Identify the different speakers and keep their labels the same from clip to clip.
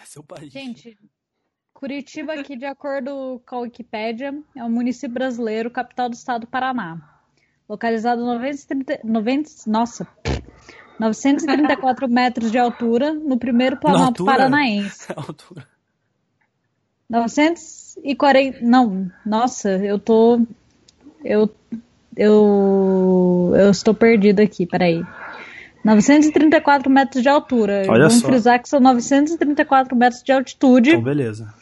Speaker 1: É Seu país.
Speaker 2: Gente, Curitiba, aqui, de acordo com a Wikipédia, é um município brasileiro, capital do estado do Paraná. Localizado 930, 90, nossa, 934 metros de altura, no primeiro
Speaker 1: Na
Speaker 2: planalto
Speaker 1: altura?
Speaker 2: paranaense.
Speaker 1: É A altura.
Speaker 2: 940. Não, nossa, eu tô. Eu. Eu. Eu estou perdida aqui, peraí. 934 metros de altura.
Speaker 1: Olha
Speaker 2: Vamos
Speaker 1: só.
Speaker 2: frisar que são 934 metros de altitude
Speaker 1: Então, beleza.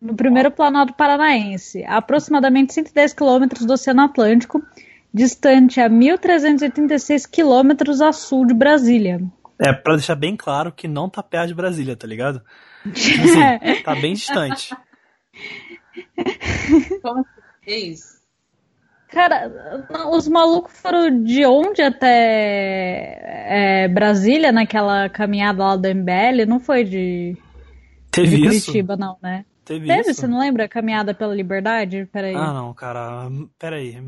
Speaker 2: no primeiro planalto paranaense, a aproximadamente 110 quilômetros do Oceano Atlântico, distante a 1.386 quilômetros a sul de Brasília.
Speaker 1: É, pra deixar bem claro que não tá perto de Brasília, tá ligado? Tipo assim, tá bem distante.
Speaker 3: Como que é isso?
Speaker 2: Cara, não, os malucos foram de onde até é, Brasília naquela caminhada lá do MBL? Não foi de, de
Speaker 1: Teve isso?
Speaker 2: Curitiba, não, né?
Speaker 1: Teve,
Speaker 2: Teve,
Speaker 1: isso?
Speaker 2: você não lembra? a Caminhada pela Liberdade? Peraí.
Speaker 1: Ah, não, cara. Peraí.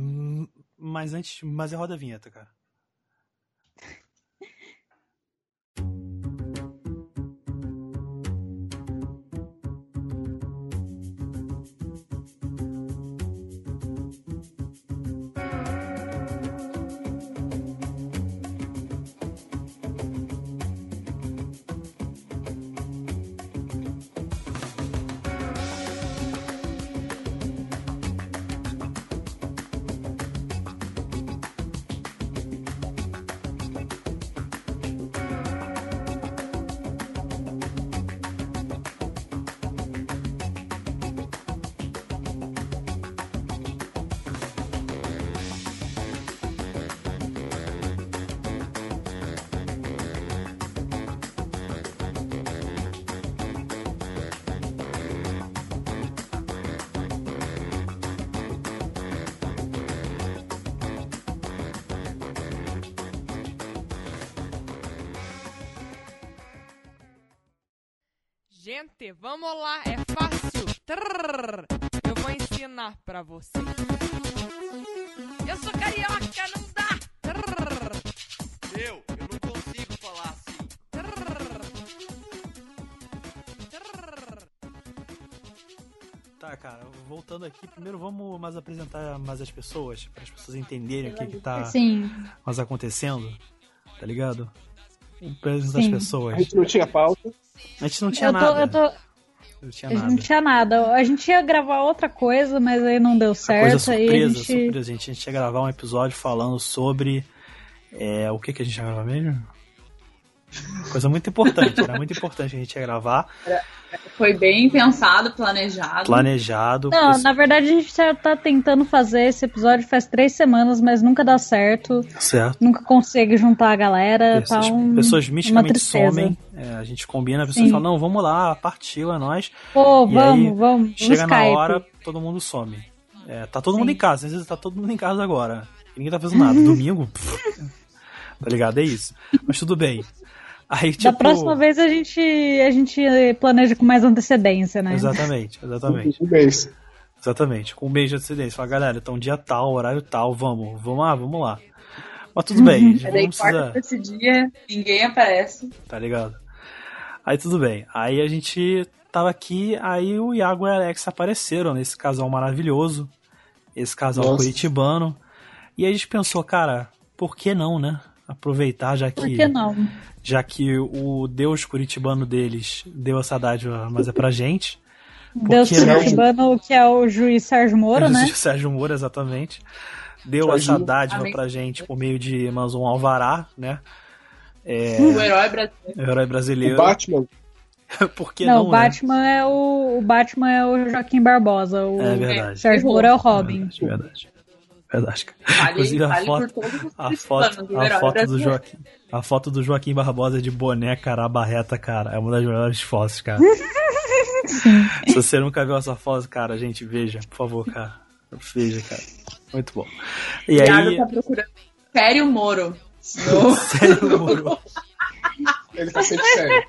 Speaker 1: Mas antes, mas é roda a vinheta, cara.
Speaker 4: Gente, vamos lá, é fácil. Trrr, eu vou ensinar pra você. Eu sou carioca, não dá. Trrr,
Speaker 5: Eu, eu não consigo falar assim.
Speaker 4: trrr, trrr.
Speaker 1: Tá, cara, voltando aqui, primeiro vamos mais apresentar mais as pessoas, para as pessoas entenderem o que, que tá
Speaker 2: Sim.
Speaker 1: mais acontecendo, tá ligado? Apresentar as
Speaker 2: Sim.
Speaker 6: A
Speaker 1: pessoas.
Speaker 6: gente não tinha pauta.
Speaker 1: A gente não tinha
Speaker 2: Eu tô,
Speaker 1: nada.
Speaker 2: eu tô,
Speaker 1: Não
Speaker 2: a
Speaker 1: tinha
Speaker 2: gente
Speaker 1: nada.
Speaker 2: não tinha nada. A gente ia gravar outra coisa, mas aí não deu certo.
Speaker 1: Coisa surpresa,
Speaker 2: aí a gente...
Speaker 1: surpresa, gente. A gente ia gravar um episódio falando sobre. é, o que, que a gente ia gravar mesmo? Coisa muito importante, era muito importante a gente ia gravar,
Speaker 3: Foi bem pensado, planejado.
Speaker 1: planejado.
Speaker 2: Não,
Speaker 1: isso-
Speaker 2: na verdade a gente já tá tentando fazer esse episódio faz três semanas, mas nunca dá certo.
Speaker 1: Certo.
Speaker 2: Nunca consegue juntar a galera. Tá
Speaker 1: Essas
Speaker 2: um...
Speaker 1: pessoas miticamente
Speaker 2: tristeza.
Speaker 1: somem, é, a gente combina, a pessoa
Speaker 2: Sim.
Speaker 1: fala, não, vamos lá, partiu, é nós.
Speaker 2: Pô,
Speaker 1: E
Speaker 2: vamos,
Speaker 1: aí,
Speaker 2: vamos. no
Speaker 1: Chega na
Speaker 2: Um Skype.
Speaker 1: hora, todo mundo some. É, tá todo
Speaker 2: Sim.
Speaker 1: mundo em casa, às vezes tá todo mundo em casa agora. E ninguém tá fazendo nada. Domingo, pff, tá ligado? É isso. Mas tudo bem. Aí, tipo.
Speaker 2: Da próxima vez a gente, a gente planeja com mais antecedência, né?
Speaker 1: Exatamente, exatamente.
Speaker 6: Um mês.
Speaker 1: Exatamente. Com um beijo de antecedência. Fala, galera, então dia tal, horário tal, vamos, vamos lá, vamos lá. Mas tudo
Speaker 2: Uhum.
Speaker 1: bem,
Speaker 3: Mas
Speaker 1: não
Speaker 3: daí corta
Speaker 1: precisa,
Speaker 3: pra esse dia, ninguém aparece.
Speaker 1: tá ligado? Aí tudo bem. Aí a gente tava aqui, aí o Iago e a Alex apareceram nesse casal maravilhoso, esse casal
Speaker 6: Nossa.
Speaker 1: curitibano. E aí a gente pensou, cara, por que não, né? Aproveitar, já
Speaker 2: Por
Speaker 1: que,
Speaker 2: que não?
Speaker 1: já que o Deus curitibano deles deu essa dádiva, mas é pra gente. Por
Speaker 2: Deus
Speaker 1: que não?
Speaker 2: Curitibano, que é o juiz Sérgio Moro, né?
Speaker 1: O Sérgio Moro, exatamente. Deu
Speaker 6: Sérgio
Speaker 1: essa
Speaker 6: Moro.
Speaker 1: dádiva
Speaker 3: Amém.
Speaker 1: pra gente por meio de mais um alvará, né? É,
Speaker 3: O herói brasileiro.
Speaker 1: Herói brasileiro.
Speaker 6: O Batman.
Speaker 1: Por que
Speaker 2: Não,
Speaker 1: não,
Speaker 2: o
Speaker 1: né?
Speaker 2: Batman é o, o Batman é o Joaquim Barbosa, o
Speaker 1: É verdade.
Speaker 2: Sérgio Moro é o Robin.
Speaker 1: Verdade, verdade. Verdade, cara.
Speaker 3: Fale,
Speaker 1: Inclusive, a
Speaker 3: fale
Speaker 1: foto-
Speaker 3: por todos os
Speaker 1: A
Speaker 3: cristãos,
Speaker 1: foto,
Speaker 3: o
Speaker 1: a
Speaker 3: herói
Speaker 1: foto do
Speaker 3: brasileiro.
Speaker 1: Joaquim. A foto do Joaquim Barbosa de boné, cara, a barreta, cara, é uma das melhores fotos, cara. Se você nunca viu essa foto, cara, gente, veja, por favor, cara. Veja, cara. Muito bom. E
Speaker 3: Thiago
Speaker 1: aí,
Speaker 3: tá procurando Sério Moro. No-
Speaker 1: Sérgio Moro.
Speaker 6: Ele tá sempre sério.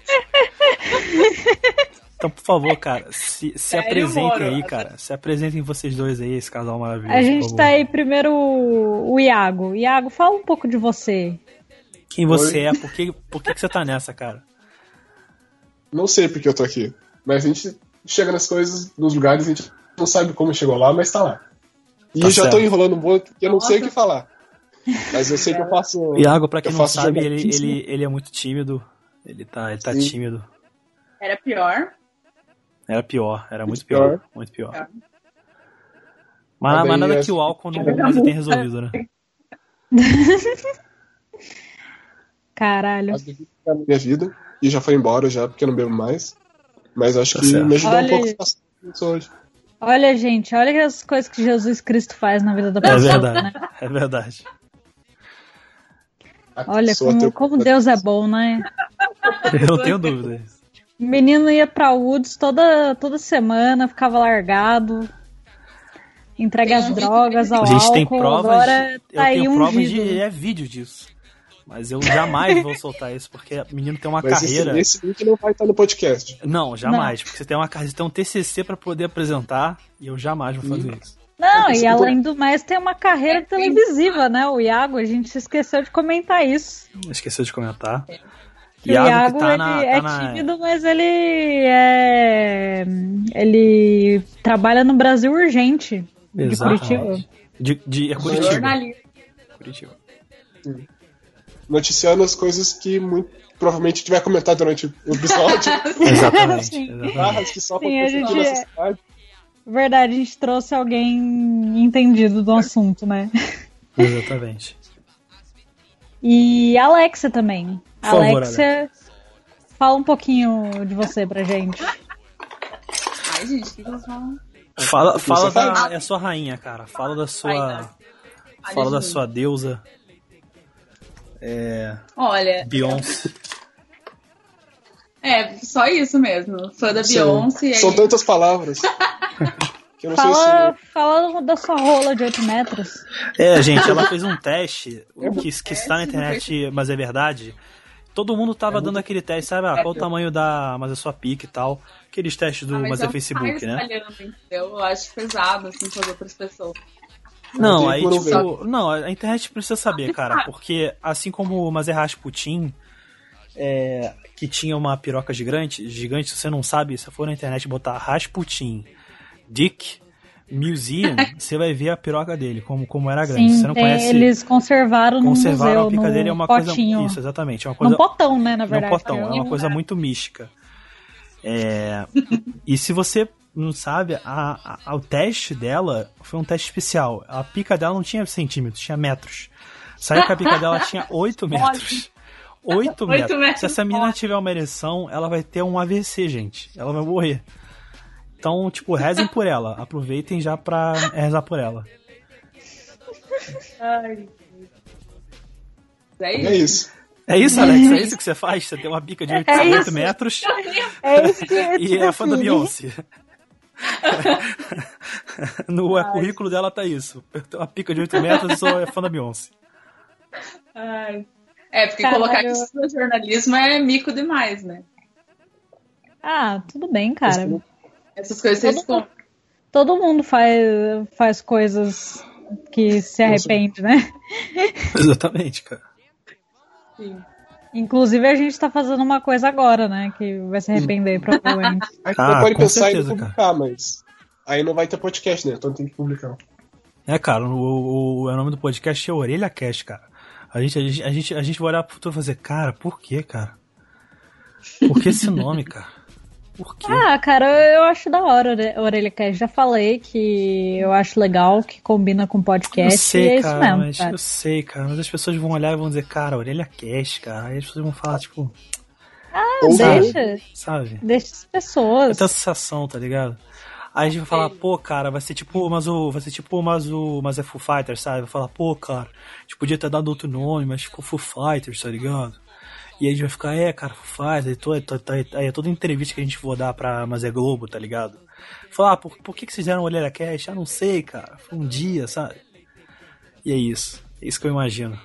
Speaker 1: Então, por favor, cara, se, se
Speaker 3: Sério,
Speaker 1: apresentem
Speaker 3: Moro?
Speaker 1: aí, cara. Se apresentem vocês dois aí, esse casal maravilhoso.
Speaker 2: A
Speaker 1: por
Speaker 2: gente
Speaker 1: favor.
Speaker 2: tá aí primeiro o Iago. Iago, fala um pouco de você.
Speaker 1: Quem você é, por que, por que, que você tá nessa, cara?
Speaker 6: Não sei porque eu tô aqui. Mas a gente chega nas coisas, nos lugares, a gente não sabe como chegou lá, mas tá lá. E
Speaker 1: Tá
Speaker 6: eu já tô
Speaker 1: certo.
Speaker 6: enrolando muito porque eu não sei o que
Speaker 3: Nossa.
Speaker 6: falar. Mas eu sei que eu faço.
Speaker 1: Iago, pra quem
Speaker 6: Eu
Speaker 1: não
Speaker 6: faço
Speaker 1: sabe, ele,
Speaker 6: jornalismo.
Speaker 1: ele, ele é muito tímido. Ele tá, ele tá
Speaker 6: Sim.
Speaker 1: tímido.
Speaker 3: Era pior.
Speaker 1: Era pior, era muito
Speaker 6: Muito
Speaker 1: pior. Muito pior.
Speaker 3: Pior.
Speaker 1: Mas,
Speaker 6: Mas
Speaker 1: mas
Speaker 6: aí
Speaker 1: nada
Speaker 6: é-
Speaker 1: que o álcool não,
Speaker 3: Era
Speaker 1: não tenha resolvido, né?
Speaker 2: Caralho.
Speaker 6: Mas devia ficar na minha vida. E já foi embora já, porque eu não bebo mais. Mas acho
Speaker 1: Tá
Speaker 6: que
Speaker 1: certo.
Speaker 6: me ajudou
Speaker 2: Olha
Speaker 6: um pouco
Speaker 2: aí.
Speaker 6: a passar por isso hoje.
Speaker 2: Olha, gente, olha as coisas que Jesus Cristo faz na vida da
Speaker 1: É
Speaker 2: pessoa.
Speaker 1: verdade, é verdade.
Speaker 6: A
Speaker 2: Olha
Speaker 6: pessoa
Speaker 2: como,
Speaker 6: tem-
Speaker 2: como Deus é bom, né?
Speaker 1: Eu não tenho dúvida. disso.
Speaker 2: O menino ia pra Woods toda, toda semana, ficava largado, entrega as drogas ao
Speaker 1: A gente
Speaker 2: álcool.
Speaker 1: tem provas.
Speaker 2: agora
Speaker 1: eu
Speaker 2: tá aí
Speaker 1: tenho
Speaker 2: um
Speaker 1: provas de é vídeo disso. Mas eu jamais vou soltar isso, porque o menino tem uma
Speaker 6: Mas esse-
Speaker 1: carreira.
Speaker 6: Esse, link não vai estar no podcast.
Speaker 1: Não, jamais. Porque você tem uma carreira, você tem um TCC pra poder apresentar e eu jamais vou
Speaker 2: Uhum.
Speaker 1: fazer isso.
Speaker 2: Não,
Speaker 6: Esse
Speaker 2: e além do mais tem uma carreira televisiva, né? O Iago, a gente se esqueceu de comentar isso.
Speaker 1: Esqueceu de comentar.
Speaker 2: Que o Iago, É.
Speaker 1: tá
Speaker 2: ele é tímido, mas ele é... Ele trabalha no Brasil Urgente.
Speaker 1: Exatamente. De, de, é Curitiba.
Speaker 3: Jornalista.
Speaker 1: Curitiba.
Speaker 6: Noticiando as coisas que muito provavelmente a gente vai comentar durante o episódio.
Speaker 1: Exatamente.
Speaker 2: Sim.
Speaker 1: exatamente.
Speaker 6: Barras que só
Speaker 2: Sim, a
Speaker 6: acontecem aqui
Speaker 2: gente
Speaker 6: nessa
Speaker 2: é-
Speaker 6: cidade.
Speaker 2: Verdade, a gente trouxe alguém entendido do assunto, né?
Speaker 1: Exatamente.
Speaker 2: E a Alexia também.
Speaker 1: Por favor,
Speaker 2: Alexia, fala um pouquinho de você pra gente.
Speaker 3: Ai, gente, o que que eles falam?
Speaker 1: Fala, fala
Speaker 6: Você
Speaker 1: da.
Speaker 3: fala.
Speaker 1: É sua rainha, cara. Fala da sua.
Speaker 3: Rainha.
Speaker 1: Fala da
Speaker 3: de mim.
Speaker 1: sua deusa,
Speaker 3: Olha,
Speaker 1: Beyoncé.
Speaker 3: é só isso mesmo. Fã da
Speaker 6: Sim.
Speaker 3: Beyoncé.
Speaker 2: é
Speaker 3: aí-
Speaker 6: São tantas palavras. que eu não
Speaker 2: Fala,
Speaker 6: sei
Speaker 2: fala da sua rola de 8 metros.
Speaker 1: É, gente, ela fez um teste que, que está na internet, mas é verdade. Todo mundo tava dando aquele teste, sabe? Ah, qual o tamanho da. Mas é sua pique e tal. Aqueles testes do.
Speaker 3: Ah,
Speaker 1: mas é
Speaker 3: eu não
Speaker 1: Facebook,
Speaker 3: saio
Speaker 1: né?
Speaker 3: espalhando, entendeu? Eu acho pesado, assim, para as outras pessoas.
Speaker 1: Não,
Speaker 6: Não
Speaker 1: aí
Speaker 6: tem como
Speaker 1: tipo. Não, a internet precisa saber, cara. Porque assim como o Mazerras Putin, é, que tinha uma piroca gigante, gigante, se você não sabe, se for na internet e botar Rasputin Dick Museum, você vai ver a piroca dele, como, como era Tá grande.
Speaker 2: Sim,
Speaker 1: você não
Speaker 2: tem-
Speaker 1: conhece.
Speaker 2: eles conservaram no
Speaker 1: Conservaram
Speaker 2: museu,
Speaker 1: a pica
Speaker 2: no
Speaker 1: dele é uma
Speaker 2: potinho.
Speaker 1: coisa. Isso, exatamente. É uma coisa.
Speaker 2: Num potão, né, na verdade.
Speaker 1: Não portão, é
Speaker 2: Eu-
Speaker 1: uma coisa muito mística. É, e se você não sabe, a- a- o teste dela foi um teste especial. A pica dela não tinha centímetros, tinha metros. Saiu que a pica dela tinha 8 metros. 8 metros.
Speaker 3: metros,
Speaker 1: Se essa menina tiver uma ereção, ela vai ter um AVC, gente. Ela vai morrer. Então, tipo, rezem por ela. Aproveitem já pra rezar por ela.
Speaker 6: se...
Speaker 3: É
Speaker 6: É
Speaker 3: isso.
Speaker 6: isso.
Speaker 1: É isso, Alex? É isso que você faz? Você tem uma pica de 8,
Speaker 2: É isso.
Speaker 1: metros
Speaker 2: É isso que eu
Speaker 1: e é fã da
Speaker 2: assim,
Speaker 1: Beyoncé. no currículo dela tá isso. Eu tenho uma pica de 8 metros e sou é fã da Beyoncé.
Speaker 3: Ai. É, porque
Speaker 2: Caralho.
Speaker 3: colocar que estuda jornalismo é mico demais, né?
Speaker 2: Ah, tudo bem, cara.
Speaker 1: é-
Speaker 3: Essas coisas vocês
Speaker 2: Todo mundo-
Speaker 3: escondem.
Speaker 2: Todo mundo faz, faz coisas que se arrepende, né?
Speaker 1: Exatamente, cara.
Speaker 2: Inclusive, a gente tá fazendo uma coisa agora, né? Que vai se arrepender, provavelmente.
Speaker 6: A gente
Speaker 1: Ah,
Speaker 6: não pode
Speaker 1: com
Speaker 6: pensar
Speaker 1: certeza,
Speaker 6: em publicar, mas. Aí não vai ter podcast, né? Então tem que publicar.
Speaker 1: É, cara, o, o, o nome do podcast é Orelha Cast, cara. A gente, a gente, a gente, a gente vai olhar pro futuro e fazer, cara, por que, cara? Por que esse nome, cara? Por quê?
Speaker 2: Ah, cara, eu acho da hora Ore- OrelhaCast. Já falei que eu acho legal, que combina com
Speaker 1: eu
Speaker 2: podcast. e
Speaker 1: sei,
Speaker 2: é isso
Speaker 1: cara,
Speaker 2: mesmo.
Speaker 1: mas
Speaker 2: cara.
Speaker 1: eu sei, cara, mas as pessoas vão olhar e vão dizer, cara, orelha cast, cara. Aí as pessoas vão falar, tipo,
Speaker 2: Ah,
Speaker 6: Ou-
Speaker 2: deixa,
Speaker 1: sabe?
Speaker 2: deixa as pessoas.
Speaker 1: Eu tenho essa sensação, tá ligado? Aí a gente vai falar, pô, cara, vai ser tipo, mas o, vai ser tipo, mas o, mas é Foo Fighters, sabe? Vai falar, pô, cara, a gente podia ter dado outro nome, mas ficou Foo Fighters, tá ligado? E aí a gente vai ficar, é, cara, Foo Fighters, aí toda, toda, aí é toda entrevista que a gente for dar pra Mas é Globo, tá ligado? Falar, ah, por, por que que vocês deram olhar a cash? Ah, não sei, cara, foi um dia, sabe? E é isso, é isso que eu imagino.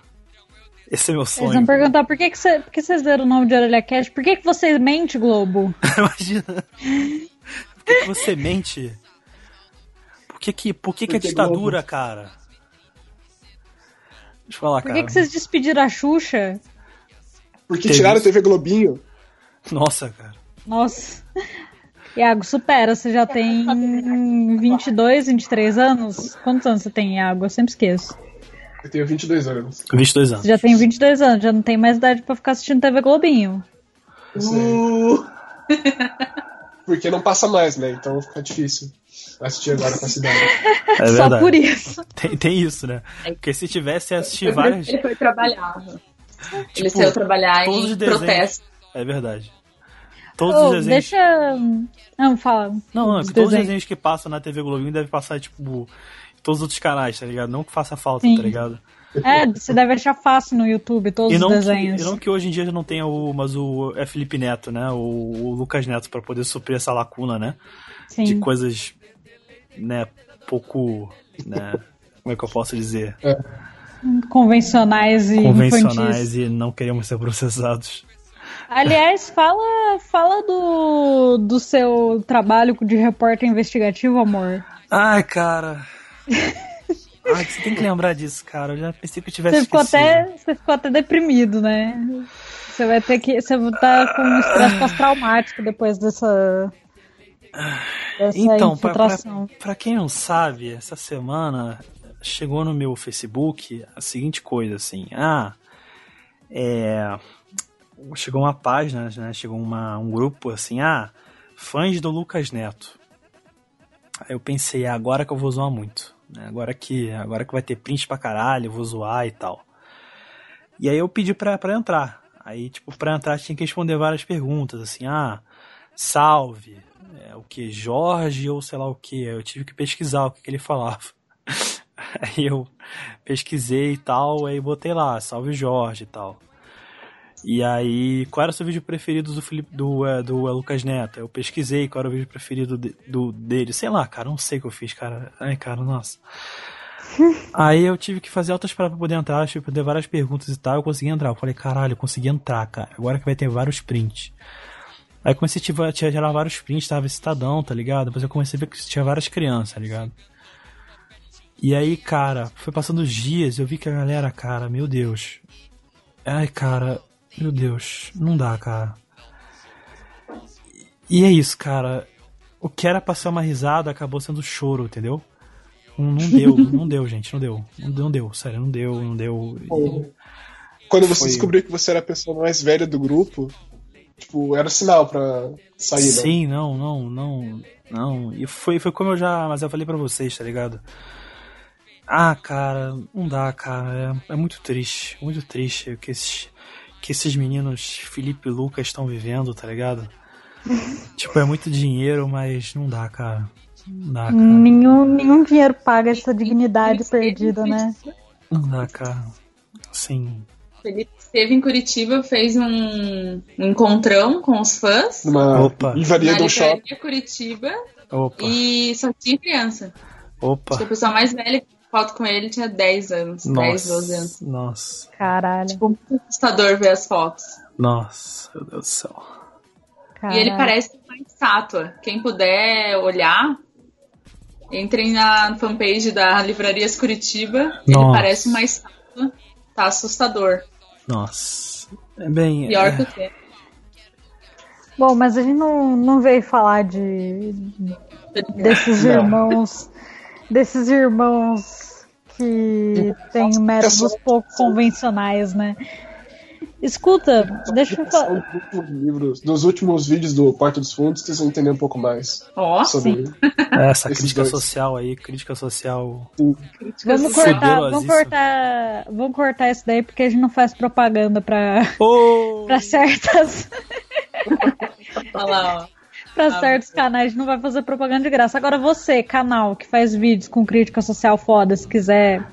Speaker 1: Esse é meu
Speaker 2: Eles
Speaker 1: sonho.
Speaker 2: vão perguntar por que, que, cê- por que vocês deram o nome de OrelhaCast? Por que, que vocês mente, Globo?
Speaker 1: Imagina. Por que, que você mente? Por que, que, por que, que a
Speaker 6: Porque
Speaker 1: ditadura, cara? Deixa eu falar,
Speaker 2: Por
Speaker 1: cara.
Speaker 2: que, que vocês despediram a Xuxa?
Speaker 6: Porque
Speaker 1: Teve
Speaker 6: tiraram a
Speaker 1: isso?
Speaker 6: TV Globinho.
Speaker 1: Nossa, cara.
Speaker 2: Nossa. Iago, supera, você já tem 22, 23 anos? Quantos anos você tem, Iago? Eu sempre esqueço.
Speaker 6: Eu tenho 22 anos.
Speaker 1: 22
Speaker 2: Você
Speaker 1: anos.
Speaker 2: já tem 22 anos, já não tem mais idade pra ficar assistindo TV Globinho.
Speaker 6: Eu sei. Porque não passa mais, né? Então fica difícil assistir agora com a cidade.
Speaker 1: É
Speaker 2: Só
Speaker 1: verdade.
Speaker 2: por isso. É.
Speaker 1: Tem, tem isso, né? Porque se tivesse assistido várias.
Speaker 3: Ele foi trabalhar. ele
Speaker 1: Tipo,
Speaker 3: saiu trabalhar
Speaker 1: todos
Speaker 3: em
Speaker 1: os desenhos.
Speaker 3: protesto.
Speaker 1: É verdade. Todos
Speaker 2: Ô,
Speaker 1: os desenhos.
Speaker 2: Oh, deixa. Não, fala.
Speaker 1: Não, não, é
Speaker 2: Os
Speaker 1: que todos os
Speaker 2: desenhos.
Speaker 1: desenhos que passam na TV Globinho devem passar, tipo, em todos os outros canais, tá ligado? Não que faça falta,
Speaker 2: Sim.
Speaker 1: tá ligado?
Speaker 2: É, você deve achar fácil no YouTube todos
Speaker 1: E
Speaker 2: os
Speaker 1: não, que,
Speaker 2: desenhos.
Speaker 1: e não que hoje em dia já não tenha o. Mas o é Felipe Neto, né? O, o Lucas Neto, pra poder suprir essa lacuna, né?
Speaker 2: Sim.
Speaker 1: De coisas, né, pouco. né? Como é que eu posso dizer?
Speaker 2: Convencionais e infantis.
Speaker 1: Convencionais e não queremos ser processados.
Speaker 2: Aliás, fala, fala do, do seu trabalho de repórter investigativo, amor.
Speaker 1: Ai, cara. Ai, você tem que lembrar disso, cara. Eu já pensei que eu tivesse
Speaker 2: Você ficou,
Speaker 1: esquecido.
Speaker 2: até, você ficou até deprimido, né? Você vai ter que. Você vai estar com um
Speaker 1: Ah.
Speaker 2: estresse pós-traumático depois dessa. dessa
Speaker 1: Então, pra, pra,
Speaker 2: infiltração.
Speaker 1: pra quem não sabe, essa semana chegou no meu Facebook a seguinte coisa, assim, ah, é, chegou uma página, né, chegou uma, um grupo, assim, ah, fãs do Lucas Neto. Aí eu pensei, ah, agora que eu vou zoar muito, né, agora que, agora que vai ter print pra caralho, eu vou zoar e tal. E aí eu pedi pra, pra entrar. Aí, tipo, pra entrar tinha que responder várias perguntas, assim, ah, salve, é, o que, Jorge ou sei lá o que. Eu tive que pesquisar o que, que ele falava. Aí eu pesquisei e tal, aí botei lá, salve Jorge e tal. E aí, qual era o seu vídeo preferido do, Felipe, do, é, do é, Lucas Neto? Eu pesquisei qual era o vídeo preferido de- do, dele. Sei lá, cara, não sei o que eu fiz, cara. Ai, cara, nossa. Aí eu tive que fazer altas paradas pra poder entrar, tive que fazer várias perguntas e tal, eu consegui entrar. Eu falei, caralho, eu consegui entrar, cara. Agora que vai ter vários prints. Aí comecei a tiver- tinha- gerar vários prints, tava esse cidadão, tá ligado? Depois eu comecei a ver que tinha várias crianças, tá ligado? E aí, cara, foi passando os dias, eu vi que a galera, cara, meu Deus. Ai, cara, meu Deus, não dá, cara. E é isso, cara. O que era pra ser uma risada acabou sendo choro, entendeu? Não, não deu, não deu, gente, não deu. Não, não deu, sério, não deu, não deu. E-
Speaker 6: Quando você
Speaker 1: Foi.
Speaker 6: descobriu que você era a pessoa mais velha do grupo, tipo, era sinal pra sair, né?
Speaker 1: Sim, não, não, não, não. E foi, foi como eu já. Mas eu falei pra vocês, tá ligado? Ah, cara, não dá, cara. É, é muito triste, muito triste o que esses, que esses meninos, Felipe e Lucas, estão vivendo, tá ligado? tipo, é muito dinheiro, mas não dá, cara. Não dá, Ah,
Speaker 3: Hum.
Speaker 1: cara.
Speaker 2: Nenhum, nenhum dinheiro paga essa dignidade perdida, Tá né?
Speaker 1: Não dá, cara. Sim.
Speaker 3: Ele esteve em Curitiba, fez um encontrão com os fãs.
Speaker 6: Numa
Speaker 1: Opa.
Speaker 6: livraria
Speaker 3: na
Speaker 6: do shopping.
Speaker 3: livraria Curitiba
Speaker 1: Opa,
Speaker 3: e só tinha criança. Acho que
Speaker 1: opa.
Speaker 3: a pessoa mais velha que foto com ele tinha 10 anos, 10, 12 anos.
Speaker 1: Nossa, nossa,
Speaker 2: Caralho.
Speaker 3: Tipo, muito assustador ver as fotos.
Speaker 1: nossa, meu Deus do céu.
Speaker 2: caralho.
Speaker 3: E ele parece uma estátua. Quem puder olhar, entrem na fanpage da Livrarias Curitiba. Ele
Speaker 1: Nossa.
Speaker 3: parece uma estátua. Tá assustador.
Speaker 1: Nossa. É bem.
Speaker 3: Pior
Speaker 1: é-
Speaker 3: que o tempo.
Speaker 2: Bom, mas a gente não, não veio falar de desses
Speaker 6: Não.
Speaker 2: irmãos, desses irmãos que têm métodos pouco convencionais, né? Escuta, deixa eu
Speaker 6: São
Speaker 2: falar.
Speaker 6: grupos um de livros dos últimos vídeos do Quarto dos Fundos, vocês vão entender um pouco mais
Speaker 3: Ó,
Speaker 6: sobre
Speaker 1: É, Essa
Speaker 6: Esses
Speaker 1: crítica
Speaker 6: dois.
Speaker 1: social aí, crítica social.
Speaker 3: críticas
Speaker 2: Vamos
Speaker 3: sociais.
Speaker 2: cortar, vamos
Speaker 1: Poderosíssimo.
Speaker 2: cortar, vamos cortar isso daí porque a gente não faz propaganda pra
Speaker 1: Ô!
Speaker 2: para certas
Speaker 3: Olha lá, ó.
Speaker 2: para certos canais, a gente não vai fazer propaganda de graça. Agora você, canal que faz vídeos com crítica social foda, se quiser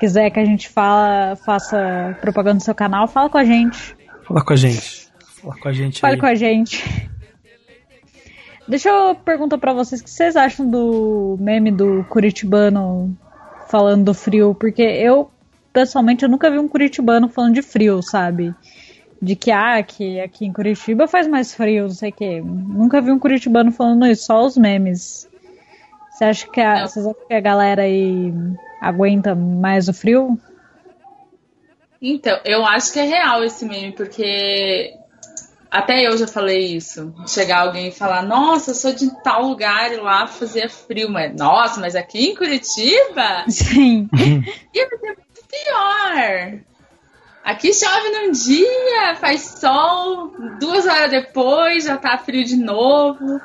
Speaker 2: quiser que a gente fala, faça propaganda do seu canal, fala com a gente.
Speaker 1: Fala com a gente. Fala com a gente
Speaker 2: Fale
Speaker 1: aí.
Speaker 2: com a gente. Deixa eu perguntar pra vocês o que vocês acham do meme do curitibano falando do frio, porque eu, pessoalmente, eu nunca vi um curitibano falando de frio, sabe? De que, ah, que aqui em Curitiba faz mais frio, não sei o quê. Nunca vi um curitibano falando isso, só os memes. Você acha que a,
Speaker 3: Não.
Speaker 2: vocês acham que a galera aí aguenta mais o frio?
Speaker 3: Então, eu acho que é real esse meme, porque Até eu já falei isso. Chegar alguém e falar, nossa, eu sou de tal lugar e lá fazia frio. Mas, nossa, mas aqui em Curitiba
Speaker 2: Sim.
Speaker 3: ia ser muito pior. Aqui chove num dia, faz sol, duas horas depois já tá frio de novo.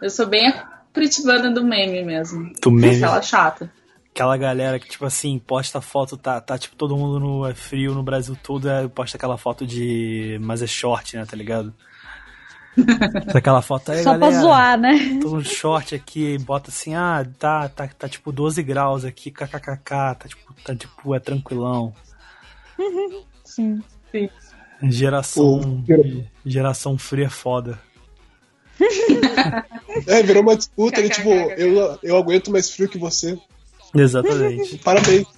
Speaker 3: Eu sou bem a curitibana do meme mesmo.
Speaker 1: Do meme.
Speaker 3: Aquela chata.
Speaker 1: Aquela galera que, tipo assim, posta foto, tá, tá tipo todo mundo no é frio no Brasil todo, aí posta aquela foto de. Mas é short, né, tá ligado? Aquela foto aí,
Speaker 2: Só pra
Speaker 1: galera,
Speaker 2: zoar, né?
Speaker 1: Tô no short aqui, bota assim, ah, tá, tá, tá tipo 12 graus aqui, kkkk, tá tipo, tá tipo, é tranquilão.
Speaker 2: Uhum. Sim.
Speaker 1: Geração, geração fria é foda.
Speaker 6: É, virou uma disputa e tipo,
Speaker 3: KKK.
Speaker 6: eu, eu aguento mais frio que você.
Speaker 1: Exatamente.
Speaker 6: Parabéns.
Speaker 3: eu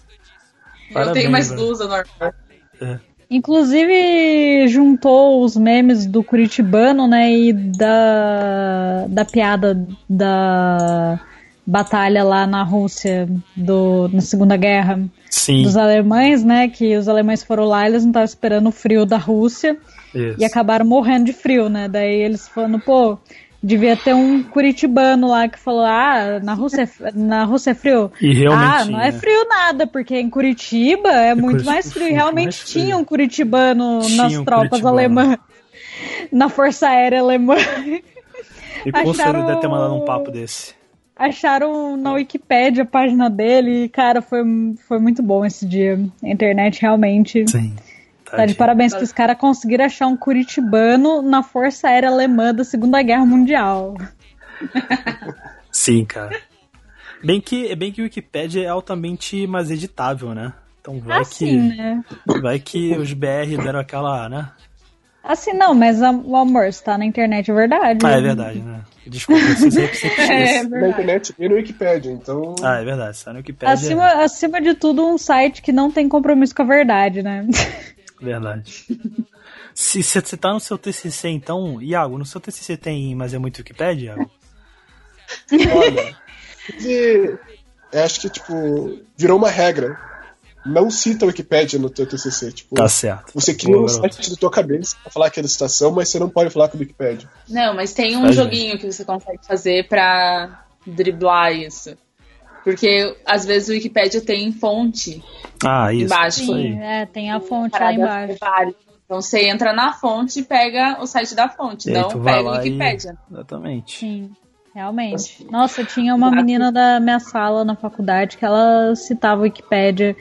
Speaker 1: Parabéns, né?
Speaker 3: tenho mais
Speaker 1: velho.
Speaker 3: blusa normal.
Speaker 1: É.
Speaker 2: Inclusive, juntou os memes do Curitibano, né? E da, da piada da batalha lá na Rússia, do, na Segunda Guerra,
Speaker 1: Sim.
Speaker 2: dos alemães, né? Que os alemães foram lá, eles não estavam esperando o frio da Rússia
Speaker 1: Isso.
Speaker 2: e acabaram morrendo de frio, né? Daí eles falando, pô, devia ter um curitibano lá que falou: ah, na Rússia, é f- na Rússia é frio.
Speaker 1: E realmente.
Speaker 2: ah, não
Speaker 1: né?
Speaker 2: é frio nada, porque em Curitiba é muito
Speaker 1: Curitiba
Speaker 2: mais frio.
Speaker 1: muito
Speaker 2: Realmente
Speaker 1: mais frio.
Speaker 2: tinha um curitibano
Speaker 1: Tinha
Speaker 2: nas
Speaker 1: um
Speaker 2: tropas
Speaker 1: curitibano.
Speaker 2: alemãs, na Força Aérea Alemã.
Speaker 1: E com
Speaker 2: Acharam-
Speaker 1: certeza deve ter mandado um papo desse.
Speaker 2: Acharam na Wikipédia a página dele e, cara, foi, foi muito bom esse dia. A internet realmente
Speaker 1: Sim.
Speaker 2: tá de parabéns que os caras conseguiram achar um curitibano na Força Aérea Alemã da Segunda Guerra Mundial.
Speaker 1: Sim, cara. Bem que, é bem que o Wikipedia é altamente mais editável, né? Então
Speaker 3: Ah,
Speaker 1: vai
Speaker 2: Assim,
Speaker 1: que.
Speaker 2: né?
Speaker 1: Vai que os BR deram aquela, né?
Speaker 2: Assim, não, mas am- o amor, se tá na internet, é verdade.
Speaker 1: Ah, é verdade, né? Desculpa, eu sempre, sempre
Speaker 2: É,
Speaker 1: esqueço.
Speaker 6: Na internet e no Wikipedia, então.
Speaker 1: Ah, é verdade, só no Wikipedia.
Speaker 2: Acima, acima de tudo, um site que não tem compromisso com a verdade, né?
Speaker 1: É verdade. Se você tá no seu TCC, então, Iago, no seu TCC tem, mas é muito Wikipedia, Iago?
Speaker 6: Olha, e, eu acho que, tipo, virou uma regra. Não cita a Wikipédia no teu TCC. Tipo,
Speaker 1: Tá certo.
Speaker 6: você cria um
Speaker 1: Boa, garoto.
Speaker 6: site da tua cabeça pra falar que é da citação, mas você não pode falar com a Wikipédia.
Speaker 3: Não, mas tem um
Speaker 1: Faz
Speaker 3: joguinho que você consegue fazer pra driblar isso. Porque às vezes o Wikipedia tem fonte
Speaker 1: Ah, isso.
Speaker 3: embaixo.
Speaker 1: isso aí.
Speaker 2: Sim, é, tem a fonte lá
Speaker 3: Parágrafo
Speaker 2: embaixo.
Speaker 3: vários. Então você entra na fonte e pega o site da
Speaker 1: E
Speaker 3: fonte,
Speaker 1: aí
Speaker 3: não
Speaker 1: É, tu vai
Speaker 3: pega o
Speaker 1: lá e-
Speaker 3: Wikipedia.
Speaker 1: Exatamente.
Speaker 2: Sim, realmente. Nossa, tinha uma menina da minha sala na faculdade que ela citava o Wikipédia.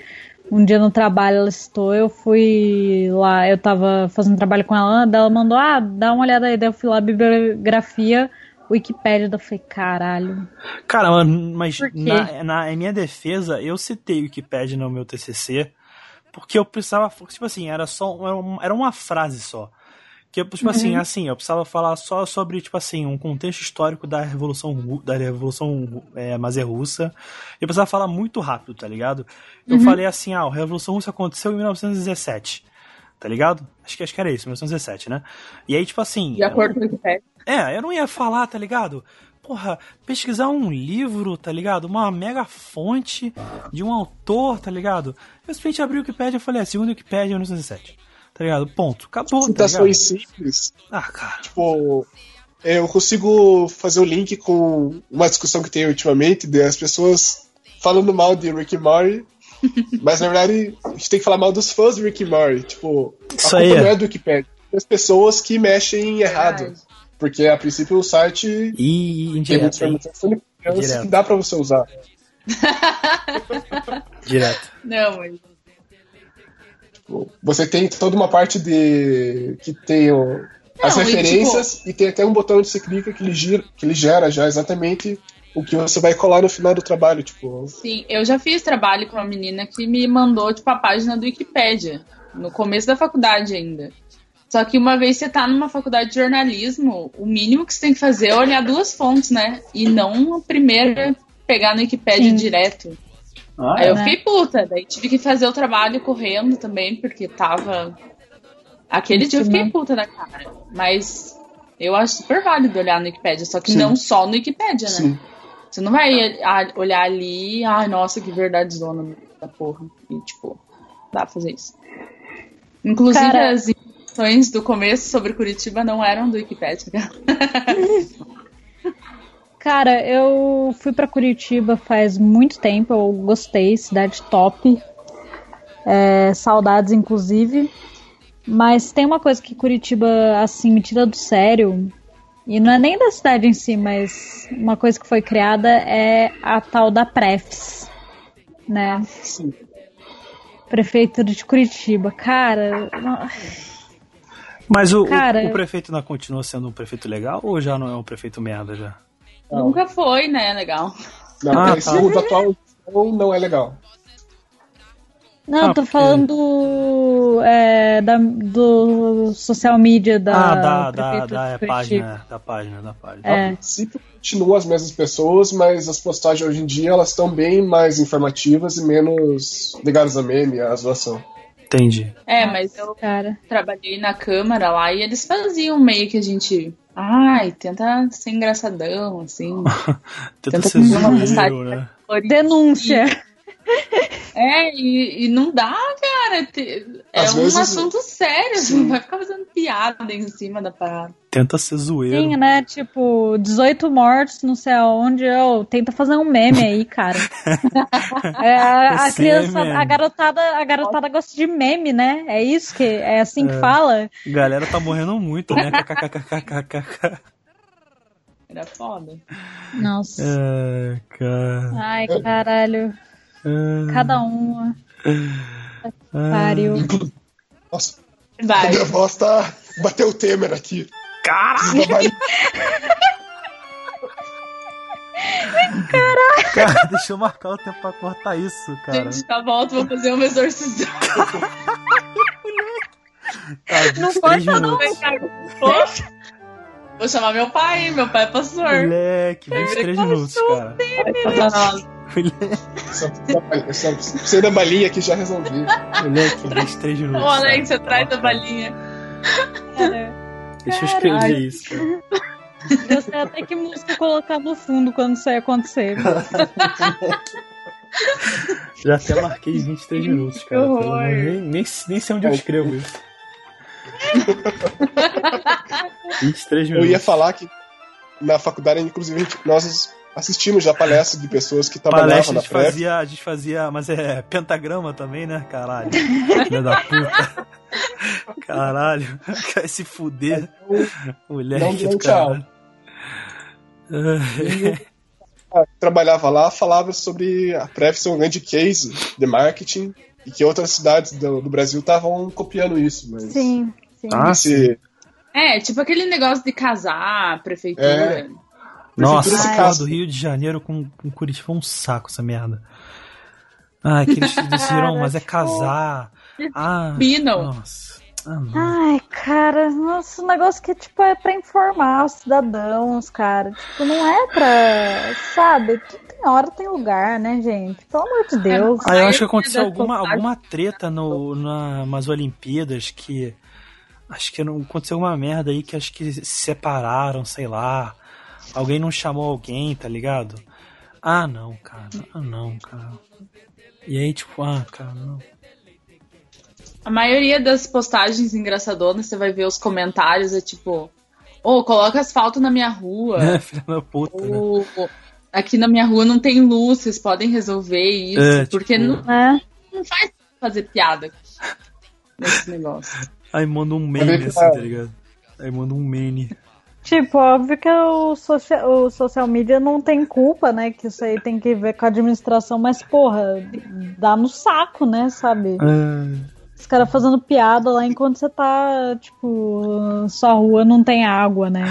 Speaker 2: Um dia no trabalho ela citou, eu fui lá, eu tava fazendo trabalho com ela, daí ela mandou, ah, dá uma olhada aí, daí eu fui lá, bibliografia, Wikipédia, daí eu falei, caralho.
Speaker 1: Cara, mas
Speaker 2: Por quê?
Speaker 1: na, na- em minha defesa, eu citei o Wikipedia no meu TCC, porque eu precisava, tipo assim, era só era um- era uma frase só. Que eu,
Speaker 3: Uhum.
Speaker 1: tipo assim, assim, eu precisava falar só sobre, tipo assim, um contexto histórico da Revolução, Ru- da Revolução é, Mazer Russa. E eu precisava falar muito rápido, tá ligado? Eu
Speaker 3: Uhum.
Speaker 1: falei assim, ah, a Revolução Russa aconteceu em 1917, tá ligado? Acho que, acho que era isso, 1917, né? E aí, tipo assim...
Speaker 3: De acordo com o Wikipedia.
Speaker 1: É, eu não ia falar, tá ligado? Porra, pesquisar um livro, tá ligado? Uma mega fonte de um autor, tá ligado? Eu simplesmente abri o Wikipedia e falei, é, segundo Wikipedia, 1917. Tá ligado? Ponto. Acabou, tá ligado?
Speaker 6: Citações simples,
Speaker 1: Ah, cara.
Speaker 6: tipo. Eu consigo fazer o link com uma discussão que tem ultimamente das pessoas falando mal de Rick and Morty, mas na verdade a gente tem que falar mal dos fãs do Rick and Morty. Tipo, a
Speaker 1: Isso
Speaker 6: culpa
Speaker 1: aí é.
Speaker 6: não é do Wikipedia, é das pessoas que mexem errado.
Speaker 3: Verdade.
Speaker 6: Porque a princípio o site
Speaker 1: E
Speaker 6: tem muita
Speaker 1: indireto, hein?
Speaker 6: informação de criança
Speaker 1: Direto.
Speaker 6: que dá pra você usar.
Speaker 1: Direto.
Speaker 3: Não, mas
Speaker 6: Tipo, Você tem toda uma parte de que tem o- as
Speaker 3: Não, e, tipo,
Speaker 6: referências e, tem até um botão onde você clica que ele, gira, que ele gera já exatamente o que você vai colar no final do trabalho. Tipo,
Speaker 3: sim, eu já fiz trabalho com uma menina que me mandou, tipo, a página do Wikipedia, no começo da faculdade ainda. Só que uma vez você tá numa faculdade de jornalismo, o mínimo que você tem que fazer é olhar duas fontes, né? E não a primeira pegar no Wikipedia
Speaker 2: Sim.
Speaker 3: direto.
Speaker 1: Ah,
Speaker 3: Aí eu
Speaker 2: né?
Speaker 3: fiquei puta, daí tive que fazer o trabalho correndo também, porque tava. Aquele dia eu fiquei puta da cara. Mas eu acho super válido olhar no Wikipedia, só que
Speaker 6: Sim.
Speaker 3: não só no Wikipedia, né?
Speaker 6: sim.
Speaker 3: Você não vai a- olhar ali, ai nossa, que verdade zona da porra. E tipo, dá pra fazer isso. Inclusive
Speaker 2: Cara.
Speaker 3: as informações do começo sobre Curitiba não eram do Wikipedia.
Speaker 2: Cara, eu fui pra Curitiba faz muito tempo, eu gostei, cidade top. É, saudades, inclusive. Mas tem uma coisa que Curitiba, assim, me tira do sério. E não é nem da cidade em si, mas uma coisa que foi criada é a tal da Prefs, né?
Speaker 6: Sim.
Speaker 2: Prefeitura de Curitiba. Cara, não-
Speaker 1: Mas o, o-
Speaker 2: Cara,
Speaker 1: o
Speaker 2: eu-
Speaker 1: prefeito não continua sendo um prefeito legal ou já não é um prefeito merda já?
Speaker 6: Não.
Speaker 3: Nunca foi, né? Legal.
Speaker 6: Não,
Speaker 1: Ah,
Speaker 6: ah,
Speaker 1: tá.
Speaker 6: segundo a atual edição, não é legal.
Speaker 2: não,
Speaker 1: Ah,
Speaker 2: eu tô
Speaker 1: porque-
Speaker 2: falando é, da- do social media da
Speaker 1: ah, da, da,
Speaker 2: Prefeitura
Speaker 1: da é,
Speaker 2: de Curitiba.
Speaker 1: página, da página, da página.
Speaker 6: A
Speaker 2: É.
Speaker 6: princípio continuam as mesmas pessoas, mas as postagens hoje em dia elas estão bem mais informativas e menos ligadas a meme, à zoação.
Speaker 1: Entendi.
Speaker 3: É, mas eu
Speaker 2: Cara,
Speaker 3: trabalhei na Câmara lá e eles faziam meio que a gente. Ai, tenta ser engraçadão, assim.
Speaker 1: Tenta
Speaker 3: Tenta
Speaker 1: ser
Speaker 3: fazer uma
Speaker 1: zoeiro,
Speaker 3: mensagem.
Speaker 1: né?
Speaker 2: denúncia.
Speaker 3: É, e, e não dá, cara. te- É
Speaker 6: Às
Speaker 3: um
Speaker 6: vezes-
Speaker 3: assunto sério, não vai ficar fazendo piada em cima da parada.
Speaker 1: Tenta ser zoeiro.
Speaker 2: Sim, né? Tipo, 18 mortos, não sei aonde. Eu tenta fazer um meme aí, cara. É, a, a
Speaker 1: Esse
Speaker 2: criança,
Speaker 1: meme.
Speaker 2: a garotada, a garotada gosta de meme, né? É isso que é assim que fala.
Speaker 1: Galera tá morrendo muito, né? KKKKKKK.
Speaker 3: Era foda.
Speaker 2: Nossa.
Speaker 1: É, cara.
Speaker 2: Ai, caralho.
Speaker 1: É,
Speaker 2: Cada uma.
Speaker 1: Ah.
Speaker 2: Pariu.
Speaker 6: Nossa, a
Speaker 3: Vai.
Speaker 6: minha voz tá. Bateu o Temer aqui. Caralho!
Speaker 1: Cara, deixa eu marcar o tempo pra cortar isso, cara.
Speaker 3: Gente, tá volta, vou fazer uma exorcisão.
Speaker 1: Tá,
Speaker 2: Não
Speaker 1: 23
Speaker 2: corta não,
Speaker 1: minutos.
Speaker 3: Poxa. Vou chamar meu pai, meu pai é pastor.
Speaker 1: Moleque, 23 minutos, cara.
Speaker 6: Essa- essa- essa- Sei da balinha aqui já resolvi.
Speaker 1: Moleque, 23
Speaker 3: Ô,
Speaker 1: minutos.
Speaker 3: Alex,
Speaker 1: cara.
Speaker 3: você traz a
Speaker 1: Nossa,
Speaker 3: balinha.
Speaker 1: Ah.
Speaker 2: Cara,
Speaker 1: Deixa eu escrever isso, cara.
Speaker 2: eu sei até que música colocar no fundo quando isso aí acontecer.
Speaker 1: Já até marquei 23 minutos, cara.
Speaker 3: horror.
Speaker 1: Pelo menos Nem, nem, nem sei onde eu escrevo isso. 23
Speaker 6: Eu
Speaker 1: minutos.
Speaker 6: ia falar que na faculdade, inclusive, a gente- nós assistimos já palestras de pessoas que trabalhavam
Speaker 1: Palestra, a
Speaker 6: na
Speaker 1: gente,
Speaker 6: pré.
Speaker 1: fazia, a gente fazia, mas é pentagrama também, né? Caralho. Filha da puta. Caralho. Quer se fuder.
Speaker 6: Não
Speaker 1: Moleque
Speaker 6: deu
Speaker 1: do
Speaker 6: tchau.
Speaker 1: caralho. Ah,
Speaker 6: trabalhava lá falava sobre a Pref ser um grande case de marketing e que outras cidades do, do Brasil estavam copiando isso, mas
Speaker 2: Sim, sim.
Speaker 1: Ah,
Speaker 6: esse
Speaker 3: É, tipo aquele negócio de casar, prefeitura.
Speaker 6: É.
Speaker 1: Nossa,
Speaker 6: Prefeitura
Speaker 1: cara
Speaker 6: de
Speaker 1: do
Speaker 6: Casco.
Speaker 1: Rio de Janeiro com, com Curitiba é um saco essa merda. Ah, que eles decidiram,
Speaker 2: Cara,
Speaker 1: mas é casar. Ah,
Speaker 3: Combinam.
Speaker 1: nossa. Ah, não.
Speaker 2: Ai, cara, nossa, um negócio que tipo é pra informar os cidadãos, cara. Tipo, não é pra, sabe? Tudo tem hora, tem lugar, né, gente? Pelo amor de Deus.
Speaker 1: Ah, eu acho que
Speaker 3: Aí,
Speaker 1: aconteceu
Speaker 3: né,
Speaker 1: alguma,
Speaker 3: contato.
Speaker 1: alguma treta no, na, nas Olimpíadas que. Acho que não aconteceu alguma merda aí que acho que se separaram, sei lá. Alguém não chamou alguém, tá ligado? Ah, não, cara. Ah, não, cara. E aí, tipo, ah, cara, não.
Speaker 3: A maioria das postagens engraçadonas, você vai ver os comentários, é tipo, ô, coloca asfalto na minha rua.
Speaker 1: Né, filha da puta, né?
Speaker 3: ou aqui na minha rua não tem luz, vocês podem resolver isso.
Speaker 1: É,
Speaker 3: porque
Speaker 1: tipo-
Speaker 3: não,
Speaker 2: Né?
Speaker 3: não faz fazer piada nesse negócio.
Speaker 1: Aí manda um meme, assim, tá ligado? Aí manda um meme.
Speaker 2: Tipo, óbvio que o social, o social media não tem culpa, né? Que isso aí tem que ver com a administração, mas, porra, dá no saco, né, sabe?
Speaker 1: Ah,
Speaker 2: Os caras fazendo piada lá enquanto você tá, tipo, sua rua não tem água, né?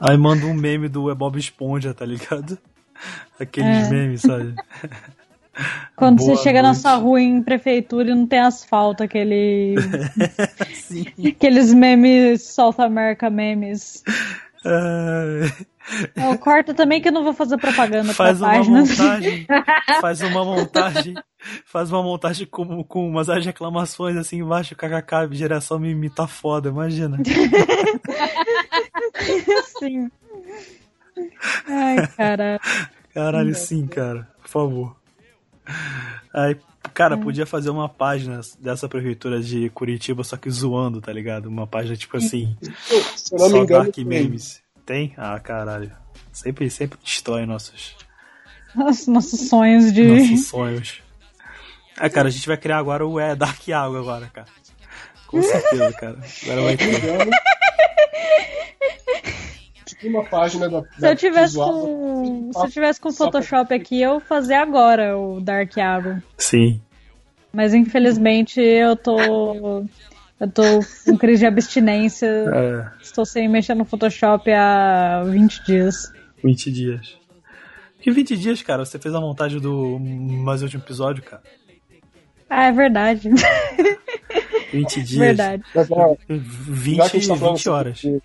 Speaker 1: Aí manda um meme do É Bob Esponja, tá ligado? Aqueles memes, sabe?
Speaker 2: Quando
Speaker 1: Boa
Speaker 2: você chega na
Speaker 1: noite.
Speaker 2: sua rua em prefeitura e não tem asfalto, aquele.
Speaker 1: Sim.
Speaker 2: Aqueles memes South America memes.
Speaker 1: Ah.
Speaker 2: Eu corto também que eu não vou fazer propaganda
Speaker 1: faz
Speaker 2: pra
Speaker 1: uma
Speaker 2: página.
Speaker 1: montagem, faz uma montagem, faz uma montagem com, com umas as reclamações assim embaixo, kkk, geração mimi tá foda, imagina.
Speaker 2: Sim. Ai, cara.
Speaker 1: Caralho, sim, cara, por favor. Aí, Cara,
Speaker 2: Hum.
Speaker 1: podia fazer uma página dessa prefeitura de Curitiba, só que zoando, tá ligado? Uma página tipo assim,
Speaker 6: Se eu não me
Speaker 1: só
Speaker 6: engano.
Speaker 1: Dark
Speaker 6: tem.
Speaker 1: Memes. Tem? Ah, caralho. Sempre, sempre destrói nossos,
Speaker 2: Os nossos sonhos de.
Speaker 3: Uhum.
Speaker 1: nossos sonhos. Ah, cara, a gente vai criar agora o é, Dark Água agora, cara.
Speaker 3: Uhum.
Speaker 1: Com certeza, cara. Agora vai ter.
Speaker 6: Tem tipo uma página da.
Speaker 2: Se eu tivesse um com. Se eu tivesse com Photoshop aqui, eu fazia agora o Dark Arrow.
Speaker 1: Sim.
Speaker 2: Mas infelizmente eu tô. Eu tô com crise de abstinência.
Speaker 1: É,
Speaker 2: Estou sem mexer no Photoshop há 20 dias.
Speaker 1: 20 dias. Que 20 dias, cara? Você fez a montagem do mais último episódio, cara.
Speaker 2: Ah, é verdade.
Speaker 1: 20 dias.
Speaker 2: verdade.
Speaker 6: Mas, ó,
Speaker 1: 20,
Speaker 6: já que a gente tá falando
Speaker 1: 20 horas.
Speaker 6: sobre-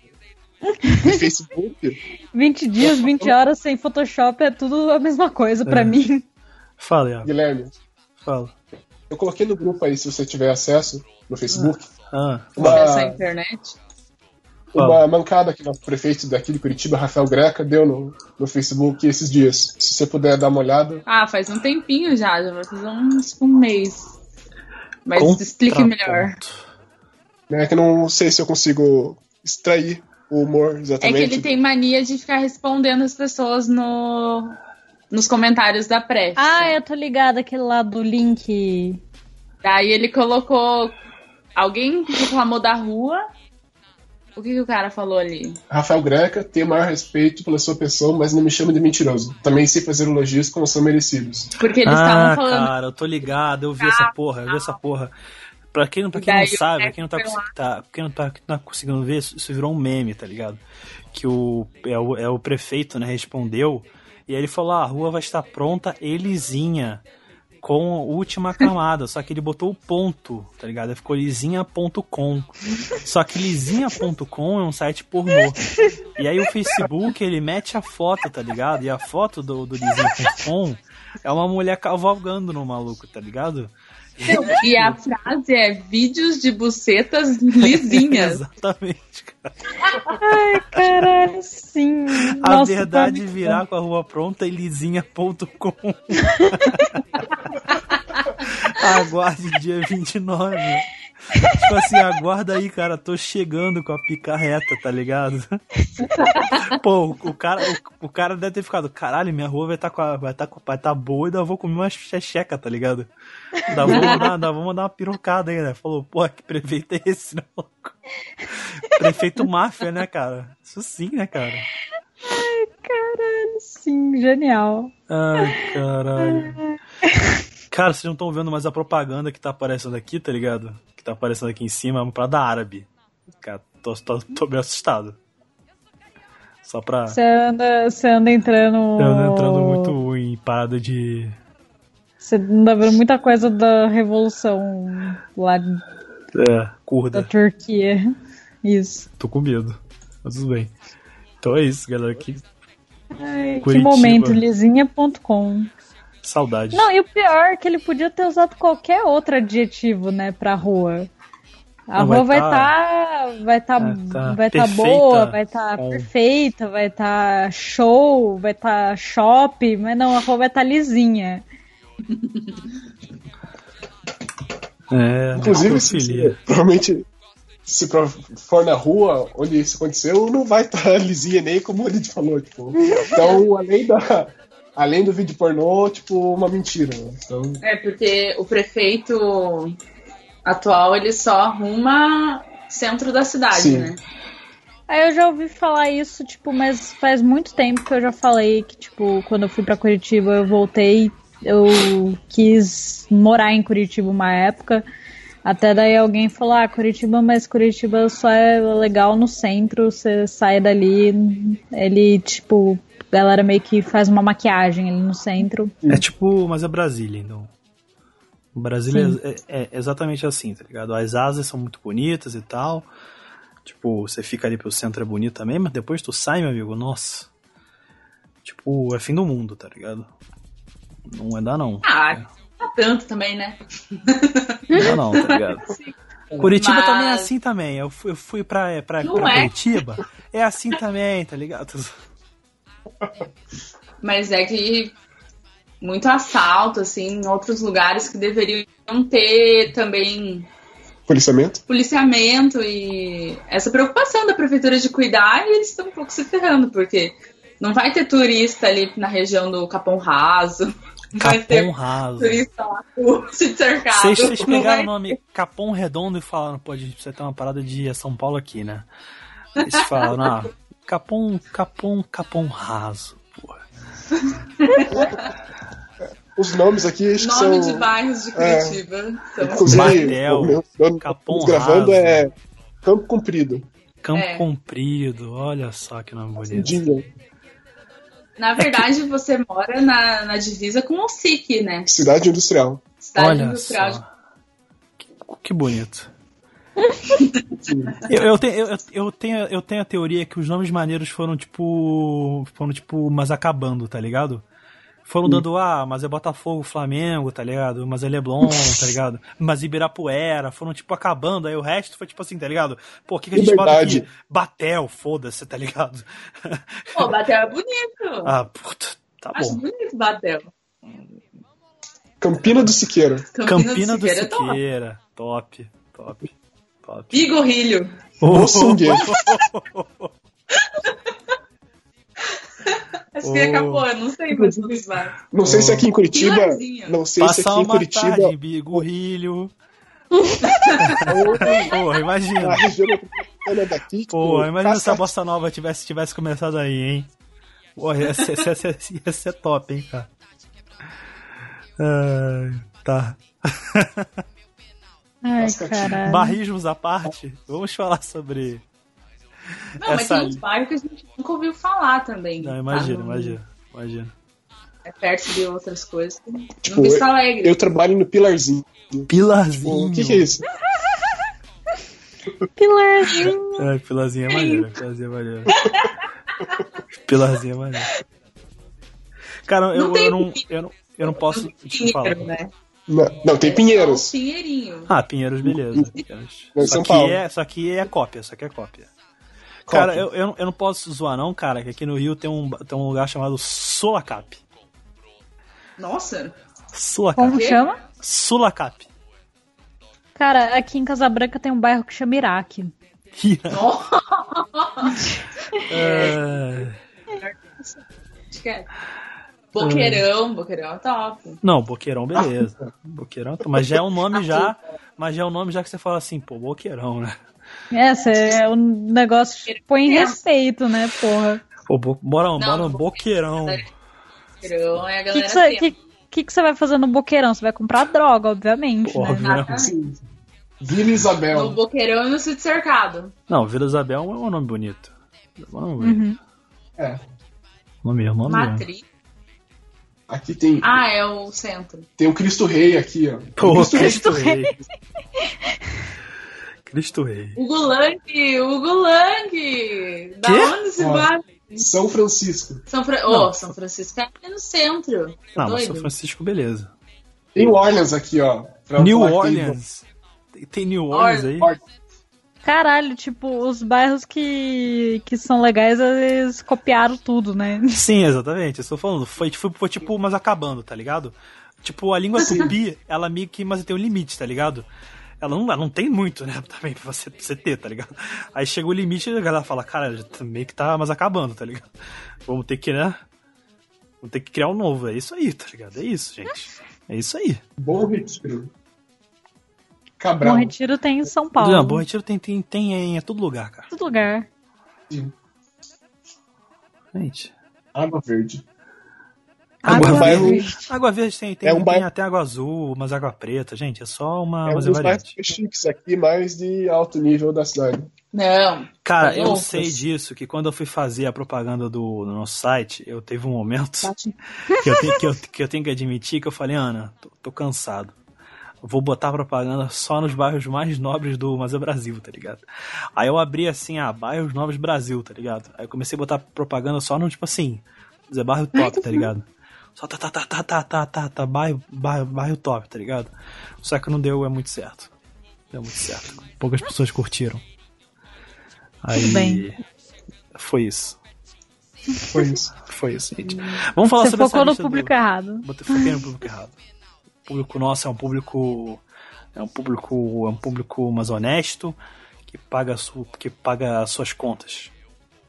Speaker 6: No Facebook?
Speaker 2: 20 dias, 20 horas sem Photoshop é tudo a mesma coisa pra
Speaker 1: É.
Speaker 2: mim.
Speaker 1: Fala, Iago.
Speaker 6: Guilherme,
Speaker 1: Fala.
Speaker 6: eu coloquei no grupo aí, se você tiver acesso, no Facebook,
Speaker 1: Ah,
Speaker 3: Essa
Speaker 6: uma,
Speaker 3: internet.
Speaker 6: uma mancada que o prefeito daqui de Curitiba, Rafael Greca, deu no, no Facebook esses dias. Se você puder dar uma olhada,
Speaker 3: Ah, faz um tempinho já, já vai fazer uns tipo, um mês. Mas explique melhor.
Speaker 1: Contraponto.
Speaker 6: né? Que eu não sei se eu consigo extrair o humor
Speaker 3: É que
Speaker 6: exatamente.
Speaker 1: tipo,
Speaker 3: ele tem mania de ficar respondendo as pessoas no, nos comentários da pré.
Speaker 2: Ah, eu tô ligada aquele lá do link.
Speaker 3: Daí ele colocou. Alguém reclamou da rua. O que, que o cara falou ali?
Speaker 6: Rafael Greca, tenho o maior respeito pela sua pessoa, mas não me chame de mentiroso. Também sei fazer elogios quando são merecidos.
Speaker 3: Porque eles estavam
Speaker 1: Ah,
Speaker 3: falando. Ah,
Speaker 1: cara, eu tô ligado, eu vi essa porra, eu vi essa porra. Pra quem, não- pra quem
Speaker 3: Daí
Speaker 1: não
Speaker 3: o
Speaker 1: sabe, pra
Speaker 3: Beck
Speaker 1: quem não, tá,
Speaker 3: foi
Speaker 1: cons-
Speaker 3: lá.
Speaker 1: tá- quem não tá, não tá conseguindo ver, isso isso virou um meme, tá ligado? Que o é, o é o prefeito, né, respondeu, e aí ele falou, ah, a rua vai estar pronta e lisinha, com a última camada, só que ele botou o ponto, tá ligado? Aí Ficou lisinha.com. Só que lisinha.com é um site pornô. E aí o Facebook, ele mete a foto, tá ligado? E a foto do, do lisinha.com é uma mulher cavalgando no maluco, tá ligado?
Speaker 3: E a frase é vídeos de bucetas lisinhas.
Speaker 1: Exatamente, cara.
Speaker 2: Ai, caralho, sim.
Speaker 1: A
Speaker 2: Nossa,
Speaker 1: verdade
Speaker 2: tá-
Speaker 1: virá com a rua pronta e lisinha.com. Aguarde dia 29. Tipo assim, aguarda aí, cara. Tô chegando com a pica reta, tá ligado? Pô, o cara, o, o cara deve ter ficado, caralho, minha rua vai tá com a, vai tá, com- vai tá boa e ainda vou comer uma checheca, tá ligado? Ainda vou mandar, ainda vou mandar uma pirocada aí, né? Falou, pô, que prefeito é esse, né, louco? Prefeito máfia, né, cara? Isso sim, né, cara?
Speaker 2: Caralho, sim, genial.
Speaker 1: Ai, caralho. Cara, vocês não estão vendo mais a propaganda que tá aparecendo aqui, tá ligado? Que tá aparecendo aqui em cima, é uma parada árabe. Cara, tô, tô, tô meio assustado. Só pra.
Speaker 2: Você anda, você anda entrando.
Speaker 1: Eu ando entrando muito em parada de.
Speaker 2: Você anda vendo muita coisa da revolução lá
Speaker 1: É,
Speaker 2: da
Speaker 1: curda.
Speaker 2: Turquia. Isso.
Speaker 1: Tô com medo. Mas tudo bem. Então é isso, galera. Que
Speaker 2: Ai, que
Speaker 1: Curitiba.
Speaker 2: momento, lisinha.com.
Speaker 1: saudade.
Speaker 2: Não, e o pior é que ele podia ter usado qualquer outro adjetivo, né, pra rua. A
Speaker 1: Não,
Speaker 2: rua
Speaker 1: vai
Speaker 2: vai
Speaker 1: tá-
Speaker 2: tá, vai tá,
Speaker 1: vai tá
Speaker 2: vai tá
Speaker 1: perfeita.
Speaker 2: boa, vai tá
Speaker 1: Com-
Speaker 2: perfeita, vai tá show, vai tá shopping, mas não, a rua vai tá lisinha.
Speaker 1: É,
Speaker 6: Inclusive, se
Speaker 1: necrofilia.
Speaker 6: você, provavelmente, se pro- for na rua onde isso aconteceu, não vai estar lisinha nem como ele falou. Tipo. Então, além, da, além do vídeo pornô, tipo, uma mentira. né? Então,
Speaker 3: É, porque o prefeito atual ele só arruma centro da cidade,
Speaker 6: Sim.
Speaker 3: né?
Speaker 2: Aí eu já ouvi falar isso, tipo, mas faz muito tempo que eu já falei que, tipo, quando eu fui pra Curitiba, eu voltei, eu quis morar em Curitiba uma época. Até daí alguém falou, ah, Curitiba, mas Curitiba só é legal no centro, você sai dali, ele, tipo, a galera meio que faz uma maquiagem ali no centro.
Speaker 3: Hum.
Speaker 1: É tipo, mas é Brasília, então. O Brasília é, é exatamente assim, tá ligado? As asas são muito bonitas e tal. Tipo, você fica ali pro centro é bonito também, mas depois tu sai, meu amigo, nossa. Tipo, é fim do mundo, tá ligado? Não vai dar não.
Speaker 3: Ah, não tanto também, né?
Speaker 1: Não dá não, tá ligado? Curitiba
Speaker 3: Mas-
Speaker 1: também é assim também. Eu fui, eu fui pra, pra,
Speaker 3: Não
Speaker 1: pra
Speaker 3: é.
Speaker 1: Curitiba, é assim também, tá ligado?
Speaker 3: Mas é que muito assalto, assim, em outros lugares que deveriam ter também
Speaker 6: Policiamento?
Speaker 3: policiamento e essa preocupação da prefeitura de cuidar e eles estão um pouco se ferrando, porque não vai ter turista ali na região do Capão Raso, não vai
Speaker 1: Capão
Speaker 3: ter
Speaker 1: raso.
Speaker 3: turista lá com sítio cercado.
Speaker 1: Vocês, vocês
Speaker 3: não
Speaker 1: pegaram o
Speaker 3: vai-
Speaker 1: nome Capão Redondo e falaram, pô, a gente precisa ter uma parada de São Paulo aqui, né? Eles falaram, ah, Capão, Capão, Capão Raso. Porra.
Speaker 6: Os nomes aqui acho que
Speaker 3: Nome
Speaker 6: são.
Speaker 3: de bairros de Curitiba. então, são-
Speaker 6: Inclusive,
Speaker 1: Martel,
Speaker 6: o meu nome que
Speaker 1: Capão
Speaker 6: estamos gravando
Speaker 1: Raso.
Speaker 6: é Campo Comprido.
Speaker 1: Campo
Speaker 3: É.
Speaker 1: Comprido, olha só que nome bonito.
Speaker 6: Dinho.
Speaker 3: Na verdade, você mora na, na divisa com o SIC, né?
Speaker 6: Cidade Industrial.
Speaker 3: Cidade
Speaker 1: Olha
Speaker 3: Industrial de
Speaker 1: só. Que, que bonito. Eu, eu tenho, eu, eu tenho, eu tenho a teoria que os nomes maneiros foram tipo. Foram tipo, mas acabando, tá ligado? Foram dando, ah, mas é Botafogo, Flamengo, tá ligado? Mas é Leblon, tá ligado? Mas Ibirapuera, foram tipo acabando, aí o resto foi tipo assim, tá ligado? Pô, o que, que a gente bota
Speaker 6: Liberdade.
Speaker 1: aqui? Batel, foda-se, tá ligado?
Speaker 3: Pô, Batel é bonito.
Speaker 1: Ah, puta, tá
Speaker 3: Acho
Speaker 1: bom.
Speaker 3: bonito Batel.
Speaker 6: Campina do Siqueira.
Speaker 1: Campina do
Speaker 3: é top.
Speaker 1: Siqueira, top, top, top.
Speaker 3: Bigorrilho.
Speaker 1: Oh.
Speaker 6: Ou Sungueiro.
Speaker 3: Acho que é
Speaker 1: Oh.
Speaker 3: Capoeira, não sei quantos nomes vai.
Speaker 6: Não sei se aqui em Curitiba.
Speaker 3: Pilarzinho.
Speaker 6: Não sei se
Speaker 1: Passar
Speaker 6: aqui em
Speaker 1: uma
Speaker 6: Curitiba.
Speaker 1: tarde em Bigorrilho. Porra,
Speaker 6: A
Speaker 1: imagina.
Speaker 6: região metropolitana daqui. tipo,
Speaker 1: Porra, imagina se a
Speaker 6: Cascavel.
Speaker 1: bossa nova tivesse, tivesse começado aí, hein? Porra, ia ser, ia ser- ia ser top, hein, cara. Ai, tá.
Speaker 2: Ai,
Speaker 6: Nossa,
Speaker 3: É.
Speaker 2: caralho.
Speaker 1: Barrismos à parte, vamos falar sobre.
Speaker 3: Não, mas
Speaker 1: Essa-
Speaker 3: tem uns bairros que a gente nunca ouviu falar também.
Speaker 1: Não, imagina,
Speaker 3: tá? Não-
Speaker 1: imagina, imagina.
Speaker 3: É perto de outras coisas. no
Speaker 6: Tipo,
Speaker 3: Vista Alegre.
Speaker 6: Eu trabalho no Pilarzinho.
Speaker 1: Pilarzinho.
Speaker 6: O que, que é isso?
Speaker 2: Pilarzinho.
Speaker 1: É, Pilarzinho é maneiro, Pilarzinho é maneiro. Pilarzinho é maneiro. Cara, eu
Speaker 3: Não tem
Speaker 1: eu não, eu não, eu não posso te falar.
Speaker 3: Pinheiro, né?
Speaker 6: Não, não, tem
Speaker 3: É só o
Speaker 6: Pinheiros.
Speaker 3: Pinheirinho.
Speaker 1: Ah, Pinheiros, beleza. Pinheiros.
Speaker 6: Mas
Speaker 1: Só
Speaker 6: São
Speaker 1: que,
Speaker 6: Paulo.
Speaker 1: é, só que é cópia, só que é cópia.
Speaker 6: Cópia.
Speaker 1: Cara, eu, eu, não- eu não posso zoar não, cara, que aqui no Rio tem um, tem um lugar chamado Sulacap.
Speaker 3: Nossa.
Speaker 1: Sulacap.
Speaker 2: Como chama?
Speaker 1: Sulacap.
Speaker 2: Cara, aqui em Casabranca tem um bairro que chama Iraque.
Speaker 3: Nossa.
Speaker 1: É,
Speaker 3: Acho que é.
Speaker 1: Ah.
Speaker 3: Boqueirão, Boqueirão é top.
Speaker 1: Não, Boqueirão, beleza. Boqueirão, mas já é um nome já, mas já é um nome já que você fala assim, pô, Boqueirão, né?
Speaker 2: Essa é um negócio que põe em respeito, né, porra?
Speaker 1: Pô, bo, bora, um-
Speaker 3: Não,
Speaker 1: bora um
Speaker 3: não.
Speaker 1: Boqueirão.
Speaker 3: né? Boqueirão é a
Speaker 2: O que
Speaker 3: galera.
Speaker 2: que você
Speaker 3: tempo.
Speaker 2: que- que que você vai fazer no boqueirão? Você vai comprar droga, obviamente,
Speaker 1: Porra,
Speaker 2: né?
Speaker 1: né?
Speaker 3: tá,
Speaker 6: Sim. Vila
Speaker 3: No
Speaker 6: Isabel.
Speaker 3: É Boqueirão e no Sítio Cercado.
Speaker 1: Não, Vila Isabel é um nome bonito. É um nome bonito.
Speaker 2: Uhum.
Speaker 6: É.
Speaker 1: Nome, mesmo, nome mesmo.
Speaker 3: Matriz.
Speaker 6: Aqui tem,
Speaker 3: Ah, é o centro.
Speaker 6: tem o Cristo Rei aqui, ó.
Speaker 1: Pô,
Speaker 6: Cristo Rei.
Speaker 1: Cristo Rei. Cristo Rei.
Speaker 3: Hugo Lang, Hugo Lang! Da
Speaker 1: Quê?
Speaker 3: onde se
Speaker 6: Ó.
Speaker 3: vai?
Speaker 6: São Francisco.
Speaker 3: São, Fra... oh, São Francisco é no centro.
Speaker 1: Não, mas
Speaker 3: Doido.
Speaker 1: São Francisco, beleza.
Speaker 6: Tem Orleans aqui, ó. Pra
Speaker 1: New
Speaker 6: falar é que tem-
Speaker 1: Orleans. Tem, tem New Orleans aí?
Speaker 6: Or-
Speaker 2: Caralho, tipo, os bairros que, que são legais, eles copiaram tudo, né?
Speaker 1: Sim, exatamente. Eu estou falando. Foi, foi, foi tipo, mas acabando, tá ligado? Tipo, a língua tupi, ela meio que, mas tem um limite, tá ligado? Ela não, ela não tem muito, né? Também pra você, pra você ter, tá ligado? Aí chega o limite e a galera fala, cara, já tá- meio que tá, mas acabando, tá ligado? Vamos ter que, né? Vamos ter que criar um novo. É isso aí, tá ligado? É isso, gente. É isso aí.
Speaker 6: Bom Retiro.
Speaker 2: Bom
Speaker 6: Cabral.
Speaker 2: Retiro tem em São Paulo.
Speaker 1: Não, Bom Retiro tem, tem, tem em todo lugar, cara.
Speaker 2: Todo lugar.
Speaker 1: Gente.
Speaker 6: Água Verde.
Speaker 1: Água
Speaker 2: Água
Speaker 6: Verde.
Speaker 2: Verde.
Speaker 1: Água verde tem, tem,
Speaker 6: É um
Speaker 1: tem
Speaker 6: bairro-
Speaker 1: até água azul, mas água preta, gente. É só uma,
Speaker 6: é um
Speaker 1: mas é
Speaker 6: dos mais
Speaker 1: variante.
Speaker 6: chiques aqui, mais de alto nível da cidade.
Speaker 3: Não.
Speaker 1: Cara, eu
Speaker 3: Loucas.
Speaker 1: sei disso, que quando eu fui fazer a propaganda do, do nosso site, eu teve um
Speaker 6: Tá
Speaker 1: momento que eu, tenho, que, eu, que eu tenho que admitir que eu falei, Ana, tô, tô cansado. Vou botar propaganda só nos bairros mais nobres do Mas é Brasil, tá ligado? Aí eu abri assim, ah, bairros nobres Brasil, tá ligado? Aí eu comecei a botar propaganda só no, tipo assim, Zé Bairro Top, tá ligado? Só tá, tá, tá, tá, tá, tá, tá, tá, bairro, bairro, bairro top, tá ligado? Só que não deu, é muito certo. Deu muito certo. Poucas pessoas curtiram. Aí,
Speaker 2: Tudo bem.
Speaker 1: Foi isso.
Speaker 6: Foi isso.
Speaker 1: foi isso, gente. Vamos falar
Speaker 2: Você
Speaker 1: sobre
Speaker 2: focou
Speaker 1: essa
Speaker 2: no
Speaker 1: lista
Speaker 2: público
Speaker 1: do...
Speaker 2: errado.
Speaker 1: Botei foquei no público errado. O público nosso é um público é um público é um público mais honesto que paga a su, que paga as suas contas.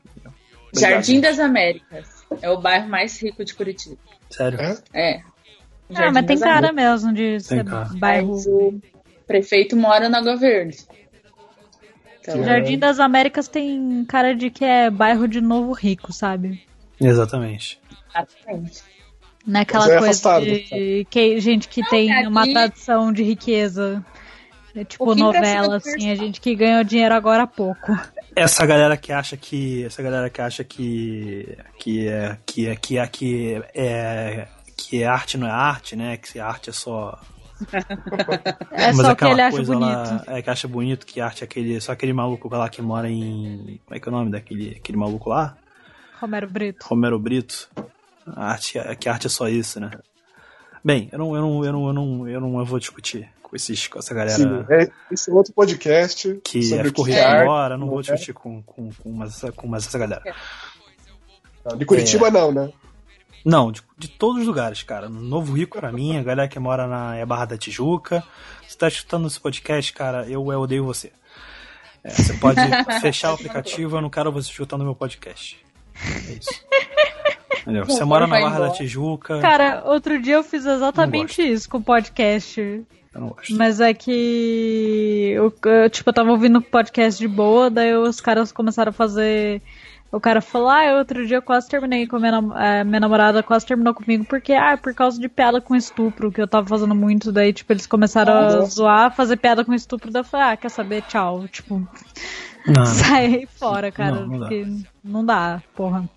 Speaker 1: Entendeu? Obrigado,
Speaker 3: Jardim
Speaker 1: gente.
Speaker 3: das Américas. É o bairro mais rico de Curitiba.
Speaker 1: Sério?
Speaker 6: É?
Speaker 3: É.
Speaker 2: Ah,
Speaker 3: Jardim
Speaker 2: mas tem
Speaker 3: das
Speaker 2: cara mesmo de ser
Speaker 1: cara.
Speaker 2: bairro.
Speaker 3: Mas o prefeito mora na Goverde. Então,
Speaker 2: O Jardim das Américas tem cara de que é bairro de novo rico, sabe?
Speaker 1: Exatamente.
Speaker 3: exatamente.
Speaker 2: Não é aquela
Speaker 6: Mas é
Speaker 2: coisa
Speaker 6: afastado,
Speaker 2: de que- gente que tem
Speaker 3: é
Speaker 2: uma
Speaker 3: aqui-
Speaker 2: tradição de riqueza. É tipo
Speaker 3: O que tá sendo
Speaker 2: novela, assim, a gente que ganhou dinheiro agora há pouco.
Speaker 1: Essa galera que acha que essa galera que acha que que é que é que é que é que arte não é arte, né? Que se arte é só
Speaker 2: É
Speaker 1: Mas
Speaker 2: só o que
Speaker 1: aquela
Speaker 2: ele acha
Speaker 1: coisa
Speaker 2: bonito.
Speaker 1: lá, é que acha bonito que arte é aquele, só aquele maluco lá que mora em, como é que é o nome daquele, aquele maluco lá?
Speaker 2: Romero Brito.
Speaker 1: Romero Brito. A arte, que a arte é só isso, né? Bem, eu não, eu não, eu não, eu não, eu não eu vou discutir com, esses, com essa galera
Speaker 6: Sim, é, esse é outro podcast
Speaker 1: que
Speaker 6: sobre o
Speaker 1: ficou
Speaker 6: que
Speaker 1: rico
Speaker 6: é arte.
Speaker 1: agora, não vou
Speaker 6: é.
Speaker 1: discutir com, com, com, mais essa, com mais essa
Speaker 3: É.
Speaker 1: galera. É.
Speaker 6: tá? De Curitiba, não, né?
Speaker 1: Não, de, de todos os lugares, cara. No Novo Rico, pra mim, a galera que mora na é Barra da Tijuca. Você tá escutando esse podcast, cara, eu, eu odeio você. É, você pode fechar o aplicativo, eu não quero você escutando meu podcast. É isso. Entendeu? Você mora na
Speaker 3: vai
Speaker 1: Barra da
Speaker 3: embora. Tá.
Speaker 1: Tijuca,
Speaker 2: Cara, outro dia eu fiz
Speaker 1: Não
Speaker 2: exatamente isso com o podcast.
Speaker 1: eu não gosto.
Speaker 2: Mas é que. Eu, eu, tipo, eu tava ouvindo podcast de boa, daí os caras começaram a fazer. O cara falou, ah, outro dia eu quase terminei com a minha, nam- eh, minha namorada, quase terminou comigo, porque, ah, por causa de piada com estupro, que eu tava fazendo muito, daí, tipo, eles começaram a zoar, fazer piada com estupro, daí eu falei, ah, quer saber, tchau, tipo,
Speaker 1: Não,
Speaker 2: sai fora, cara,
Speaker 1: Ah. Não, não dá.
Speaker 2: porque não dá, porra.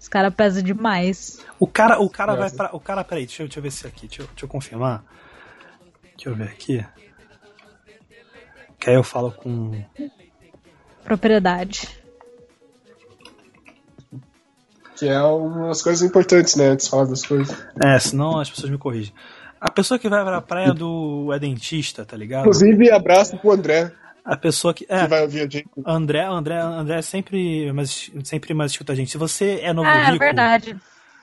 Speaker 2: Os caras pesam demais.
Speaker 1: O cara, o cara vai pra. O cara, peraí, deixa eu, deixa eu ver se aqui, deixa eu, deixa eu confirmar. Deixa eu ver aqui. Que aí eu falo com.
Speaker 2: Propriedade.
Speaker 6: Que é umas coisas importantes, né? Antes de falar das coisas.
Speaker 1: É, senão as pessoas me corrigem. A pessoa que vai pra praia do. é dentista, tá ligado?
Speaker 6: Inclusive, abraço pro André,
Speaker 1: A pessoa que.
Speaker 6: que
Speaker 1: É,
Speaker 6: vai ouvir a gente.
Speaker 1: André, André, André é sempre, mas, sempre mais escuta a gente. Se você é novo
Speaker 2: Ah, é
Speaker 1: rico.
Speaker 2: verdade.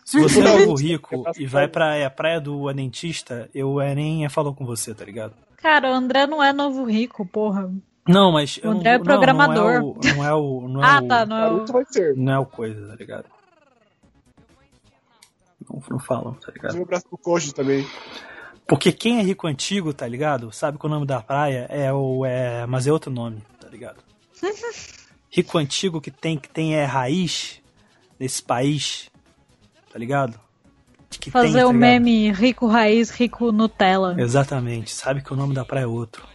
Speaker 1: Se você é novo rico
Speaker 6: Eu faço
Speaker 1: e vai pra é,
Speaker 6: praia.
Speaker 1: praia do é dentista, eu é, nem falou com você, tá ligado?
Speaker 2: Cara, o André não é novo rico, porra.
Speaker 1: Não, mas. eu
Speaker 2: O
Speaker 1: não-
Speaker 2: André é
Speaker 1: não, Não é
Speaker 2: programador.
Speaker 1: o. Não é o, não é
Speaker 2: Ah,
Speaker 1: o-
Speaker 2: tá, não é o...
Speaker 6: Naruto vai ser.
Speaker 1: Não é o coisa, tá ligado? Não, não falam, tá ligado?
Speaker 6: Inclusive, Um abraço pro Koji também.
Speaker 1: Porque quem é rico antigo, tá ligado? Sabe que o nome da praia é o. É, mas é outro nome, tá ligado? rico antigo que tem, que tem é raiz nesse país, tá ligado? Que tem,
Speaker 2: Fazer
Speaker 1: tá
Speaker 2: o
Speaker 1: ligado?
Speaker 2: meme rico raiz, rico Nutella.
Speaker 1: Exatamente, sabe que o nome da praia é outro.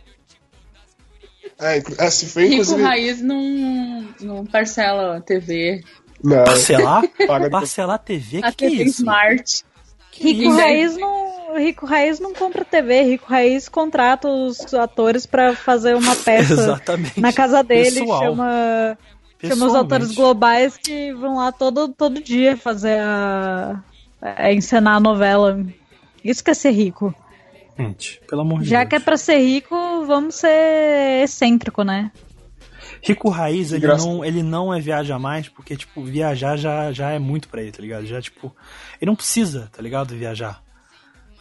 Speaker 6: Ah, inclu- ah, se foi,
Speaker 3: Rico
Speaker 6: inclusive.
Speaker 3: Raiz não, não parcela a TV.
Speaker 6: Não,
Speaker 1: Parcelar?
Speaker 6: paga depois.
Speaker 1: Parcelar TV?
Speaker 2: Ah,
Speaker 3: a
Speaker 1: Que, que é
Speaker 3: TV
Speaker 1: isso?
Speaker 3: Smart.
Speaker 2: Rico
Speaker 3: Entendi.
Speaker 2: raiz não, rico raiz não compra TV, rico raiz contrata os atores pra fazer uma peça
Speaker 1: Exatamente.
Speaker 2: na casa dele,
Speaker 1: Pessoal.
Speaker 2: chama, chama os
Speaker 1: Pessoalmente.
Speaker 2: atores globais que vão lá todo todo dia fazer a é, encenar a novela. Isso que é ser rico.
Speaker 1: Gente, pelo amor de
Speaker 2: Já
Speaker 1: Deus.
Speaker 2: que é pra ser rico, vamos ser excêntrico, né?
Speaker 1: Rico Raiz, ele
Speaker 6: Engraçado.
Speaker 1: não, ele não é viaja mais, porque, tipo, viajar já, já é muito pra ele, tá ligado? Já, tipo, ele não precisa, tá ligado? Viajar.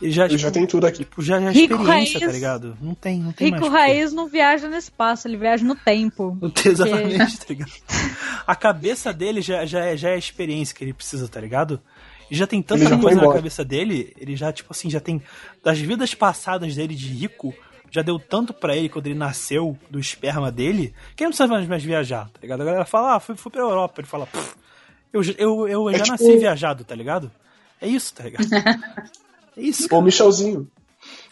Speaker 1: Ele já,
Speaker 6: Eu
Speaker 1: tipo,
Speaker 6: já tenho tudo aqui.
Speaker 1: tipo, já, já é
Speaker 2: Rico
Speaker 1: experiência, tá
Speaker 2: Raiz-
Speaker 1: ligado? Não tem, não tem mais.
Speaker 2: Rico
Speaker 1: tipo,
Speaker 2: raiz não viaja no espaço, ele viaja no tempo.
Speaker 1: Não tem exatamente, tá ligado? A cabeça dele já, já, é, já é a experiência que ele precisa, tá ligado? E já tem tanta
Speaker 6: Ele já foi
Speaker 1: coisa na
Speaker 6: embora.
Speaker 1: cabeça dele, ele já, tipo assim, já tem. Das vidas passadas dele de rico, já deu tanto pra ele quando ele nasceu do esperma dele, que ele não precisa mais- mais viajar, tá ligado? A galera fala, ah, fui, fui pra Europa. Ele fala, "Pff, eu, já- eu, eu
Speaker 6: É
Speaker 1: já
Speaker 6: tipo-
Speaker 1: nasci viajado, tá ligado? É isso, tá ligado? É isso,
Speaker 6: Ou
Speaker 1: cara.
Speaker 6: o Michelzinho.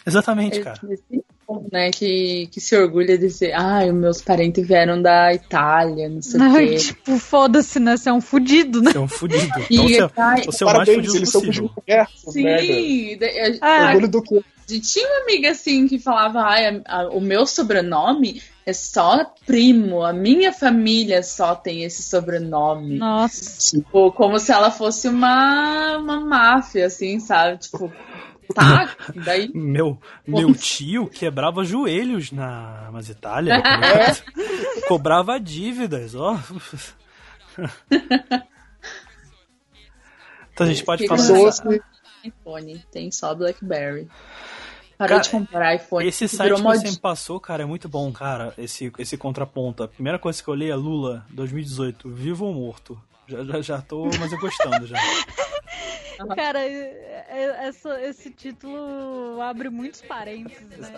Speaker 1: Exatamente, cara.
Speaker 3: Esse povo, Né, que, que se orgulha de dizer, ai, os meus parentes vieram da Itália, não sei o
Speaker 2: Ai,
Speaker 3: quê.
Speaker 2: tipo, foda-se, né? Você é um fudido, né?
Speaker 1: Você é um fudido.
Speaker 3: E,
Speaker 1: Então, você é- um
Speaker 3: ai,
Speaker 1: você é o mais
Speaker 6: Parabéns,
Speaker 1: fudido
Speaker 6: eles são
Speaker 1: possível.
Speaker 6: fugindo de guerra. essas merda.
Speaker 3: Sim, é, da- a-
Speaker 2: Ah,
Speaker 6: Orgulho do quê?
Speaker 3: De- Tinha uma amiga assim que falava: Ai, a- a- o meu sobrenome é só primo, a minha família só tem esse sobrenome.
Speaker 2: Nossa.
Speaker 3: Tipo, como se ela fosse uma, uma máfia, assim, sabe? Tipo, tá, daí.
Speaker 1: Meu, meu tio quebrava joelhos na mas Itália, cobrava dívidas, ó. Então a gente pode
Speaker 3: Fica
Speaker 1: falar.
Speaker 3: no
Speaker 6: Pessoas
Speaker 1: dessa-
Speaker 6: que.
Speaker 3: iPhone, tem só BlackBerry. Parou
Speaker 1: Cara,
Speaker 3: de comprar iPhone.
Speaker 1: Esse
Speaker 3: isso
Speaker 1: site que
Speaker 3: mod-
Speaker 1: você me passou, cara, é muito bom, cara. Esse, esse contraponto. A primeira coisa que eu li é Lula, 2018, vivo ou morto? Já, já, já tô, mas eu gostando já.
Speaker 2: Cara, é- é- essa- esse título abre muitos parênteses, né?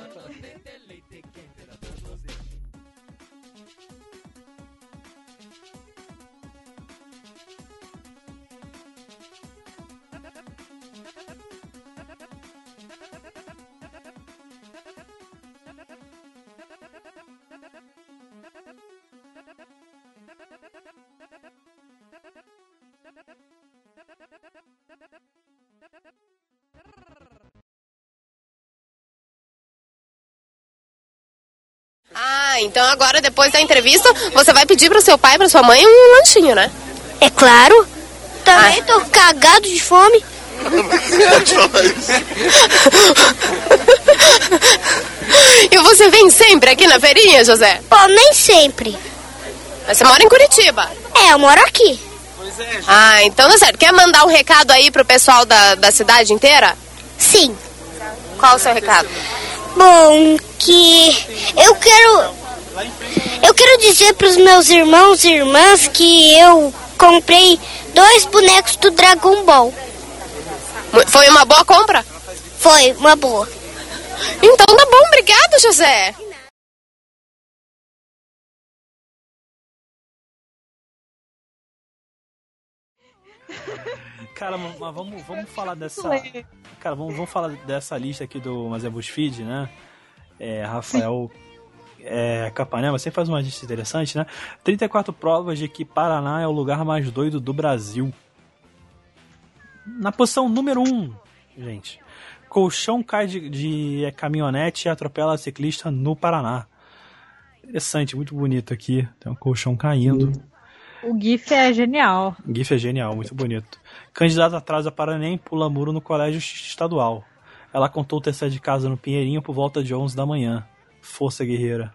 Speaker 7: Ah, então agora depois da entrevista, você vai pedir pro seu pai e pra sua mãe um lanchinho, né? Ah.
Speaker 8: É claro. Também tô cagado de fome.
Speaker 7: E você vem sempre aqui na feirinha, José?
Speaker 8: Pô, nem sempre.
Speaker 7: Mas você mora em Curitiba.
Speaker 8: É, eu moro aqui.
Speaker 7: Ah, então tá certo. Quer mandar um recado aí pro pessoal da, da cidade inteira?
Speaker 8: Sim.
Speaker 7: Qual o seu recado?
Speaker 8: Bom, que eu quero. Eu quero dizer pros meus irmãos e irmãs que eu comprei dois bonecos do Dragon Ball.
Speaker 7: Mu- Foi uma boa compra?
Speaker 8: Foi uma boa.
Speaker 7: Então tá bom, obrigado, José.
Speaker 1: Cara, mas mas vamos, vamos falar dessa. Cara, vamos, vamos falar dessa lista aqui do Mas é BuzzFeed, né? É, Rafael é, Capanema sempre faz uma lista interessante, né? 34 provas de que Paraná é o lugar mais doido do Brasil. Na posição número 1, gente. Colchão cai de, de é caminhonete e atropela ciclista no Paraná. Interessante, muito bonito aqui. Tem um colchão caindo.
Speaker 2: O GIF é genial.
Speaker 1: GIF é genial, muito bonito. Candidata atrasa Paranem, pula muro no colégio estadual. Ela contou ter saído de casa no Pinheirinho por volta de 11 da manhã. Força guerreira.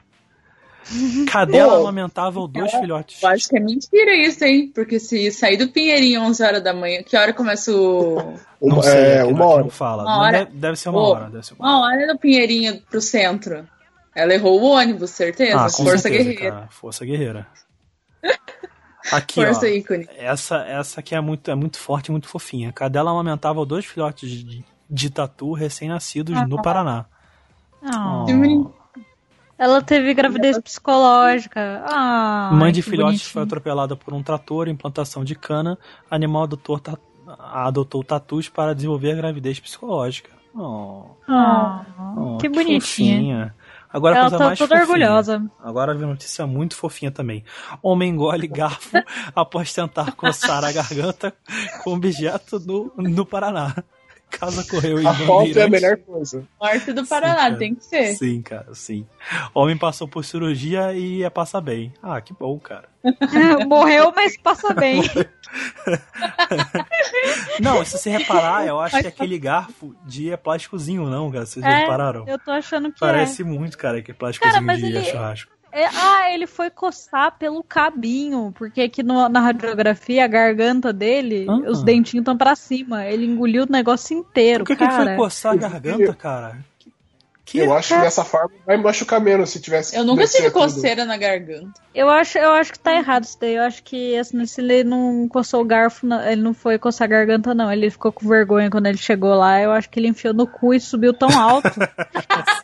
Speaker 1: Cadela
Speaker 3: Pô.
Speaker 1: amamentável dois filhotes.
Speaker 3: Eu acho que é mentira isso, hein? Porque se sair do Pinheirinho 11 horas da manhã, que hora começa o...
Speaker 1: Não
Speaker 6: Uma,
Speaker 1: sei,
Speaker 6: é,
Speaker 1: aqui
Speaker 6: uma
Speaker 1: não- aqui
Speaker 6: hora.
Speaker 1: Não fala.
Speaker 3: Uma
Speaker 1: Não
Speaker 3: hora.
Speaker 1: Deve, deve ser uma
Speaker 3: Pô.
Speaker 1: hora. Deve ser uma hora.
Speaker 3: Uma hora do Pinheirinho pro centro. Ela errou o ônibus, certeza.
Speaker 1: Ah, com
Speaker 3: Força
Speaker 1: certeza,
Speaker 3: guerreira.
Speaker 1: cara. Força guerreira. Aqui,
Speaker 3: Força
Speaker 1: ó.
Speaker 3: ícone.
Speaker 1: Essa, essa aqui é muito, é muito forte e muito fofinha. Cadela amamentável dois filhotes de, de tatu recém-nascidos no Paraná.
Speaker 2: Ah.
Speaker 1: Oh.
Speaker 3: Que bonito.
Speaker 2: Ela teve gravidez psicológica. Ah,
Speaker 1: Mãe de
Speaker 2: que
Speaker 1: filhote
Speaker 2: bonitinho.
Speaker 1: foi atropelada por um trator em plantação de cana. Animal adotou, ta- adotou tatus para desenvolver a gravidez psicológica. Oh,
Speaker 2: Ah,
Speaker 1: oh,
Speaker 2: que bonitinha.
Speaker 1: fofinha. Agora a
Speaker 2: Ela
Speaker 1: coisa
Speaker 2: tá
Speaker 1: mais
Speaker 2: toda
Speaker 1: fofinha.
Speaker 2: orgulhosa.
Speaker 1: Agora vi uma notícia muito fofinha também. Homem engole garfo após tentar coçar a garganta com um objeto no, no Paraná. Caso ocorreu em
Speaker 6: A falta é a
Speaker 1: Bandeirantes.
Speaker 6: melhor coisa.
Speaker 3: Morte do Paraná,
Speaker 1: cara.
Speaker 3: tem que ser.
Speaker 1: Sim, cara, sim. Homem passou por cirurgia e ia passar bem. Ah, que bom, cara.
Speaker 2: Morreu, mas passa bem.
Speaker 1: Não, se você reparar, eu acho
Speaker 3: Mas
Speaker 1: que é aquele garfo de é plásticozinho, não, cara. Vocês
Speaker 2: É,
Speaker 1: repararam?
Speaker 2: Eu tô achando que
Speaker 1: Parece muito, cara, que é plásticozinho
Speaker 2: Cara, mas
Speaker 1: de
Speaker 2: ele-
Speaker 1: churrasco.
Speaker 2: é. É, Ah, ele foi coçar pelo cabinho, porque aqui no- na radiografia a garganta dele,
Speaker 1: Ah.
Speaker 2: os dentinhos estão pra cima. Ele engoliu o negócio inteiro,
Speaker 1: Por que, que ele
Speaker 2: cara.
Speaker 1: foi coçar a garganta, cara? Que-
Speaker 6: Eu acho que dessa forma vai machucar menos se tivesse.
Speaker 3: Eu nunca
Speaker 6: descer
Speaker 3: tive
Speaker 6: tudo.
Speaker 3: coceira na garganta.
Speaker 2: Eu acho, eu acho que tá errado isso daí. Eu acho que assim, se ele não coçou o garfo, não- ele não foi coçar a garganta, não. Ele ficou com vergonha quando ele chegou lá. Eu acho que ele enfiou no cu e subiu tão alto.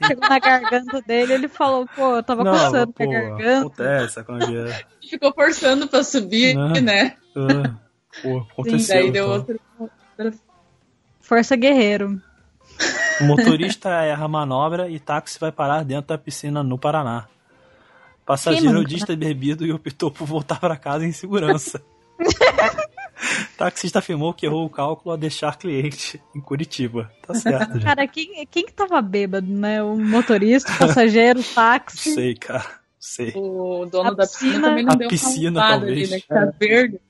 Speaker 2: chegou na garganta dele, ele falou, pô, eu tava coçando
Speaker 1: pô,
Speaker 2: a garganta.
Speaker 1: acontece, acontece.
Speaker 3: Ficou forçando pra subir,
Speaker 1: Não.
Speaker 3: né?
Speaker 1: Ah, pô, aconteceu.
Speaker 3: Daí deu
Speaker 1: então.
Speaker 3: outro.
Speaker 2: Força guerreiro.
Speaker 1: O motorista erra a manobra e táxi vai parar dentro da piscina no Paraná.
Speaker 2: Quem
Speaker 1: Passageiro é
Speaker 2: nunca,
Speaker 1: dista bebido e optou por voltar para casa em segurança. Taxista afirmou que errou o cálculo a deixar cliente em Curitiba. Tá certo, gente.
Speaker 2: Cara, quem, quem que tava bêbado, né? O motorista, o passageiro, o táxi.
Speaker 1: Sei, cara. Sei.
Speaker 3: O dono
Speaker 2: A
Speaker 3: da piscina,
Speaker 2: piscina-
Speaker 3: também não
Speaker 1: A
Speaker 3: deu
Speaker 1: piscina,
Speaker 3: uma arrumada
Speaker 1: talvez. É.
Speaker 3: ali, né? Que tá verde.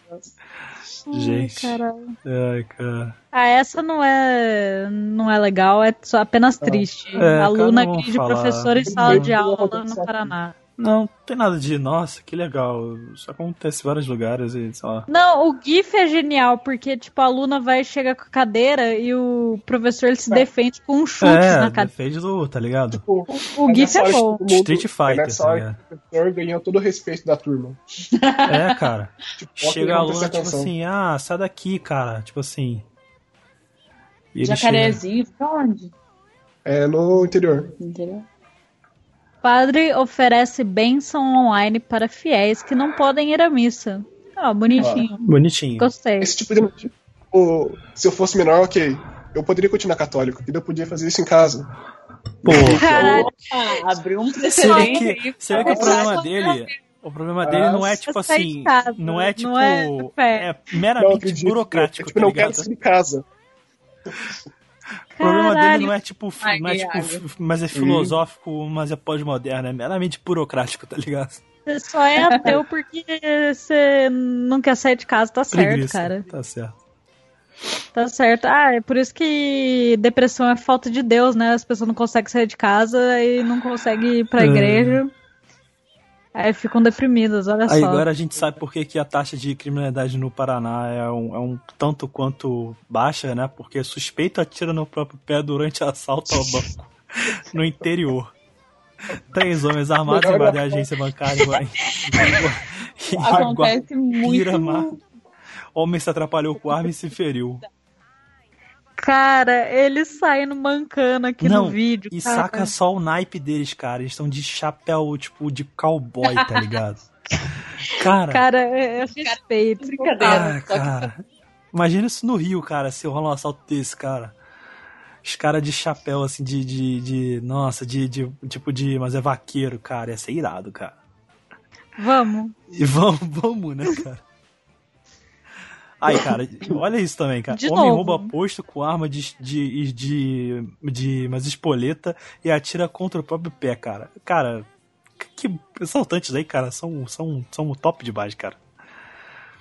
Speaker 2: Ai,
Speaker 1: Gente.
Speaker 2: caralho.
Speaker 1: Ai, cara.
Speaker 2: Ah, essa não é, não é legal, é só apenas triste.
Speaker 1: É, cara,
Speaker 2: Aluna
Speaker 1: não vamos
Speaker 2: guia de
Speaker 1: falar.
Speaker 2: professor em sala de
Speaker 6: Eu vou
Speaker 2: aula
Speaker 6: pensar
Speaker 2: no
Speaker 6: aqui.
Speaker 2: Paraná.
Speaker 1: Não, não tem nada de, nossa, que legal. Isso acontece em vários lugares e, sei lá.
Speaker 2: Não, o GIF é genial, porque, tipo, a aluna vai chegar com a cadeira e o professor ele se defende com um chute na
Speaker 1: É,
Speaker 2: cadeira.
Speaker 1: defende do, tá ligado?
Speaker 6: Tipo,
Speaker 2: O
Speaker 6: é
Speaker 2: GIF
Speaker 6: nessa hora
Speaker 2: é bom.
Speaker 6: que todo mundo-
Speaker 1: Street Fighter,
Speaker 6: É nessa hora
Speaker 1: tá
Speaker 6: que o professor ganhou todo o respeito da turma.
Speaker 1: É, cara.
Speaker 6: Tipo, pode
Speaker 1: Chega a
Speaker 6: não
Speaker 1: aluna,
Speaker 6: prestar
Speaker 1: tipo
Speaker 6: atenção.
Speaker 1: assim, ah, sai daqui, cara. Tipo assim. E ele chega-
Speaker 3: Jacarezinho, fica onde?
Speaker 6: É no interior.
Speaker 3: Entendeu?
Speaker 2: Padre oferece bênção online para fiéis que não podem ir à missa. Ah, bonitinho.
Speaker 1: Bonitinho.
Speaker 2: Gostei.
Speaker 6: Esse tipo de motivo, tipo, se eu fosse menor, ok. Eu poderia continuar católico, e eu podia fazer isso em casa.
Speaker 1: Pô,
Speaker 2: Caralho, Ah,
Speaker 3: Opa, abriu um
Speaker 1: será
Speaker 3: precedente.
Speaker 1: que,
Speaker 3: aí.
Speaker 1: será que o
Speaker 3: Tá
Speaker 1: problema
Speaker 3: bom.
Speaker 1: dele. O problema dele não é tipo
Speaker 2: eu saí de
Speaker 1: assim.
Speaker 2: casa,
Speaker 1: Não é
Speaker 2: não
Speaker 1: tipo.
Speaker 2: é fé.
Speaker 1: É
Speaker 6: Não
Speaker 1: meramente
Speaker 6: acredito.
Speaker 1: burocrático,
Speaker 6: Eu, tipo,
Speaker 1: tá
Speaker 6: não quero
Speaker 1: ligado?
Speaker 6: sair de casa.
Speaker 1: O problema dele
Speaker 2: caralho.
Speaker 1: não é tipo, fi-
Speaker 3: Ai,
Speaker 1: não é, tipo
Speaker 3: Iago.
Speaker 1: fi- mas
Speaker 6: Uhum.
Speaker 1: é filosófico, mas é pós-moderno, é meramente burocrático, tá ligado?
Speaker 2: Você só é ateu porque você não quer sair de casa, tá certo,
Speaker 1: Preguiça.
Speaker 2: cara.
Speaker 1: Tá certo.
Speaker 2: Tá certo. Ah, é por isso que depressão é falta de Deus, né? As pessoas não conseguem sair de casa e não conseguem ir pra
Speaker 1: É.
Speaker 2: igreja. Aí ficam deprimidas, olha
Speaker 1: Aí
Speaker 2: só.
Speaker 1: agora a gente sabe por que, que a taxa de criminalidade no Paraná é um, é um tanto quanto baixa, né? Porque suspeito atira no próprio pé durante assalto ao banco no interior. Três homens armados invadem a agência bancária em Gua- em Guarapirama.
Speaker 3: Acontece muito. né?
Speaker 1: Homem se atrapalhou com arma e se feriu.
Speaker 2: Cara, ele saindo mancando aqui
Speaker 1: Não,
Speaker 2: no vídeo.
Speaker 1: E
Speaker 2: cara.
Speaker 1: saca só o naipe deles, cara. Eles estão de chapéu, tipo, de cowboy, tá ligado? Cara,
Speaker 2: Cara, é é respeito.
Speaker 3: Brincadeira.
Speaker 1: ah,
Speaker 2: tá?
Speaker 3: só que-
Speaker 1: cara. Imagina isso no Rio, cara, se rola um assalto desse, cara. Os caras de chapéu, assim, de. de, de- nossa, de, de- Tipo de. Mas é vaqueiro, cara. Ia ser irado, cara.
Speaker 2: Vamos.
Speaker 1: E vamos, vamos, né, cara? Aí, cara, olha isso também, cara.
Speaker 2: De
Speaker 1: Homem
Speaker 2: novo.
Speaker 1: rouba posto com arma de, de, de, de. Mas espoleta e atira contra o próprio pé, cara. Cara, que que assaltantes aí, cara, são, são, são o top demais, cara.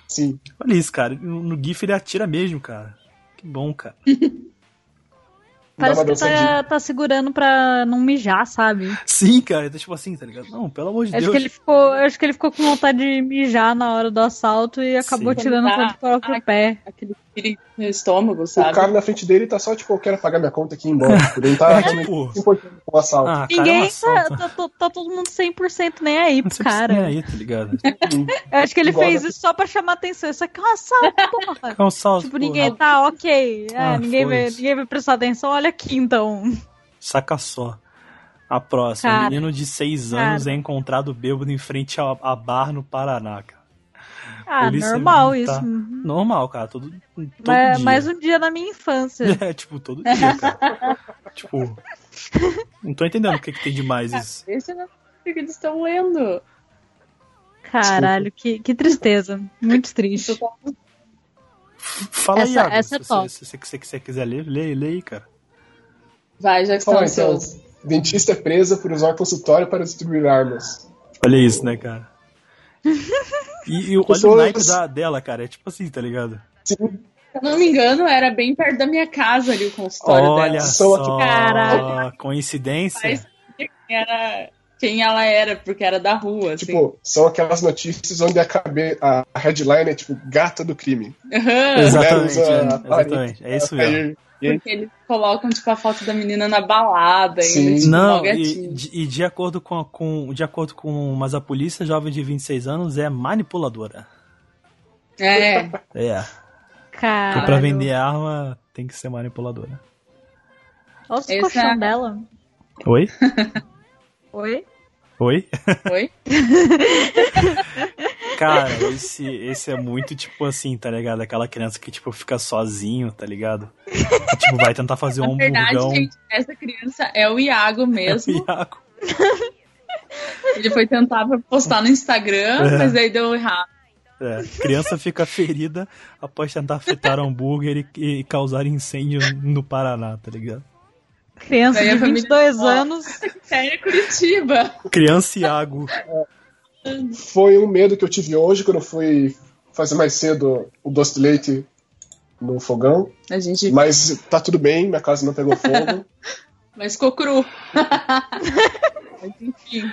Speaker 6: Sim.
Speaker 1: Olha isso, cara. No, no GIF ele atira mesmo, cara. Que bom, cara.
Speaker 6: Dá uma
Speaker 2: Parece que
Speaker 6: dançadinha.
Speaker 2: tá, tá segurando pra não mijar, sabe?
Speaker 1: Sim, cara. Tá tipo assim, tá ligado? Não, pelo amor de
Speaker 2: Acho
Speaker 1: Deus.
Speaker 2: que, ele ficou, acho que ele ficou com vontade de mijar na hora do assalto e acabou
Speaker 1: Sim.
Speaker 2: tirando contra o próprio
Speaker 3: Ah,
Speaker 2: pé.
Speaker 3: Aquele tiro no estômago,
Speaker 6: O
Speaker 3: sabe?
Speaker 6: cara na frente dele tá só, tipo, eu quero pagar minha conta aqui e ir embora. Tipo, ele não tá
Speaker 1: É,
Speaker 6: realmente
Speaker 1: tipo,
Speaker 6: se importando com o assalto.
Speaker 1: ah, cara, é um
Speaker 2: né? Ninguém tá,
Speaker 1: assalto.
Speaker 2: tá, tá- tá todo mundo 100% nem aí
Speaker 1: Não
Speaker 2: pro
Speaker 1: sei se nem
Speaker 2: cara.
Speaker 1: aí, tá ligado?
Speaker 2: Eu acho que ele
Speaker 6: Igual
Speaker 2: fez
Speaker 6: da-
Speaker 2: isso só pra chamar atenção. Isso aqui é um assalto, porra.
Speaker 1: É um salto.
Speaker 2: Tipo, ninguém tá ok. É,
Speaker 1: Ah,
Speaker 2: ninguém, vai,
Speaker 1: foda-se.
Speaker 2: ninguém vai prestar atenção. Olha aqui então.
Speaker 1: Saca só. A próxima.
Speaker 2: Cara,
Speaker 1: Menino de 6
Speaker 2: cara.
Speaker 1: anos é encontrado bêbado em frente ao- a, bar no Paraná, cara.
Speaker 2: Ah,
Speaker 1: Polícia
Speaker 2: normal
Speaker 1: militar.
Speaker 2: isso. Uhum.
Speaker 1: Normal, cara. Todo, todo
Speaker 2: Mas,
Speaker 1: dia.
Speaker 2: mais um dia na minha infância.
Speaker 1: É, tipo, todo dia, cara. tipo... Não tô entendendo o que, que tem de mais isso.
Speaker 3: Esse não o que eles estão lendo.
Speaker 2: Caralho, que, que tristeza. Muito triste.
Speaker 1: Fala aí,
Speaker 2: Essa-
Speaker 1: Iago,
Speaker 2: essa é
Speaker 1: se,
Speaker 2: top.
Speaker 1: você, se, você- se você quiser ler, lê, lê aí, cara.
Speaker 3: Vai, já que estão
Speaker 6: Fala, então.
Speaker 3: ansioso.
Speaker 6: Dentista é presa por usar consultório para distribuir armas.
Speaker 1: Olha isso, né, cara? E, e olha o
Speaker 6: Pessoas-
Speaker 1: naipe da, dela, cara. É tipo assim, tá ligado?
Speaker 6: Sim,
Speaker 3: Se eu não me engano, era bem perto da minha casa ali o consultório
Speaker 1: Olha
Speaker 3: dela.
Speaker 6: Pessoa
Speaker 1: só,
Speaker 2: Caralho.
Speaker 1: coincidência.
Speaker 3: Mas quem era quem ela era, porque era da rua, assim.
Speaker 6: tipo, são aquelas notícias onde a, cabe- a headline é, tipo, gata do crime.
Speaker 3: Aham.
Speaker 1: Exatamente,
Speaker 6: Né,
Speaker 1: é,
Speaker 6: usa-
Speaker 1: exatamente. É isso mesmo.
Speaker 6: Aí,
Speaker 3: Porque eles colocam, tipo, a foto da menina na balada
Speaker 6: Sim.
Speaker 3: ainda, tipo, mó
Speaker 1: Não, e,
Speaker 3: gatinho.
Speaker 1: de- e de acordo com, a- com- de acordo com, mas a polícia jovem de 26 anos é manipuladora.
Speaker 3: É,
Speaker 1: É, porque
Speaker 2: Cara.
Speaker 1: pra vender arma tem que ser manipuladora.
Speaker 2: Olha os
Speaker 3: Esse
Speaker 2: colchão
Speaker 3: é-
Speaker 2: dela.
Speaker 1: Oi?
Speaker 2: Oi?
Speaker 1: Oi?
Speaker 3: foi?
Speaker 1: Cara, esse, esse é muito tipo assim, tá ligado? Aquela criança que tipo fica sozinho, tá ligado? E, tipo, vai tentar fazer um
Speaker 3: Na verdade,
Speaker 1: hamburgão.
Speaker 3: gente, essa criança é o Iago mesmo.
Speaker 1: Iago.
Speaker 3: Ele foi tentar pra postar no Instagram, mas aí deu errado.
Speaker 1: É, criança fica ferida após tentar fritar hambúrguer e, e causar incêndio no Paraná, tá ligado?
Speaker 2: Criança
Speaker 3: Daí a
Speaker 2: de
Speaker 3: família
Speaker 2: 22
Speaker 3: fala.
Speaker 2: anos.
Speaker 3: Sério, é Curitiba.
Speaker 1: Criança Iago.
Speaker 6: Foi um medo que eu tive hoje quando eu fui fazer mais cedo o doce de leite no fogão.
Speaker 3: A gente. Mas,
Speaker 6: Mas tá tudo bem, minha casa não pegou fogo.
Speaker 3: ficou cru. Mas, enfim.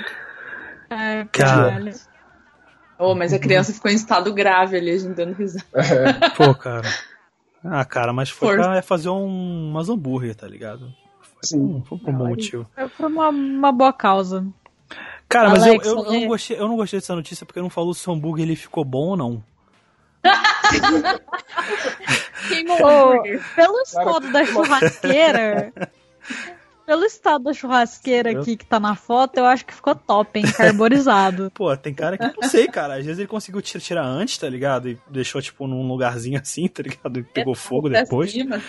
Speaker 2: Ai,
Speaker 1: Cara.
Speaker 2: É, caralho.
Speaker 3: Oh, mas a criança ficou em estado grave ali, a gente dando risada.
Speaker 1: Pô, cara. Ah, cara, mas foi
Speaker 3: Força.
Speaker 1: pra fazer um, umas hambúrguer, tá ligado? Foi,
Speaker 6: Sim.
Speaker 1: um- foi por um bom motivo.
Speaker 2: É por uma, uma boa causa.
Speaker 1: Cara, mas eu,
Speaker 2: Alex,
Speaker 1: eu, eu
Speaker 2: você-
Speaker 1: não gostei, eu não gostei dessa notícia porque não falou se o hambúrguer ele ficou bom ou não.
Speaker 3: Queimou
Speaker 2: Pô,
Speaker 3: o
Speaker 2: pelo estado da churrasqueira. Pelo estado da churrasqueira aqui que tá na foto, eu acho que ficou top, hein? Carbonizado.
Speaker 1: Pô, tem cara que não sei, cara. Às vezes ele conseguiu tir- tirar antes, tá ligado? E deixou, tipo, num lugarzinho assim, tá ligado? E
Speaker 2: É,
Speaker 1: pegou fogo
Speaker 3: Pra
Speaker 1: depois.
Speaker 3: cima.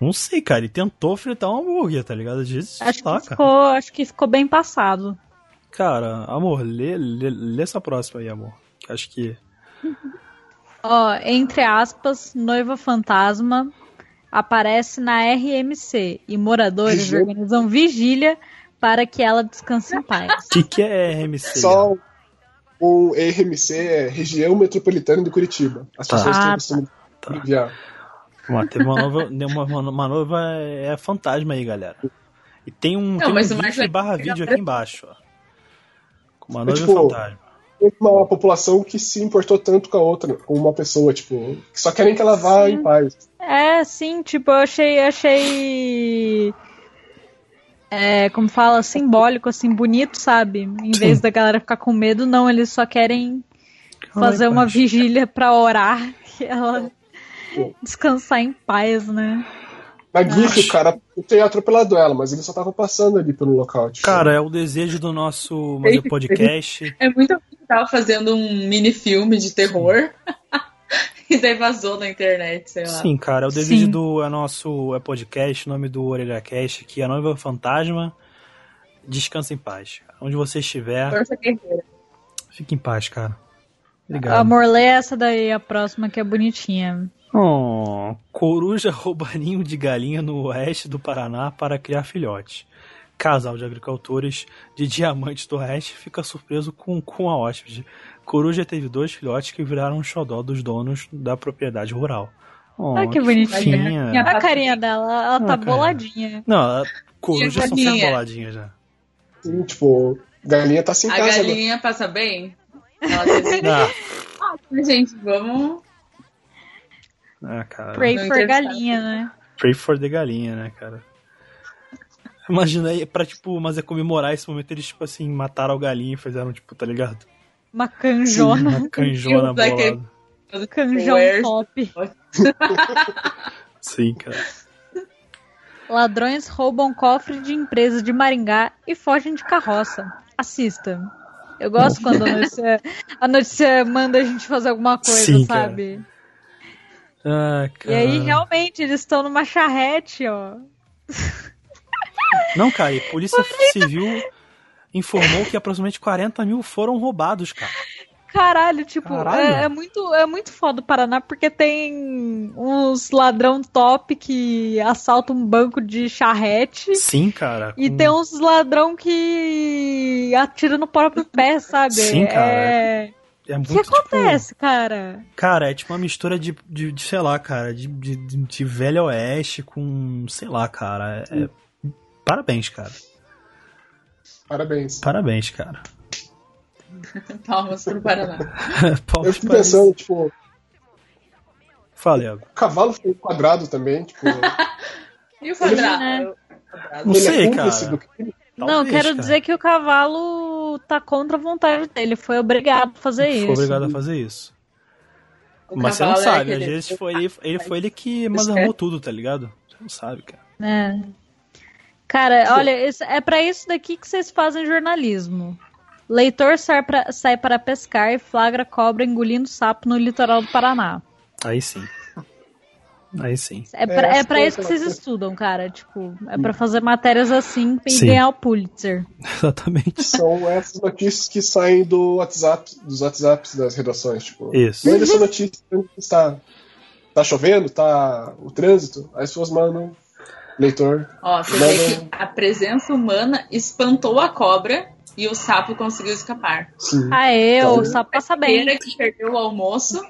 Speaker 1: Não sei, cara. Ele tentou fritar um hambúrguer, tá ligado? Às vezes,
Speaker 2: Acho
Speaker 1: sei lá,
Speaker 2: que,
Speaker 1: cara.
Speaker 2: ficou, acho que ficou bem passado.
Speaker 1: Cara, amor, lê, lê, lê essa próxima aí, amor. Que Acho que.
Speaker 2: Ó, entre aspas, noiva fantasma aparece na RMC e moradores
Speaker 6: Vigília.
Speaker 2: organizam vigília para que ela descanse em paz.
Speaker 1: O que, que é RMC?
Speaker 6: Só o RMC é região metropolitana de Curitiba. As
Speaker 1: Tá.
Speaker 6: pessoas
Speaker 2: Ah,
Speaker 6: têm costume
Speaker 1: tá.
Speaker 6: de enviar.
Speaker 1: Uma, teve uma nova, uma, uma- uma nova é fantasma aí, galera. E tem um, tem um
Speaker 3: mas o mais
Speaker 1: vídeo
Speaker 3: legal
Speaker 1: barra
Speaker 3: é que
Speaker 1: vídeo
Speaker 3: agora-
Speaker 1: aqui embaixo, ó. Com uma
Speaker 6: É
Speaker 1: noiva
Speaker 6: tipo-
Speaker 1: fantasma.
Speaker 6: Tem uma população que se importou tanto com a outra, com uma pessoa, tipo, que só querem que ela vá
Speaker 2: Sim.
Speaker 6: em paz.
Speaker 2: É, sim, tipo, eu achei, achei. É, como fala, simbólico, assim, bonito, sabe? Em
Speaker 1: Sim.
Speaker 2: vez da galera ficar com medo, não, eles só querem fazer
Speaker 1: Ai,
Speaker 2: uma
Speaker 1: paz.
Speaker 2: vigília pra orar e ela descansar em paz, né?
Speaker 6: Na GIF, o cara teria atropelado ela, mas ele só tava passando ali pelo local. Tipo,
Speaker 1: Cara, é o desejo do nosso Mario podcast.
Speaker 3: É muito alguém que tava fazendo um mini filme de terror. e daí vazou na internet, sei lá.
Speaker 1: Sim, cara, é o desejo
Speaker 2: Sim.
Speaker 1: do é nosso é podcast, o nome do Orelha Cast, que a noiva fantasma descansa em paz. Onde você estiver,
Speaker 3: Força guerreira.
Speaker 1: fique em paz, cara. Obrigado.
Speaker 2: Amor, lê é essa daí, a próxima que é bonitinha.
Speaker 1: Oh, coruja rouba ninho de galinha no oeste do Paraná para criar filhotes. Casal de agricultores de diamantes do oeste fica surpreso com, com a hóspede. Coruja teve dois filhotes que viraram um xodó dos donos da propriedade rural. Oh,
Speaker 2: Ah, que bonitinha.
Speaker 1: fofinha.
Speaker 2: Olha a carinha dela, ela tá
Speaker 1: cara.
Speaker 2: boladinha.
Speaker 1: Não, a- corujas são sempre
Speaker 3: galinha?
Speaker 1: boladinhas já.
Speaker 6: assim, tipo, galinha tá sem
Speaker 3: A
Speaker 6: casa agora.
Speaker 3: galinha passa bem? Ela teve...
Speaker 1: Ah,
Speaker 3: Gente, vamos.
Speaker 1: ah, cara. Pray.
Speaker 2: Pray
Speaker 3: Não
Speaker 2: for
Speaker 3: interessava.
Speaker 2: galinha, né?
Speaker 1: for the galinha, né, cara? Imagina aí, pra, tipo, mas é comemorar esse momento, eles, tipo assim, mataram a galinha e fizeram, tipo, tá ligado?
Speaker 2: Uma canjona,
Speaker 1: Uma canjona
Speaker 3: Deus, vai que-
Speaker 1: bolada.
Speaker 2: canjão
Speaker 3: Where's-
Speaker 2: top.
Speaker 1: Sim, cara.
Speaker 2: Ladrões roubam cofre de empresa de Maringá e fogem de carroça. Assista. Eu gosto quando a notícia, a notícia manda a gente fazer alguma coisa,
Speaker 1: Sim, cara.
Speaker 2: sabe?
Speaker 1: Ah,
Speaker 2: E
Speaker 1: cara.
Speaker 2: aí, realmente, eles estão numa charrete, ó.
Speaker 1: Não, cara, e Polícia Civil informou que aproximadamente 40 mil foram roubados, cara.
Speaker 2: Caralho, tipo,
Speaker 1: Caralho.
Speaker 2: É, é muito, é muito foda o Paraná, porque tem uns ladrão top que assalta um banco de charrete.
Speaker 1: Sim, cara.
Speaker 2: E
Speaker 1: com-
Speaker 2: tem uns ladrão que atira no próprio pé, sabe?
Speaker 1: Sim, cara.
Speaker 2: É...
Speaker 1: É
Speaker 2: O
Speaker 1: muito,
Speaker 2: que acontece,
Speaker 1: Tipo,
Speaker 2: cara?
Speaker 1: cara, é tipo uma mistura de, de, de, sei lá, cara, de, de, de- de velho oeste com, sei lá, cara. é- é- Parabéns, cara.
Speaker 6: Parabéns.
Speaker 1: Parabéns, cara.
Speaker 3: Palmas pro um Paraná.
Speaker 6: Eu
Speaker 1: Palmas
Speaker 6: fico
Speaker 1: pra
Speaker 6: pensando,
Speaker 1: isso.
Speaker 6: tipo, o
Speaker 1: Fala, Iago.
Speaker 6: cavalo foi quadrado também, tipo,
Speaker 3: E o quadrado?
Speaker 2: Né?
Speaker 1: Não
Speaker 6: ele
Speaker 1: sei,
Speaker 6: é cúmplice
Speaker 1: cara.
Speaker 6: do crime.
Speaker 2: não,
Speaker 1: Talvez,
Speaker 2: quero
Speaker 1: cara.
Speaker 2: dizer que o cavalo tá contra a vontade dele. Foi obrigado a fazer
Speaker 1: Foi
Speaker 2: isso.
Speaker 1: obrigado a fazer isso.
Speaker 3: O
Speaker 1: Mas você não
Speaker 3: cavalo é
Speaker 1: sabe, às
Speaker 3: aquele-
Speaker 1: vezes foi ele, ele foi ele que masarmou tudo, tá ligado? Você não sabe, cara.
Speaker 2: É. Cara, olha, isso- é pra isso daqui que vocês fazem jornalismo. Leitor sai, pra- sai para pescar e flagra cobra engolindo sapo no litoral do Paraná.
Speaker 1: Aí sim. Aí sim.
Speaker 2: É pra,
Speaker 6: É,
Speaker 2: é pra
Speaker 6: acho
Speaker 2: isso que
Speaker 6: que-
Speaker 2: vocês estudam, cara. Tipo, é pra fazer matérias assim e
Speaker 1: Sim.
Speaker 2: ganhar o Pulitzer.
Speaker 1: Exatamente.
Speaker 6: São essas notícias que saem do WhatsApp, dos WhatsApps das redações, tipo.
Speaker 1: Isso.
Speaker 6: Manda essa notícia está, tá chovendo, tá o trânsito, aí as pessoas mandam leitor.
Speaker 3: Ó, você
Speaker 2: é-
Speaker 3: vê que a presença humana espantou a cobra e o sapo conseguiu escapar.
Speaker 6: Sim.
Speaker 2: Aê,
Speaker 6: Então,
Speaker 2: o sapo tá passa bem.
Speaker 3: Pena que perdeu o almoço.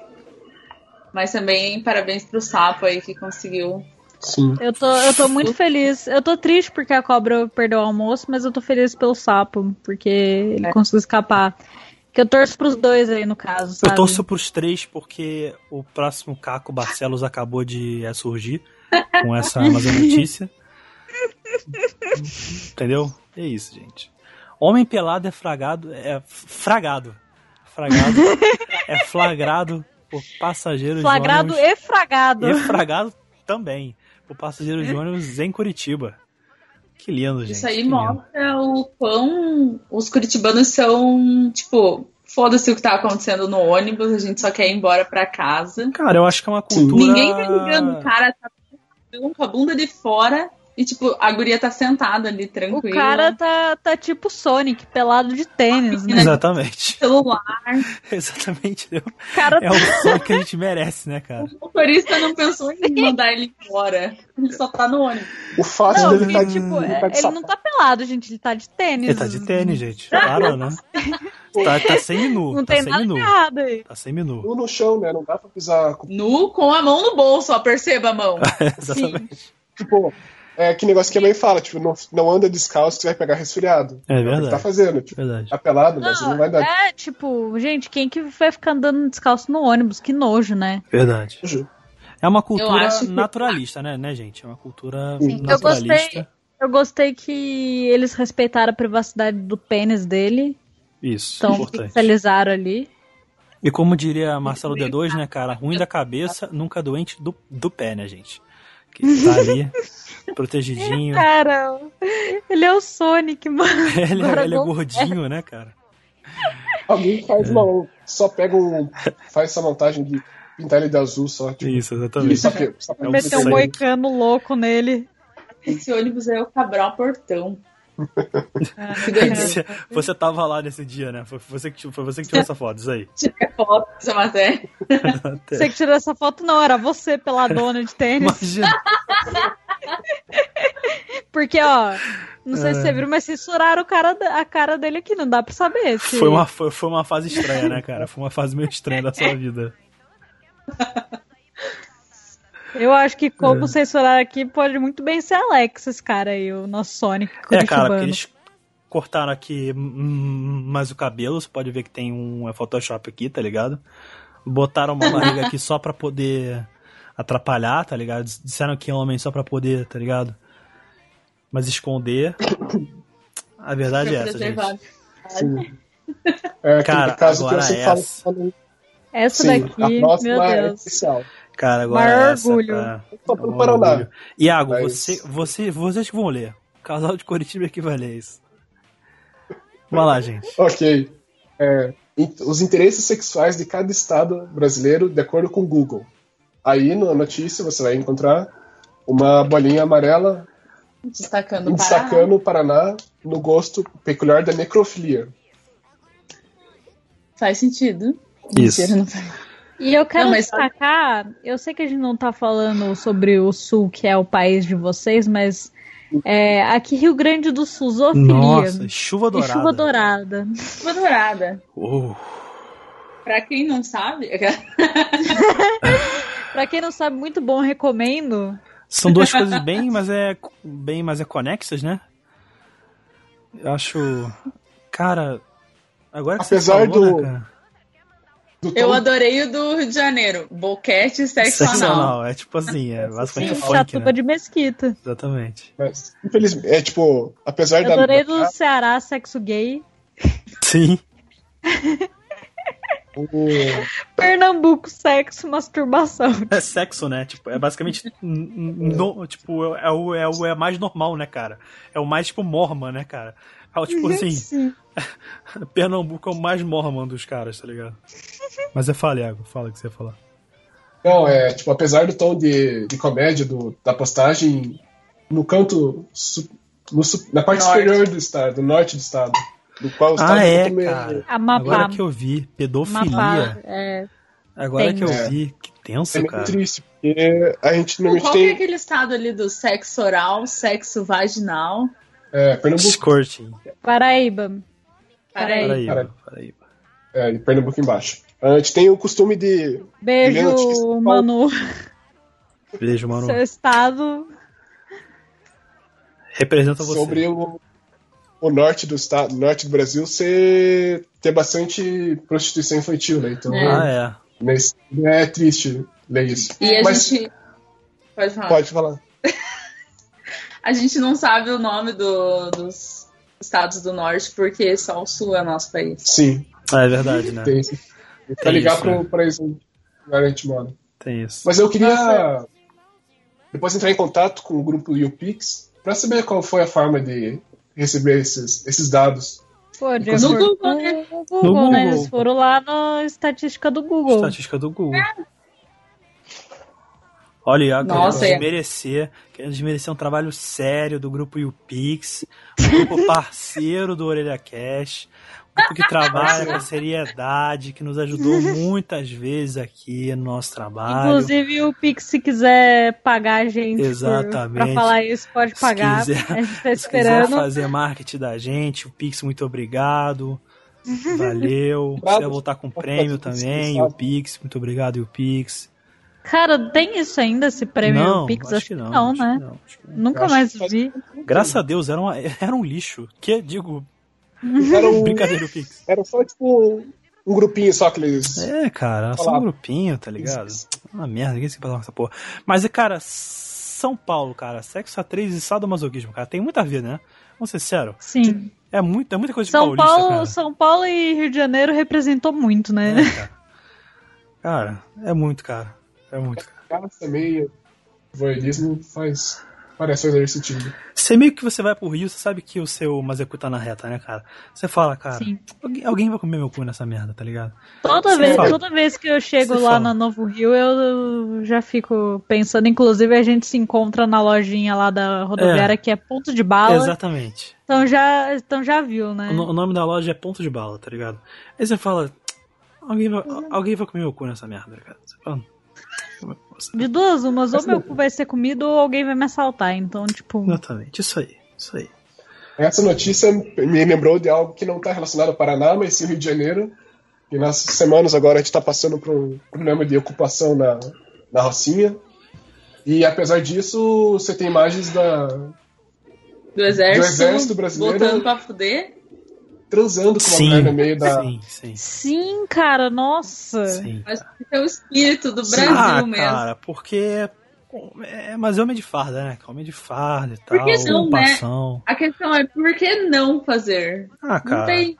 Speaker 3: Mas também parabéns pro sapo aí que conseguiu
Speaker 6: Sim.
Speaker 2: Eu tô, eu tô muito feliz. Eu tô triste porque a cobra perdeu o almoço, mas eu tô feliz pelo sapo, porque ele
Speaker 3: É.
Speaker 2: conseguiu escapar. Que eu torço pros dois aí, no caso, sabe?
Speaker 1: Eu torço pros três porque o próximo Caco Barcelos acabou de eh, surgir com essa Amazon notícia. Entendeu? É isso, gente. Homem pelado é fragado. É fragado. Fragado. é flagrado por passageiros
Speaker 2: Flagrado
Speaker 1: de
Speaker 2: e fragado.
Speaker 1: ônibus. E fragado também. Por passageiros de ônibus em Curitiba. Que lindo, gente.
Speaker 3: Isso aí
Speaker 1: que lindo.
Speaker 3: mostra o quão os curitibanos são, tipo, foda-se o que tá acontecendo no ônibus, a gente só quer ir embora pra casa.
Speaker 1: Cara, eu acho que é uma
Speaker 6: Sim.
Speaker 1: cultura.
Speaker 3: Ninguém tá ligando, o cara tá com a bunda de fora e, tipo, a guria tá sentada ali,
Speaker 2: O
Speaker 3: tranquila.
Speaker 2: cara tá, tá tipo Sonic, pelado de tênis, né?
Speaker 1: Exatamente.
Speaker 3: celular,
Speaker 1: Exatamente.
Speaker 2: O cara
Speaker 1: É o som que a gente merece, né, cara?
Speaker 3: o motorista não pensou em mandar ele embora. Ele só tá no ônibus.
Speaker 6: O fato
Speaker 2: Não,
Speaker 6: dele
Speaker 2: porque,
Speaker 6: estar
Speaker 2: tipo,
Speaker 6: de,
Speaker 2: é-
Speaker 6: tá de
Speaker 2: ele não
Speaker 6: sapato.
Speaker 2: tá pelado, gente, ele tá de tênis.
Speaker 1: Ele tá de tênis, gente. Claro, né? Tá, tá semi-nu.
Speaker 2: Não
Speaker 1: tá
Speaker 2: tem nada
Speaker 1: semi-nu.
Speaker 2: de errado aí.
Speaker 1: Tá semi-nu.
Speaker 6: Nu no chão, né? Não dá pra pisar. com-
Speaker 3: Nu com a mão no bolso, ó, perceba a mão.
Speaker 1: Exatamente.
Speaker 6: Tipo, é que negócio que a mãe fala, tipo, não, não anda descalço que você vai pegar resfriado.
Speaker 1: É
Speaker 6: o que tá
Speaker 1: verdade.
Speaker 6: fazendo. Tipo,
Speaker 1: Verdade.
Speaker 6: tá pelado, mas não, vai dar.
Speaker 2: é, tipo, gente, quem que vai ficar andando descalço no ônibus? Que nojo, né?
Speaker 1: Verdade.
Speaker 6: nojo.
Speaker 1: É uma
Speaker 3: Eu
Speaker 1: cultura
Speaker 3: acho que-
Speaker 1: naturalista, né, né, gente? É uma cultura
Speaker 6: Sim.
Speaker 2: Eu
Speaker 1: naturalista.
Speaker 2: gostei, eu gostei que eles respeitaram a privacidade do pênis dele.
Speaker 1: Isso,
Speaker 2: Então,
Speaker 1: importante.
Speaker 2: fiscalizaram ali.
Speaker 1: E como diria Marcelo D2, né, cara? Ruim da cabeça, nunca doente do, do pé, né, gente? Que tá ali, protegidinho.
Speaker 2: Cara, ele é o Sonic, mano.
Speaker 1: Ele, é-
Speaker 2: agora
Speaker 1: ele é
Speaker 2: não-
Speaker 1: gordinho, né, cara?
Speaker 6: Alguém faz
Speaker 1: É.
Speaker 6: uma. Só pega um. Faz essa montagem de pintar ele de azul só. Tipo,
Speaker 1: Isso, exatamente.
Speaker 6: só que- só pra
Speaker 1: É um
Speaker 2: Meteu um
Speaker 1: sangue.
Speaker 2: moicano louco nele.
Speaker 3: Esse ônibus é o Cabral Portão.
Speaker 2: é
Speaker 3: Que doideira.
Speaker 1: Você, você tava lá nesse dia, né? Foi você que, ti- foi você que tirou essa foto, isso aí.
Speaker 3: Tirei foto dessa matéria.
Speaker 2: Você que tirou essa foto, não, era você pela dona de tênis.
Speaker 1: Imagina.
Speaker 2: Porque, ó, não sei
Speaker 1: É.
Speaker 2: se você viu, mas censuraram o cara, da- a cara dele aqui, não dá pra saber. se-
Speaker 1: Foi uma, foi, foi uma fase estranha, né, cara? Foi uma fase meio estranha da sua vida.
Speaker 2: Eu acho que
Speaker 1: É.
Speaker 2: como censurar aqui, pode muito bem ser Alex, esse cara aí, o nosso Sonic
Speaker 1: É, cara,
Speaker 2: curitibano.
Speaker 1: porque eles cortaram aqui hum, mais o cabelo. Você pode ver que tem um é Photoshop aqui, tá ligado? Botaram uma barriga aqui só pra poder atrapalhar, tá ligado? Disseram que é homem só pra poder, tá ligado? Mas esconder. A verdade é essa, gente.
Speaker 6: Sim. É aquele
Speaker 1: Cara,
Speaker 6: caso que eu
Speaker 1: agora
Speaker 6: sempre
Speaker 1: essa.
Speaker 6: falo.
Speaker 2: Essa
Speaker 6: Sim,
Speaker 2: daqui,
Speaker 6: a
Speaker 2: meu
Speaker 6: próxima é
Speaker 2: Deus.
Speaker 6: especial.
Speaker 1: Cara, agora
Speaker 2: Maior
Speaker 1: é essa,
Speaker 2: orgulho.
Speaker 1: cara.
Speaker 6: Só
Speaker 1: Maior
Speaker 6: pro Paraná.
Speaker 1: orgulho. Iago,
Speaker 6: Mas-
Speaker 1: você, você, vocês que vão ler. O casal de Curitiba é que vai ler isso. Vai lá, gente.
Speaker 6: Ok. É, in- os interesses sexuais de cada estado brasileiro, de acordo com o Google. Aí na notícia você vai encontrar uma bolinha amarela
Speaker 3: Destacando o Pará.
Speaker 6: destacando o Paraná no gosto peculiar da necrofilia.
Speaker 3: Faz sentido.
Speaker 1: Isso.
Speaker 3: Mentira, não faz.
Speaker 2: E eu quero
Speaker 3: Não, mas-
Speaker 2: destacar, eu sei que a gente não tá falando sobre o Sul, que é o país de vocês, mas é, aqui Rio Grande do Sul, zoofilia
Speaker 1: Nossa, chuva
Speaker 2: e
Speaker 1: dourada.
Speaker 2: chuva dourada.
Speaker 3: Chuva dourada.
Speaker 1: Uh,
Speaker 3: Pra quem não sabe,
Speaker 2: Pra quem não sabe, muito bom, recomendo.
Speaker 1: são duas coisas bem, mas é bem, mas é conexas, né? Eu acho, cara, agora que
Speaker 6: Apesar
Speaker 1: você falou,
Speaker 6: do-
Speaker 1: né, cara?
Speaker 6: Do
Speaker 3: eu
Speaker 6: tom-
Speaker 3: adorei o do Rio de Janeiro. Boquete e sexo anal.
Speaker 1: é tipo assim, é basicamente
Speaker 2: Sim,
Speaker 1: funk,
Speaker 2: Chatuba
Speaker 1: né?
Speaker 2: de Mesquita.
Speaker 1: Exatamente.
Speaker 6: mas, infelizmente, é tipo, apesar
Speaker 2: Eu
Speaker 6: da.
Speaker 2: adorei do
Speaker 6: da-
Speaker 2: Ceará, sexo gay.
Speaker 1: Sim.
Speaker 6: o-
Speaker 2: Pernambuco, sexo, masturbação.
Speaker 1: É sexo, né? Tipo, é basicamente n- n- no- tipo, é o, é o é mais normal, né, cara? É o mais tipo mormon, né, cara? É o, tipo assim,
Speaker 2: Sim.
Speaker 1: Pernambuco é o mais mormon dos caras, tá ligado? Mas é fala, Iago, fala o que você ia falar.
Speaker 6: Não, é tipo, apesar do tom de, de comédia do- da postagem, no canto. su- no su- na parte
Speaker 3: Norte.
Speaker 6: superior do estado, do norte do estado. Do qual o estado
Speaker 1: Ah, é,
Speaker 6: fica meio-
Speaker 1: cara.
Speaker 2: Amapá.
Speaker 1: Agora que eu vi, pedofilia.
Speaker 2: Amapá. É,
Speaker 1: Agora
Speaker 2: Tem.
Speaker 1: que eu
Speaker 6: É.
Speaker 1: vi, que
Speaker 6: É
Speaker 1: tenso,
Speaker 6: meio
Speaker 1: cara.
Speaker 6: triste, porque a gente
Speaker 3: Pô,
Speaker 6: normalmente
Speaker 3: Qual que é
Speaker 6: tem.
Speaker 3: aquele estado ali do sexo oral, sexo vaginal?
Speaker 6: É, Pernambuco,
Speaker 1: Squirting.
Speaker 2: Paraíba. É
Speaker 3: Peraí.
Speaker 1: Peraí,
Speaker 6: Cara.
Speaker 1: peraí.
Speaker 6: é, e Pernambuco embaixo. A gente tem o costume de.
Speaker 2: Beijo,
Speaker 6: Helena, acho que isso-
Speaker 2: Manu.
Speaker 1: Beijo, mano.
Speaker 2: Seu estado.
Speaker 1: Representa você.
Speaker 6: sobre o, o norte do estado, norte do Brasil, você ter bastante prostituição infantil, né? Então,
Speaker 1: Ah, é.
Speaker 6: nesse- é triste ler isso.
Speaker 3: E a
Speaker 6: Mas
Speaker 3: gente. Pode falar.
Speaker 6: pode falar.
Speaker 3: A gente não sabe o nome do- dos estados do norte, porque só o sul é nosso país.
Speaker 6: Sim,
Speaker 1: Ah, é verdade, né?
Speaker 6: tem isso. Pra
Speaker 1: Tem
Speaker 6: ligar
Speaker 1: isso,
Speaker 6: pro,
Speaker 1: né?
Speaker 6: pra isso, lugar onde a gente mora.
Speaker 1: Tem isso.
Speaker 6: Mas eu
Speaker 1: Ah.
Speaker 6: queria depois entrar em contato com o grupo YouPix pra saber qual foi a forma de receber esses, esses dados.
Speaker 2: Pô, de
Speaker 3: No
Speaker 2: acordo
Speaker 3: Google,
Speaker 2: com
Speaker 3: né?
Speaker 2: o Google, né?
Speaker 1: Google.
Speaker 2: Eles foram lá na estatística do Google.
Speaker 1: Estatística do Google. Olha, Iago,
Speaker 3: Nossa,
Speaker 1: querendo
Speaker 3: é.
Speaker 1: desmerecer, querendo desmerecer um trabalho sério do grupo YouPix, um grupo parceiro do Orelha Cash, um grupo que trabalha com seriedade, que nos ajudou muitas vezes aqui no nosso trabalho.
Speaker 2: Inclusive, o Pix, se quiser pagar a gente por-
Speaker 1: Exatamente.
Speaker 2: pra falar isso, pode
Speaker 1: Se
Speaker 2: pagar.
Speaker 1: quiser-
Speaker 2: a gente
Speaker 1: Se
Speaker 2: tá
Speaker 1: quiser
Speaker 2: esperando.
Speaker 1: fazer marketing da gente, o Pix, muito obrigado. Valeu. Se
Speaker 6: Bravo.
Speaker 1: quiser voltar com prêmio também, o Pix, muito obrigado, e o Pix.
Speaker 2: Cara, tem isso ainda, esse prêmio
Speaker 1: não,
Speaker 2: Pix?
Speaker 1: acho que não, acho
Speaker 2: né?
Speaker 1: que não, acho que não.
Speaker 2: Nunca
Speaker 6: Acho
Speaker 2: mais
Speaker 6: que faz-
Speaker 2: vi.
Speaker 1: Graças a Deus, era, uma- era um lixo. Que, digo,
Speaker 6: Era, um-
Speaker 1: brincadeira do Pix.
Speaker 6: era só tipo um- um grupinho só que eles.
Speaker 1: É, cara, só um grupinho, tá ligado? Uma merda, ninguém se importa com essa porra. Mas, é, cara, São Paulo, cara, sexo a três e sadomasoquismo, cara, tem muita vida, né? Vamos ser sério,
Speaker 2: Sim.
Speaker 1: é, muito, é muita coisa de
Speaker 2: São
Speaker 1: paulista,
Speaker 2: Paulo,
Speaker 1: cara.
Speaker 2: São Paulo e Rio de Janeiro representou muito, né?
Speaker 1: É, cara. cara, é muito, cara. É muito, cara.
Speaker 6: Cara, também voyeurismo faz. Parece fazer sentido.
Speaker 1: Você meio que você vai pro Rio, você sabe que o seu Mazecu tá na reta, né, cara? Você fala, cara,
Speaker 2: Sim.
Speaker 1: alguém, alguém vai comer meu cu nessa merda, tá ligado?
Speaker 2: Toda
Speaker 1: Você
Speaker 2: vez,
Speaker 1: fala.
Speaker 2: toda vez que eu chego
Speaker 1: Você
Speaker 2: lá
Speaker 1: fala.
Speaker 2: na Novo Rio, eu já fico pensando. Inclusive, a gente se encontra na lojinha lá da rodoviária, que é ponto de bala.
Speaker 1: Exatamente.
Speaker 2: Então já, então já viu, né?
Speaker 1: O, no- o nome da loja é Ponto de Bala, tá ligado? Aí você fala, alguém vai,
Speaker 3: Uhum.
Speaker 1: alguém vai comer meu cu nessa merda, cara. Você fala,
Speaker 2: De duas umas, ou meu cu vai ser comido ou alguém vai me assaltar. Então, tipo,
Speaker 1: exatamente, isso aí, isso aí.
Speaker 6: Essa notícia me lembrou de algo que não está relacionado ao Paraná, mas sim ao Rio de Janeiro. E nas semanas agora a gente está passando por um problema de ocupação na, na Rocinha. E apesar disso, você tem imagens da
Speaker 3: Do exército.
Speaker 6: exército brasileiro.
Speaker 3: Voltando pra fuder.
Speaker 6: transando com uma mulher no meio da.
Speaker 1: sim, sim,
Speaker 2: sim, cara, nossa.
Speaker 1: sim.
Speaker 3: Acho que esse é o espírito do Brasil
Speaker 1: ah,
Speaker 3: mesmo.
Speaker 1: cara, porque... É, mas é homem de farda, né? Homem de farda e tal,
Speaker 3: Por que não, né?
Speaker 1: ocupação.
Speaker 3: A questão é por que não fazer?
Speaker 1: Ah, cara,
Speaker 3: Não tem.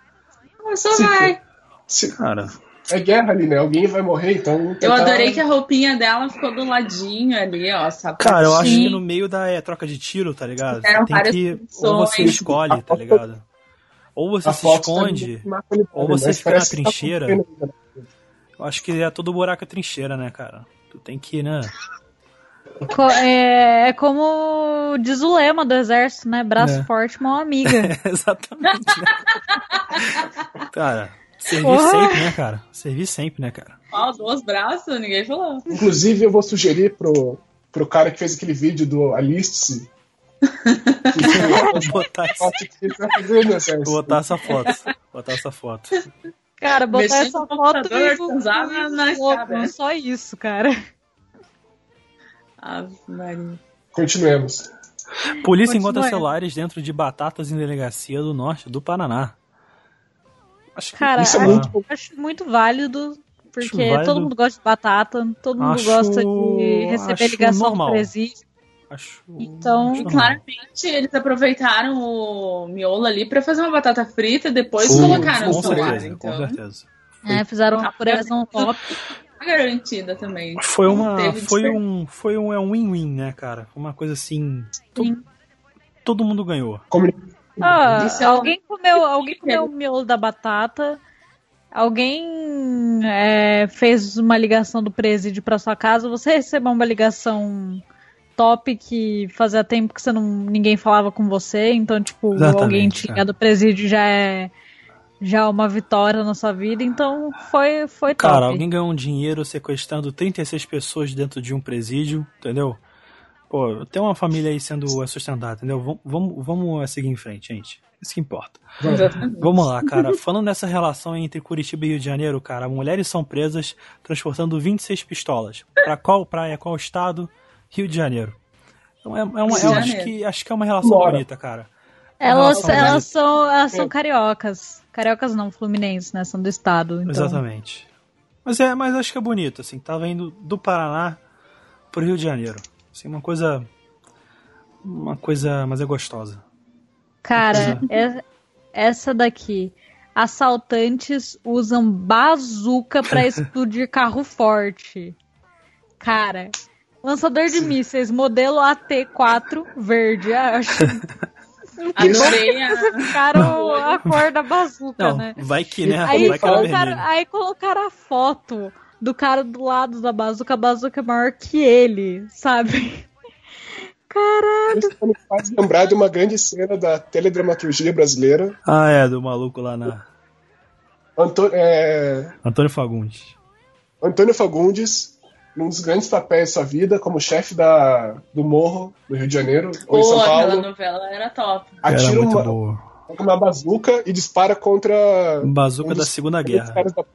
Speaker 3: Não, só
Speaker 6: Sim,
Speaker 3: vai.
Speaker 6: Se-
Speaker 1: cara...
Speaker 6: É guerra ali, né? Alguém vai morrer, então. vamos
Speaker 3: Eu
Speaker 6: tentar-
Speaker 3: adorei que a roupinha dela ficou do ladinho ali, ó. Sapatinho.
Speaker 1: Cara, eu acho que no meio da é, troca de tiro, tá ligado? Você
Speaker 2: É,
Speaker 3: Fizeram
Speaker 1: tem
Speaker 3: várias
Speaker 1: que. Ou
Speaker 3: funções.
Speaker 1: você escolhe, tá ligado? Ou você
Speaker 6: a
Speaker 1: se
Speaker 6: foto tá
Speaker 1: esconde.
Speaker 6: muito marcada,
Speaker 1: ou você
Speaker 6: mas
Speaker 1: fica na
Speaker 6: parece que tá
Speaker 1: trincheira.
Speaker 6: acontecendo.
Speaker 1: Eu acho que é todo buraco é trincheira, né, cara? Tu tem que, né?
Speaker 2: Co- É, é como diz o lema do exército, né? Braço
Speaker 1: É.
Speaker 2: forte, mão amiga.
Speaker 1: Exatamente. Né? cara, servir
Speaker 2: Porra.
Speaker 1: sempre, né, cara? Servir sempre, né, cara?
Speaker 3: Ó, dois braços, ninguém falou.
Speaker 6: Inclusive, eu vou sugerir pro, pro cara que fez aquele vídeo do Alice.
Speaker 1: Vou botar, esse- vou botar essa foto. Vou botar essa foto.
Speaker 2: Cara, botar
Speaker 3: Mexer
Speaker 2: essa
Speaker 3: no
Speaker 2: foto
Speaker 3: computador,
Speaker 2: e o-
Speaker 3: transar na- na
Speaker 2: o slogan,
Speaker 3: escada.
Speaker 2: só isso, cara.
Speaker 3: Ave Maria.
Speaker 6: Continuemos.
Speaker 1: Polícia
Speaker 2: Continua
Speaker 1: encontra
Speaker 2: aí.
Speaker 1: celulares dentro de batatas em delegacia do norte do Paraná. Acho que
Speaker 2: Cara,
Speaker 6: Isso é
Speaker 1: Ah,
Speaker 6: muito
Speaker 2: Acho muito válido,
Speaker 1: Acho
Speaker 2: porque
Speaker 1: válido.
Speaker 2: todo mundo gosta de batata, todo mundo
Speaker 1: Acho-
Speaker 2: gosta de receber
Speaker 1: acho
Speaker 2: ligação
Speaker 1: normal.
Speaker 2: do presídio.
Speaker 1: acho.
Speaker 2: Então,
Speaker 1: acho normal.
Speaker 3: Claramente, eles aproveitaram o miolo ali pra fazer uma batata frita e depois
Speaker 1: Sim, com
Speaker 3: colocaram no celular.
Speaker 1: certeza,
Speaker 3: então,
Speaker 1: com certeza.
Speaker 2: né, fizeram uma
Speaker 3: Ah,
Speaker 2: pureza top.
Speaker 3: tá garantida também.
Speaker 1: Foi
Speaker 3: Não
Speaker 1: uma,
Speaker 3: teve
Speaker 1: foi
Speaker 3: desperdício.
Speaker 1: um, foi um, é um win-win, né, cara? Uma coisa assim, to- todo mundo ganhou.
Speaker 6: Comuni-
Speaker 2: Ah,
Speaker 3: Isso é um-
Speaker 2: alguém comeu, alguém comeu o miolo da batata. Alguém é, fez uma ligação do presídio pra sua casa. Você recebeu uma ligação top que fazia tempo que você não, ninguém falava com você. Então, tipo,
Speaker 1: Exatamente, é.
Speaker 2: alguém te
Speaker 1: cara.
Speaker 2: ligar do presídio já é já é uma vitória na sua vida. Então, foi foi top.
Speaker 1: Cara, alguém ganhou um dinheiro sequestrando 36 pessoas dentro de um presídio, entendeu? Pô, tem uma família aí sendo sustentada, entendeu? Vamos, vamos, vamos seguir em frente, gente. Isso que importa.
Speaker 3: Exatamente.
Speaker 1: Vamos lá, cara. Falando nessa relação entre Curitiba e Rio de Janeiro, cara, mulheres são presas transportando 26 pistolas. Pra qual praia, qual estado? Rio de Janeiro. Então é, é uma, eu
Speaker 3: Rio de
Speaker 1: acho
Speaker 3: Janeiro.
Speaker 1: que, acho que é uma relação
Speaker 6: Bora.
Speaker 1: bonita, cara. É Uma
Speaker 2: Elas,
Speaker 1: relação
Speaker 2: elas, são, elas são
Speaker 6: É.
Speaker 2: cariocas. Cariocas não, fluminenses, né? São do estado. Então.
Speaker 1: Exatamente. Mas é, mas acho que é bonito, assim, tava indo do Paraná pro Rio de Janeiro. Assim, uma coisa. Uma coisa. Mas é gostosa.
Speaker 2: Cara, é- essa daqui. Assaltantes usam bazuca pra explodir carro forte. Cara, lançador de mísseis modelo AT-4 verde. Ah, eu acho que
Speaker 3: Adorei a...
Speaker 2: ficaram a cor da bazuca,
Speaker 1: Não,
Speaker 2: né?
Speaker 1: vai que, né?
Speaker 2: Aí
Speaker 1: vai que era
Speaker 2: colocaram,
Speaker 1: vermelho.
Speaker 2: aí colocaram a foto do cara do lado da bazuca. A bazuca é maior que ele, sabe?
Speaker 6: Isso me faz lembrar de uma grande cena da teledramaturgia brasileira.
Speaker 1: Ah, é, do maluco lá na.
Speaker 6: Anto é,
Speaker 1: Antônio Fagundes.
Speaker 6: Antônio Fagundes, num dos grandes papéis de sua vida, como chefe da, do Morro, do Rio de Janeiro, ou em
Speaker 3: Pô,
Speaker 6: São
Speaker 3: aquela
Speaker 6: Paulo,
Speaker 3: novela era top.
Speaker 1: Era
Speaker 6: atira
Speaker 1: muito
Speaker 6: uma,
Speaker 1: boa.
Speaker 6: coloca uma bazuca e dispara contra.
Speaker 1: Bazuca
Speaker 6: um
Speaker 1: da
Speaker 6: dos
Speaker 1: Segunda
Speaker 6: grandes
Speaker 1: Guerra.
Speaker 6: caras da-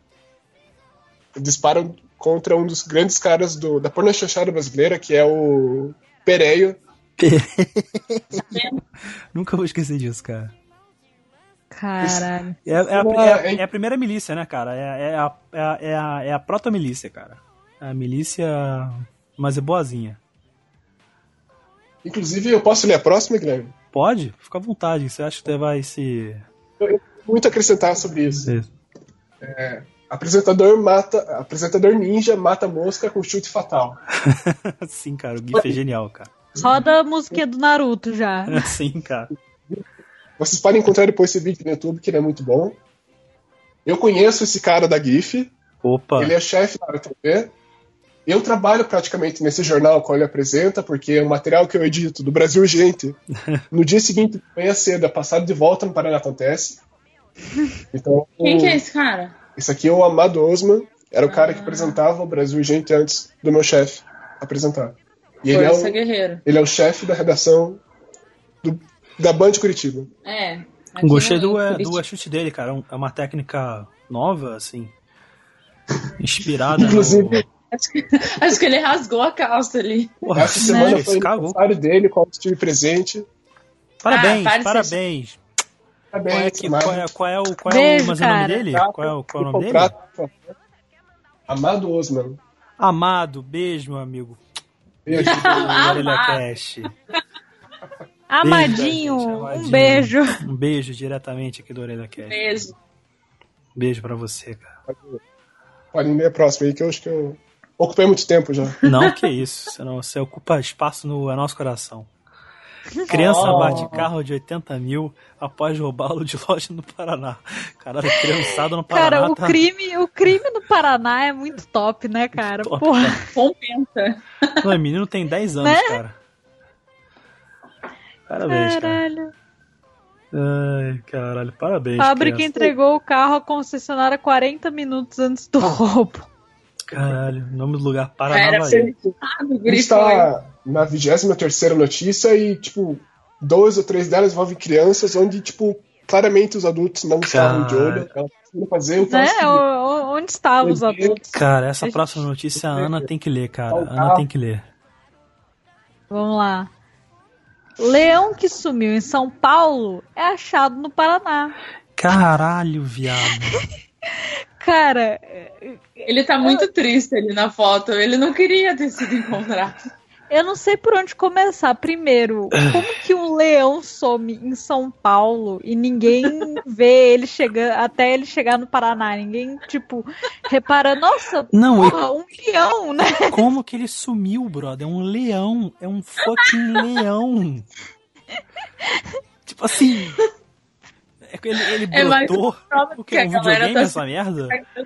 Speaker 6: Disparam contra um dos grandes caras do, da porno chanchada brasileira, que é o Pereio.
Speaker 1: Nunca vou esquecer disso, cara.
Speaker 2: Caralho.
Speaker 1: É, é a,
Speaker 6: Não,
Speaker 1: é a-
Speaker 6: é-
Speaker 1: é a primeira milícia, né, cara? É, é a, é, a, é, a, é a proto-milícia, cara. É a milícia. Mas é boazinha.
Speaker 6: Inclusive, eu posso ler a próxima, Guilherme?
Speaker 1: Pode? Fica à vontade. Você acha que você vai se.
Speaker 6: Muito a acrescentar sobre isso.
Speaker 1: se-
Speaker 6: Apresentador mata. Apresentador ninja mata mosca com chute fatal.
Speaker 1: Sim, cara. O GIF é genial, cara.
Speaker 2: Roda a musiquinha do Naruto já.
Speaker 1: Sim, cara.
Speaker 6: Vocês podem encontrar depois esse vídeo no YouTube, que ele é muito bom. Eu conheço esse cara da GIF,
Speaker 1: Opa.
Speaker 6: ele é chefe da RTV. Eu trabalho praticamente nesse jornal que ele apresenta, porque é um material que eu edito do Brasil Urgente. No dia seguinte, de manhã cedo, é passado de volta no Paraná Acontece. Então,
Speaker 3: Quem que é esse cara?
Speaker 6: esse aqui é o Amado Osman, era o cara que apresentava o Brasil Urgente antes do meu chefe apresentar. E ele é
Speaker 3: Força
Speaker 6: o,
Speaker 3: Guerreiro.
Speaker 6: Ele é o chefe da redação do- da Band Curitiba.
Speaker 3: É. aqui
Speaker 1: Gostei
Speaker 3: no-
Speaker 1: do, é,
Speaker 3: em
Speaker 1: do chute dele, cara. É um- É uma técnica nova, assim. Inspirada. né?
Speaker 6: Inclusive,
Speaker 1: no...
Speaker 3: Curitiba. Acho que ele rasgou a calça ali.
Speaker 1: Porra,
Speaker 6: essa semana
Speaker 1: esse é
Speaker 6: foi o
Speaker 1: cagou.
Speaker 6: aniversário dele, qual estive presente.
Speaker 1: Parabéns,
Speaker 3: Ah, para de ser-
Speaker 1: parabéns. Qual é,
Speaker 6: Parabéns,
Speaker 1: que,
Speaker 6: Amado.
Speaker 1: qual é, qual é o, qual é o,
Speaker 2: Beijo,
Speaker 1: mas é o nome
Speaker 2: cara.
Speaker 1: dele? Qual é, o- qual é o nome dele?
Speaker 6: Contrato, por favor. Amado Osman.
Speaker 1: Amado, beijo, meu amigo.
Speaker 6: Ele aqui.
Speaker 1: Orelha
Speaker 3: Amado.
Speaker 1: Cash.
Speaker 2: Amadinho,
Speaker 1: Beijo, gente,
Speaker 2: um
Speaker 1: amadinho.
Speaker 2: beijo.
Speaker 1: Um beijo diretamente aqui do Orelha Cash.
Speaker 3: Beijo.
Speaker 1: Beijo pra você, cara.
Speaker 6: Podem ler a próxima aí, que eu acho que eu ocupei muito tempo já.
Speaker 1: Não que isso, você, não, você ocupa espaço no é nosso coração. Criança
Speaker 3: Oh.
Speaker 1: bate carro de 80 mil após roubá-lo de loja no Paraná. Caralho, criançada no Paraná
Speaker 2: Cara, o
Speaker 1: tá
Speaker 2: crime, o crime no Paraná é muito top, né, cara?
Speaker 1: Top,
Speaker 2: Porra.
Speaker 3: Compensa.
Speaker 1: Não, o menino tem 10 anos,
Speaker 2: Né?
Speaker 1: cara. Parabéns, cara.
Speaker 2: Caralho.
Speaker 1: Ai, caralho, parabéns.
Speaker 2: Fábrica
Speaker 1: criança.
Speaker 2: entregou o carro à concessionária 40 minutos antes do roubo.
Speaker 1: Caralho, nome do lugar, Paraná,
Speaker 3: Era
Speaker 1: Bahia.
Speaker 3: felicitado, o
Speaker 6: A gente
Speaker 3: guri foi.
Speaker 6: tá na 23 notícia e, tipo, duas ou três delas envolvem crianças, onde, tipo, claramente os adultos não estavam de olho. Elas não fazer um o que
Speaker 1: assim,
Speaker 6: elas
Speaker 2: Né? O-
Speaker 6: queriam.
Speaker 2: o- onde estavam os adultos?
Speaker 1: Cara, essa próxima notícia a Ana tem que ler, cara.
Speaker 3: um
Speaker 6: Tá, tá.
Speaker 1: Ana tem que ler.
Speaker 2: Vamos lá. Leão que sumiu em São Paulo é achado no Paraná.
Speaker 1: Caralho, viado.
Speaker 2: Cara,
Speaker 3: Ele tá muito triste ali na foto. Ele não queria ter sido encontrado.
Speaker 2: Eu não sei por onde começar. Primeiro, como que um leão some em São Paulo e ninguém vê ele chegando até ele chegar no Paraná? Ninguém, tipo, repara, nossa,
Speaker 1: Não, e
Speaker 2: porra, um leão, né?
Speaker 1: como que ele sumiu, brother? É um leão. É um fucking leão. Tipo assim. é que Ele, ele
Speaker 3: É mais
Speaker 1: botou
Speaker 3: prova
Speaker 1: o
Speaker 3: de
Speaker 1: que?
Speaker 3: que a
Speaker 1: Um
Speaker 3: galera
Speaker 1: videogame
Speaker 3: tá
Speaker 1: essa merda? É.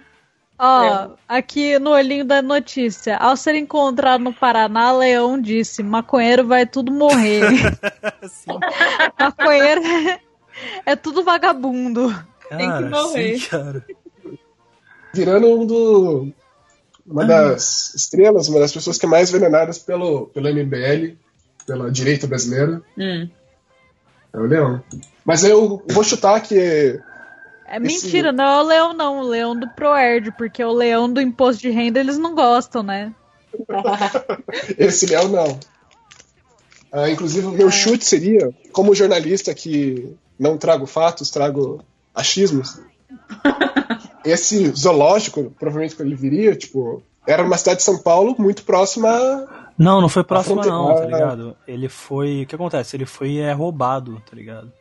Speaker 2: Ó, aqui no olhinho da notícia. Ao ser encontrado no Paraná, leão disse: maconheiro vai tudo morrer.
Speaker 1: Assim,
Speaker 2: maconheiro é tudo vagabundo.
Speaker 3: que
Speaker 1: cara,
Speaker 3: morrer.
Speaker 1: Sim, cara.
Speaker 6: virando um do,
Speaker 1: Uhum.
Speaker 6: uma das estrelas, uma das pessoas que é mais venenadas pelo, pelo MBL, pela direita brasileira,
Speaker 3: Hum.
Speaker 6: é o Leão. Mas eu vou chutar que é-
Speaker 2: É
Speaker 6: Esse-
Speaker 2: mentira, não é o leão, não. O leão do Proerd, porque o leão do imposto de renda eles não gostam, né?
Speaker 6: esse Leão não. Ah, inclusive, o
Speaker 2: É.
Speaker 6: meu chute seria, como jornalista que não trago fatos, trago achismos, esse zoológico, provavelmente que ele viria, tipo, era uma cidade de São Paulo muito próxima a
Speaker 1: Não, não foi próximo
Speaker 6: Aconte-
Speaker 1: não, tá
Speaker 6: Ah.
Speaker 1: ligado? Ele foi. O que acontece? Ele foi é, roubado, tá ligado?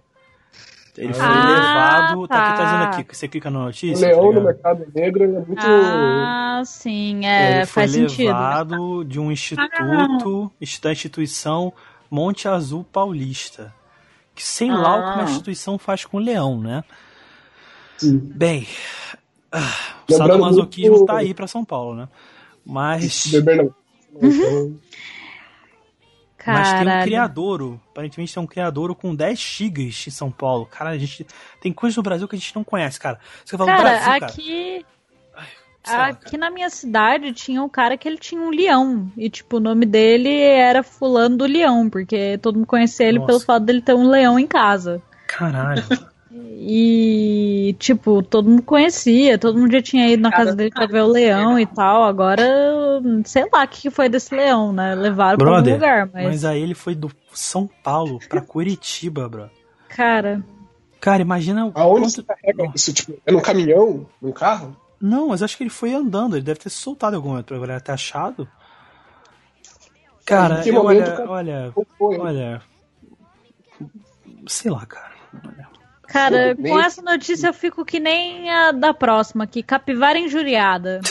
Speaker 1: Ele foi
Speaker 2: Ah,
Speaker 1: levado. Tá aqui, tá
Speaker 2: tá.
Speaker 1: dizendo aqui. Você clica na
Speaker 6: um
Speaker 1: notícia? tá
Speaker 6: leão no
Speaker 1: ligado?
Speaker 6: mercado negro, é muito...
Speaker 2: Ah, sim, é,
Speaker 1: ele foi
Speaker 2: faz sentido. Ah.
Speaker 1: levado de um instituto, da instituição Monte Azul Paulista. Que sei lá o que
Speaker 3: Ah.
Speaker 1: uma instituição faz com o leão, né?
Speaker 6: Sim.
Speaker 1: Bem, ah, o
Speaker 6: Lembrando
Speaker 1: sadomasoquismo
Speaker 6: muito-
Speaker 1: tá aí pra São Paulo, né? Mas,
Speaker 6: Beber não.
Speaker 2: Uhum.
Speaker 6: Então,
Speaker 1: mas tem um
Speaker 2: Caralho.
Speaker 1: criadouro. Aparentemente tem um criadouro com 10 tigres em São Paulo. Cara, a gente. Tem coisas no Brasil que a gente não conhece, cara. Você fala do
Speaker 2: Cara,
Speaker 1: Brasil, tá, assim, cara.
Speaker 2: aqui,
Speaker 1: Sei lá, cara.
Speaker 2: aqui na minha cidade tinha um cara que ele tinha um leão. E, tipo, o nome dele era Fulano do Leão, porque todo mundo conhecia ele
Speaker 1: Nossa.
Speaker 2: pelo fato dele ter um leão em casa.
Speaker 1: Caralho.
Speaker 2: E, tipo, todo mundo conhecia, todo mundo já tinha ido na
Speaker 3: Cara,
Speaker 2: casa dele pra ver o leão e tal. Agora, sei lá o que que foi desse leão, né? Levaram pra algum
Speaker 1: Brother,
Speaker 2: lugar, mas,
Speaker 1: Mas aí ele foi do São Paulo pra Curitiba, bro.
Speaker 2: cara,
Speaker 1: Cara, imagina o
Speaker 6: aonde
Speaker 1: quanto-
Speaker 6: você carrega isso? Tipo, é num caminhão? Num carro?
Speaker 1: Não, mas acho que ele foi andando, ele deve ter soltado algum momento pra galera ter achado. Cara,
Speaker 6: Em que
Speaker 1: eu-
Speaker 6: momento,
Speaker 1: olha,
Speaker 6: cara?
Speaker 1: olha,
Speaker 6: Ou foi?
Speaker 1: olha. Sei lá, cara.
Speaker 2: cara,
Speaker 6: Pô, nem-
Speaker 2: com essa notícia eu fico que nem a da próxima aqui, capivara injuriada.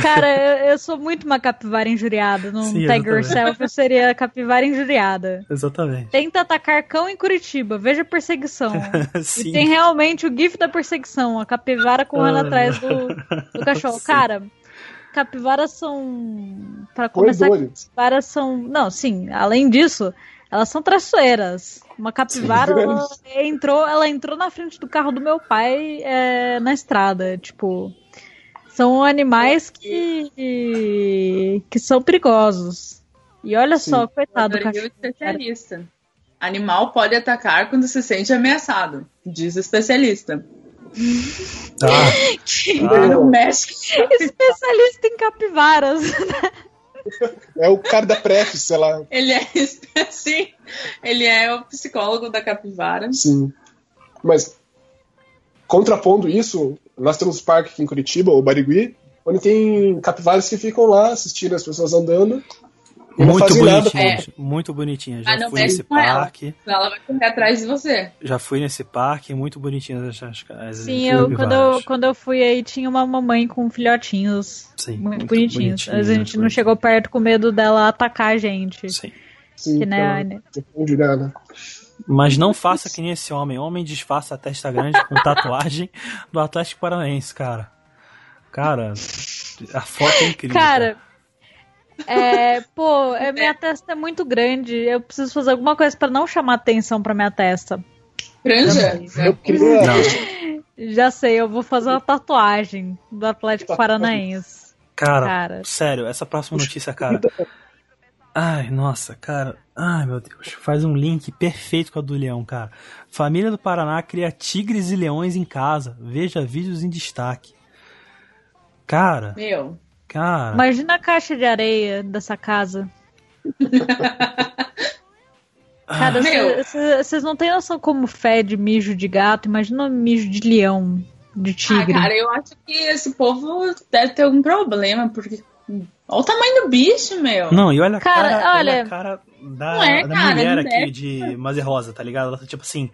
Speaker 2: Cara, eu, eu sou muito uma capivara injuriada. Num
Speaker 1: Sim, eu
Speaker 2: Tag
Speaker 1: também.
Speaker 2: Yourself eu seria a capivara injuriada.
Speaker 1: Exatamente.
Speaker 2: Tenta atacar cão em Curitiba, veja perseguição. E
Speaker 1: Sim.
Speaker 2: tem realmente o gif da perseguição, a capivara correndo
Speaker 1: Ah.
Speaker 2: atrás do, do cachorro. Cara, capivaras são. Pra começar,
Speaker 6: Corredores.
Speaker 2: capivaras são. Não, sim, além disso, elas são traiçoeiras. Uma capivara
Speaker 6: Sim.
Speaker 2: ela entrou, ela entrou na frente do carro do meu pai é, na estrada. Tipo, são animais que, que são perigosos. E olha
Speaker 6: Sim.
Speaker 2: só, coitado do
Speaker 3: Rodrigo é
Speaker 2: cachorro. cara.
Speaker 3: especialista. Animal pode atacar quando se sente ameaçado, diz o especialista.
Speaker 1: Tá.
Speaker 3: Ele
Speaker 1: Ah,
Speaker 3: não mexe.
Speaker 2: Especialista em capivaras.
Speaker 6: É o cara da Pref, sei lá.
Speaker 3: Ele é espe- sim, ele é o psicólogo da capivara.
Speaker 6: Sim. Mas, contrapondo isso, nós temos um parque aqui em Curitiba, o Barigui, onde tem capivaras que ficam lá assistindo as pessoas andando. E não
Speaker 1: muito
Speaker 6: fazem nada.
Speaker 1: bonitinha, gente, muito bonitinha. Já
Speaker 3: Ah, não
Speaker 1: fui
Speaker 3: mexe
Speaker 1: nesse
Speaker 2: é.
Speaker 3: com ela.
Speaker 1: parque,
Speaker 3: Ela vai correr atrás de você.
Speaker 1: já fui nesse parque, muito bonitinha as, as, as
Speaker 2: Sim, eu, quando, eu,
Speaker 1: capivaras.
Speaker 2: quando eu fui aí tinha uma mamãe com filhotinhos.
Speaker 1: Sim,
Speaker 2: muito,
Speaker 1: muito
Speaker 2: bonitinhos. Mas a
Speaker 1: bonitinhos, né,
Speaker 2: gente não
Speaker 1: muito.
Speaker 2: chegou perto com medo dela atacar a gente.
Speaker 1: Sim.
Speaker 6: Sim,
Speaker 2: Que, né,
Speaker 6: pela- onde, né, né?
Speaker 1: Mas não faça que nem esse homem. Homem disfarça a testa grande com tatuagem do Atlético Paranaense, cara. Cara, a foto é incrível.
Speaker 2: Cara, é, pô, é, minha testa é muito grande. Eu preciso fazer alguma coisa pra não chamar atenção pra minha testa.
Speaker 3: Franja?
Speaker 6: Eu queria.
Speaker 1: Não,
Speaker 2: Já sei, eu vou fazer uma tatuagem do Atlético Paranaense.
Speaker 1: cara,
Speaker 2: Cara.
Speaker 1: sério, essa próxima notícia, cara. Ai, nossa, cara. Ai, meu Deus. Faz um link perfeito com a do leão, cara. Família do Paraná cria tigres e leões em casa. Veja vídeos em destaque. Cara,
Speaker 3: Meu.
Speaker 1: cara.
Speaker 2: Imagina a caixa de areia dessa casa. Cara,
Speaker 3: Ah, Meu.
Speaker 2: vocês não têm noção como fede mijo de gato? Imagina um mijo de leão, de
Speaker 3: Ah,
Speaker 2: tigre.
Speaker 3: cara, eu acho que esse povo deve ter algum problema, porque. Olha o tamanho do bicho, meu.
Speaker 1: Ah, Não, e olha a
Speaker 2: Cara,
Speaker 1: cara,
Speaker 2: olha-
Speaker 1: olha a cara da,
Speaker 3: Não é,
Speaker 1: da
Speaker 3: cara,
Speaker 1: mulher
Speaker 3: não
Speaker 1: aqui
Speaker 3: deve.
Speaker 1: de Mazer Rosa, tá ligado? Ela tá tipo assim,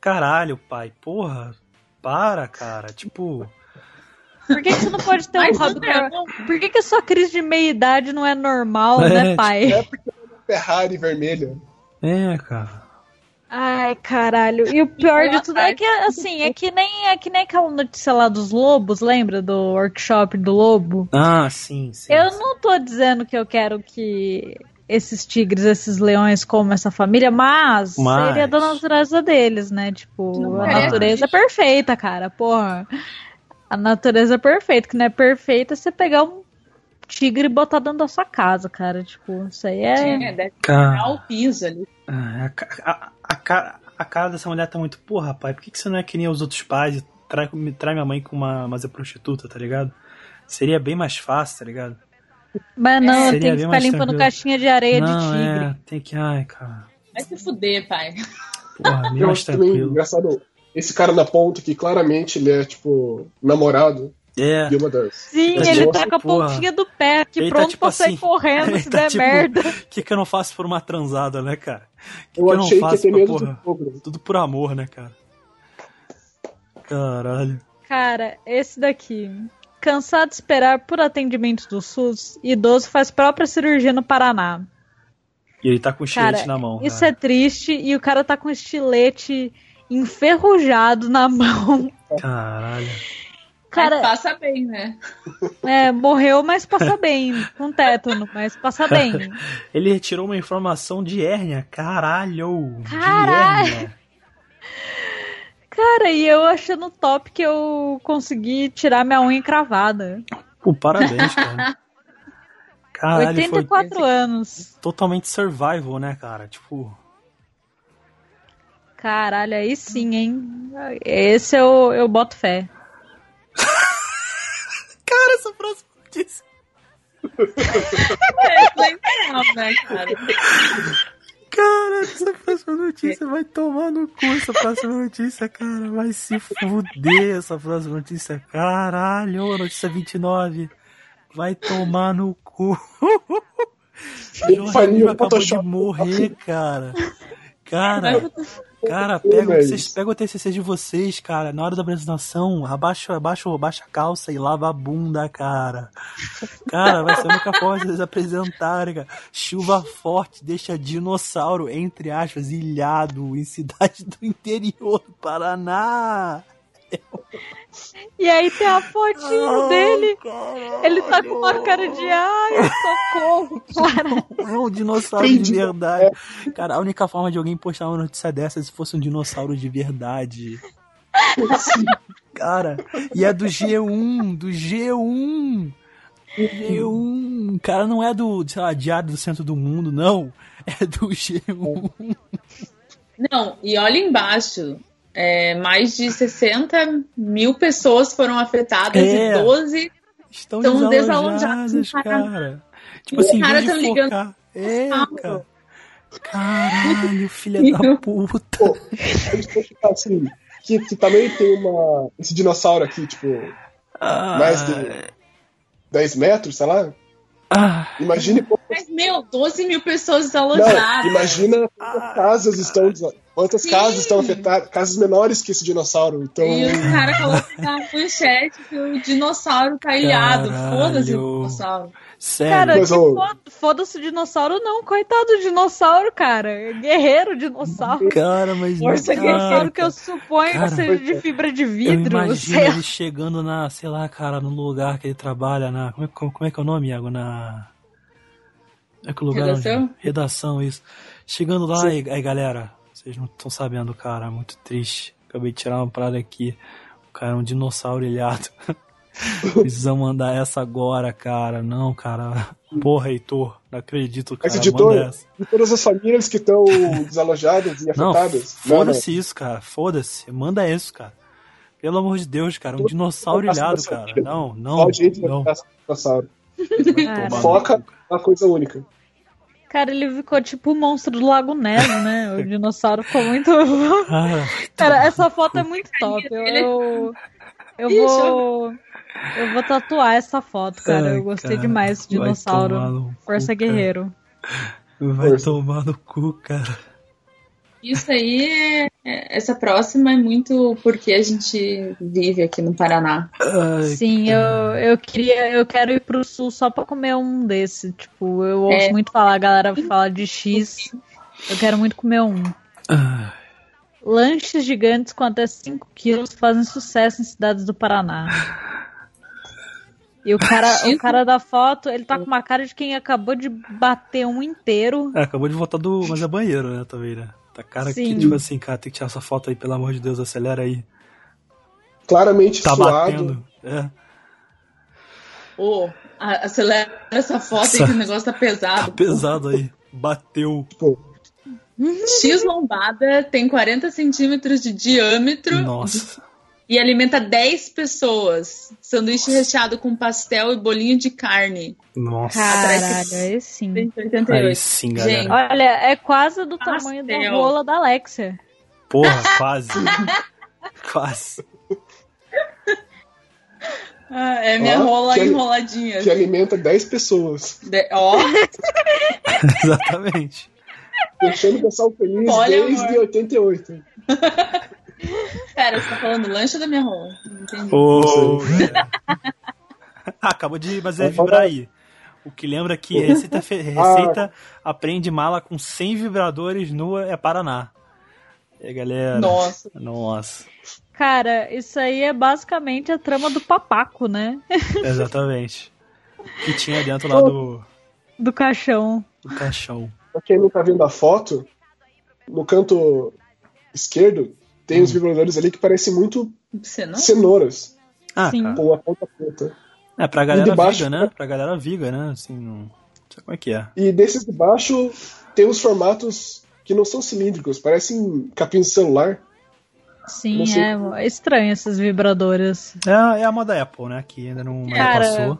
Speaker 1: caralho, pai, porra, para, cara. Tipo,
Speaker 2: Por que, que você não pode ter um
Speaker 3: Mas
Speaker 2: hobby?
Speaker 3: não
Speaker 2: cara?
Speaker 3: é,
Speaker 2: Por que, que a sua crise de meia-idade não é normal,
Speaker 1: É,
Speaker 2: né,
Speaker 1: tipo,
Speaker 2: pai?
Speaker 6: Ferrari vermelha.
Speaker 1: é, cara.
Speaker 2: Ai, caralho. E o pior de tudo é que, assim, é que nem, é que nem aquela notícia lá dos lobos, lembra? Do workshop do lobo.
Speaker 1: Ah, sim, sim.
Speaker 2: Eu
Speaker 1: sim.
Speaker 2: não tô dizendo que eu quero que esses tigres, esses leões comam essa família, mas,
Speaker 1: Mas-
Speaker 2: seria da natureza deles, né? Tipo,
Speaker 3: Não
Speaker 2: a
Speaker 1: é.
Speaker 2: natureza é perfeita, cara, porra. A natureza é perfeita, que não é perfeita é você pegar um tigre e botar dentro da sua casa, cara. Tipo, isso aí é...
Speaker 3: É, deve
Speaker 1: Cara,
Speaker 3: tirar o piso ali.
Speaker 1: ah, a, ca- a- a cara, a cara dessa mulher tá muito, porra, pai, por que, que você não é que nem os outros pais e trai, me trai minha mãe com uma Mazer prostituta, tá ligado? Seria bem mais fácil, tá ligado?
Speaker 2: Mas não,
Speaker 1: Seria
Speaker 2: tem que
Speaker 1: bem
Speaker 2: ficar
Speaker 1: mais
Speaker 2: limpando
Speaker 1: tranquilo.
Speaker 2: caixinha de areia
Speaker 1: Não,
Speaker 2: de tigre.
Speaker 1: é, tem que. Ai, cara.
Speaker 3: Vai se fuder, pai.
Speaker 1: Porra, bem
Speaker 6: Eu
Speaker 1: mais
Speaker 6: acho também
Speaker 1: tranquilo.
Speaker 6: engraçado esse cara na ponta que claramente ele é, tipo, namorado
Speaker 1: É.
Speaker 6: de uma das.
Speaker 2: Sim,
Speaker 6: Mas
Speaker 2: ele
Speaker 6: eu
Speaker 2: tá
Speaker 1: acho,
Speaker 2: com a
Speaker 1: porra,
Speaker 2: pontinha do pé aqui,
Speaker 1: ele tá
Speaker 2: pronto
Speaker 1: tipo
Speaker 2: pra sair
Speaker 1: assim,
Speaker 2: correndo se
Speaker 1: ele tá
Speaker 2: der
Speaker 1: tipo-
Speaker 2: merda.
Speaker 1: O que, que eu não faço por uma transada, né, cara? O que,
Speaker 6: Eu
Speaker 1: que eu não
Speaker 6: achei que ia
Speaker 1: faço
Speaker 6: ter
Speaker 1: pra
Speaker 6: medo do
Speaker 1: porra?
Speaker 6: fogo.
Speaker 1: Tudo por amor, né, cara? Caralho.
Speaker 2: Cara, esse daqui. Cansado de esperar por atendimento do SUS, idoso faz própria cirurgia no Paraná.
Speaker 1: E ele tá com o
Speaker 2: Cara,
Speaker 1: estilete na mão.
Speaker 2: Isso
Speaker 1: cara.
Speaker 2: é triste e o cara tá com estilete enferrujado na mão.
Speaker 1: Caralho.
Speaker 3: Mas
Speaker 2: Cara,
Speaker 3: passa bem, né?
Speaker 2: é, morreu, mas passa bem. Com tétano, mas passa bem.
Speaker 1: Ele retirou uma informação de hérnia. Caralho.
Speaker 2: Caralho.
Speaker 1: De hérnia.
Speaker 2: Cara, e eu achando top que eu consegui tirar minha unha cravada.
Speaker 1: Pô, parabéns, cara. Caralho, Ah, foi
Speaker 2: 84 anos.
Speaker 1: totalmente survival, né, cara? Tipo,
Speaker 2: Caralho, aí sim, hein? Esse eu, eu boto fé.
Speaker 1: Cara, essa frase disse.
Speaker 3: É legal, né, cara?
Speaker 1: Cara, essa próxima notícia vai tomar no cu. Essa próxima notícia, cara, vai se fuder. Essa próxima notícia, caralho. Notícia 29. Vai tomar no cu. Jorge
Speaker 6: Faninho,
Speaker 1: Miro acabou de
Speaker 6: Photoshop.
Speaker 1: morrer, cara. Cara, cara,
Speaker 6: Ô,
Speaker 1: pega, o que
Speaker 6: velho.
Speaker 1: vocês, pega o TCC de vocês, cara. Na hora da apresentação, abaixa, abaixa, abaixa a calça e lava a bunda, cara. Cara, vai ser a única forma de vocês apresentarem, cara. Chuva forte deixa dinossauro, entre aspas, ilhado em cidade do interior do Paraná.
Speaker 2: E aí tem a fotinho
Speaker 1: Ah,
Speaker 2: dele.
Speaker 1: caralho.
Speaker 2: Ele tá com uma cara de ai, socorro, cara.
Speaker 1: É um dinossauro de verdade.
Speaker 3: É.
Speaker 1: Cara, a única forma de alguém postar uma notícia dessa é se fosse um dinossauro de verdade. Cara, e é do G1, do G1. G1. Cara, não é do, sei lá, Diário do Centro do Mundo, não. É do G1.
Speaker 3: Não, e olha embaixo. é, mais de 60 mil pessoas foram afetadas
Speaker 1: É.
Speaker 3: e 12.
Speaker 1: Estão
Speaker 3: Estão
Speaker 1: desalojadas,
Speaker 3: desalojados, cara.
Speaker 1: cara. Tipo assim, em
Speaker 3: Cara,
Speaker 1: vez de
Speaker 3: tão ligando
Speaker 1: focar. É,
Speaker 3: pro
Speaker 1: cara. Caralho, filha da puta.
Speaker 6: A gente pode ficar assim, que, que também tem uma. Esse dinossauro aqui, tipo, mais de 10 metros, sei lá.
Speaker 1: Ah.
Speaker 6: Imagine
Speaker 3: Mas, meu, 12 mil pessoas desalojadas.
Speaker 6: Não, imagina quantas casas estão quantas
Speaker 3: Sim.
Speaker 6: casas estão afetadas, casas menores que esse dinossauro. Então,
Speaker 3: E os caras colocam na manchete que o dinossauro tá ilhado.
Speaker 1: Caralho.
Speaker 3: Foda-se o dinossauro.
Speaker 1: Sério.
Speaker 2: Cara,
Speaker 6: Mas,
Speaker 2: que
Speaker 6: ô-
Speaker 2: foda- foda-se o dinossauro, não. Coitado do dinossauro, cara. Guerreiro dinossauro.
Speaker 1: Cara, mas.
Speaker 3: Força
Speaker 1: cara,
Speaker 2: Dinossauro que é eu suponho
Speaker 1: Cara,
Speaker 2: que seja de fibra de
Speaker 1: eu
Speaker 2: vidro.
Speaker 1: imagino
Speaker 2: sei lá.
Speaker 1: ele chegando na, sei lá, cara, no lugar que ele trabalha, na. Como é, como, como é que é o nome, Iago? Na. É que o lugar
Speaker 3: Redação?
Speaker 1: onde- Redação, isso. Chegando lá, aí, aí, galera, vocês não estão sabendo, cara, é muito triste. Acabei de tirar uma parada aqui. O cara é um dinossauro ilhado. Precisamos mandar essa agora, cara. Não, cara. Porra, Heitor. Não acredito, cara.
Speaker 6: mas
Speaker 1: Manda
Speaker 6: editor,
Speaker 1: essa.
Speaker 6: e todas as famílias que estão desalojadas e
Speaker 1: Não,
Speaker 6: afetadas.
Speaker 1: foda-se isso, cara. Foda-se. Manda isso, cara. Pelo amor de Deus, cara. Um
Speaker 6: Todo
Speaker 1: dinossauro
Speaker 6: mundo passa
Speaker 1: ilhado,
Speaker 6: dessa
Speaker 1: cara.
Speaker 6: vida.
Speaker 1: Não, não,
Speaker 6: Só o jeito
Speaker 1: não.
Speaker 6: vai ficar dinossauro.
Speaker 1: Tomar no
Speaker 6: Foca
Speaker 1: cu.
Speaker 6: uma coisa única.
Speaker 2: Cara, ele ficou tipo o monstro do Lago Neve, né? O dinossauro ficou muito.
Speaker 1: Cara,
Speaker 2: Cara, essa foto é muito top. Eu, eu, eu vou. Eu vou tatuar essa foto, cara. Eu
Speaker 1: ai,
Speaker 2: gostei
Speaker 1: cara.
Speaker 2: demais desse
Speaker 1: Vai tomar
Speaker 2: dinossauro.
Speaker 1: no cu,
Speaker 2: Força
Speaker 1: cara.
Speaker 2: Guerreiro.
Speaker 1: Vai
Speaker 6: Força.
Speaker 1: tomar no cu, cara.
Speaker 3: Isso aí é, é- Essa próxima é muito porque a gente vive aqui no Paraná.
Speaker 1: Ai,
Speaker 2: Sim, eu, eu queria. Eu quero ir pro sul só pra comer um desse. Tipo, eu ouço
Speaker 3: É.
Speaker 2: muito falar, a galera fala de X. Eu quero muito comer um.
Speaker 1: ai.
Speaker 2: Lanches gigantes com até 5 quilos fazem sucesso em cidades do Paraná. E o cara, o cara da foto, ele tá com uma cara de quem acabou de bater um inteiro.
Speaker 1: É, acabou de voltar do. Mas é banheiro, né? Também, né? Tá cara aqui,
Speaker 2: Sim.
Speaker 1: tipo assim, cara, tem que tirar essa foto aí, pelo amor de Deus, acelera aí.
Speaker 6: Claramente
Speaker 1: Tá
Speaker 6: suado.
Speaker 1: batendo. É.
Speaker 3: Ô, a- acelera essa foto aí que o negócio tá
Speaker 1: Tá
Speaker 3: pesado.
Speaker 1: pesado aí. Bateu.
Speaker 3: X lombada tem 40 centímetros de diâmetro,
Speaker 1: Nossa.
Speaker 3: e alimenta 10 pessoas. Sanduíche recheado com pastel e bolinho de carne.
Speaker 1: Nossa.
Speaker 2: Caralho, aí sim.
Speaker 3: 188.
Speaker 1: Aí sim, galera.
Speaker 3: Gente.
Speaker 2: Olha, é quase do tamanho da
Speaker 3: Pastel.
Speaker 2: rola da Alexia.
Speaker 1: Porra, quase. quase.
Speaker 3: Ah, é minha
Speaker 6: Ó,
Speaker 3: rola
Speaker 6: que-
Speaker 3: enroladinha.
Speaker 6: Que alimenta 10 pessoas.
Speaker 3: De- Ó,
Speaker 1: Exatamente.
Speaker 6: Deixando o pessoal feliz
Speaker 3: Olha,
Speaker 6: desde
Speaker 3: amor.
Speaker 6: 88.
Speaker 3: pera, você tá falando lanche da minha rola? Não entendi.
Speaker 1: Ô, galera. Ah, Acabou de fazer vibrar aí. O que lembra que receita, fe- receita aprende mala com 100 vibradores nua é Paraná. E aí, galera.
Speaker 3: Nossa.
Speaker 1: Nossa.
Speaker 2: Cara, isso aí é basicamente a trama do papaco, né?
Speaker 1: Exatamente. Que tinha dentro lá do,
Speaker 2: Do caixão.
Speaker 1: do caixão.
Speaker 6: Pra quem não tá vendo a foto, no canto esquerdo tem
Speaker 1: Hum.
Speaker 6: os vibradores ali que parecem muito
Speaker 3: Você não?
Speaker 6: cenouras.
Speaker 1: Ah,
Speaker 2: Sim.
Speaker 1: cara.
Speaker 6: Com a ponta preta.
Speaker 1: É pra galera
Speaker 6: E debaixo-
Speaker 1: viga, né? Pra galera viga, né? Assim, não... não sei como é que é.
Speaker 6: E desses de baixo tem os formatos que não são cilíndricos, parecem capinhos de celular.
Speaker 2: Sim,
Speaker 6: Não sei.
Speaker 2: é estranho esses vibradores.
Speaker 1: É, a- é a moda Apple, né? Que ainda não ainda
Speaker 2: Cara,
Speaker 1: passou.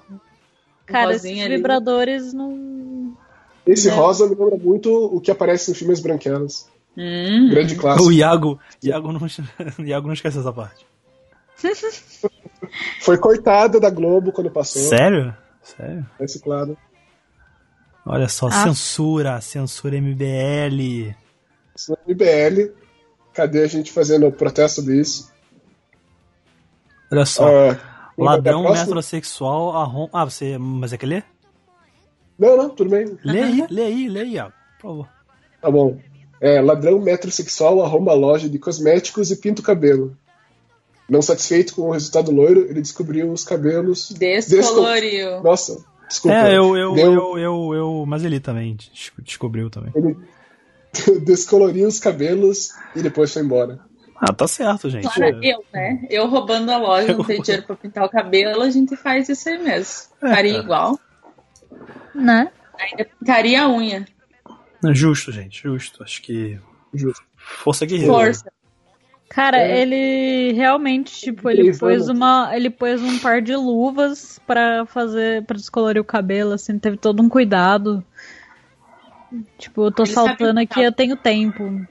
Speaker 2: Cara,
Speaker 3: rosinha
Speaker 2: esses
Speaker 3: ali.
Speaker 2: vibradores não.
Speaker 6: Esse
Speaker 3: É.
Speaker 6: rosa me lembra muito o que aparece em filmes branquelas.
Speaker 3: Hum.
Speaker 6: Grande
Speaker 1: O
Speaker 6: clássico.
Speaker 1: Iago, Iago, não, Iago não esquece essa parte.
Speaker 6: Foi cortado da Globo quando passou. tá
Speaker 1: Sério? Sério?
Speaker 6: Reciclado.
Speaker 1: Olha só,
Speaker 2: Ah.
Speaker 1: censura, censura MBL.
Speaker 6: Isso é IBL. Cadê a gente fazendo protesto disso?
Speaker 1: Olha só,
Speaker 6: Ah,
Speaker 1: ladrão
Speaker 6: é a próxima?
Speaker 1: metrosexual arrom... Ah, você... Mas é que ler?
Speaker 6: Não, não, tudo bem.
Speaker 1: Lê aí, lê aí, lê aí, Iago. Por favor.
Speaker 6: Tá bom. É, ladrão metrosexual arromba a loja de cosméticos e pinta o cabelo. Não satisfeito com o resultado loiro, ele descobriu os cabelos.
Speaker 3: Descoloriu.
Speaker 6: Nossa, desculpa.
Speaker 1: É, eu, eu,
Speaker 6: Deu-
Speaker 1: eu, eu, eu... Mas ele também des- descobriu também.
Speaker 6: Descoloriu os cabelos e depois foi embora.
Speaker 1: Ah, tá certo, gente.
Speaker 3: Claro, eu, né? Eu roubando a loja, não tenho dinheiro pra pintar o cabelo, a gente faz isso aí mesmo.
Speaker 1: É,
Speaker 3: Faria
Speaker 1: cara.
Speaker 3: igual.
Speaker 2: Né?
Speaker 3: Ainda pintaria a unha.
Speaker 1: É Justo, gente, justo. Acho que...
Speaker 6: Justo.
Speaker 1: Força guerreira.
Speaker 3: Força.
Speaker 2: Cara,
Speaker 6: É.
Speaker 2: ele realmente, tipo, ele
Speaker 6: Três
Speaker 2: pôs
Speaker 6: anos.
Speaker 2: uma. Ele pôs um par de luvas pra fazer. para descolorir o cabelo, assim, teve todo um cuidado. Tipo, eu tô
Speaker 3: Ele sabe tá.
Speaker 2: saltando aqui,
Speaker 3: pintar.
Speaker 2: eu tenho tempo.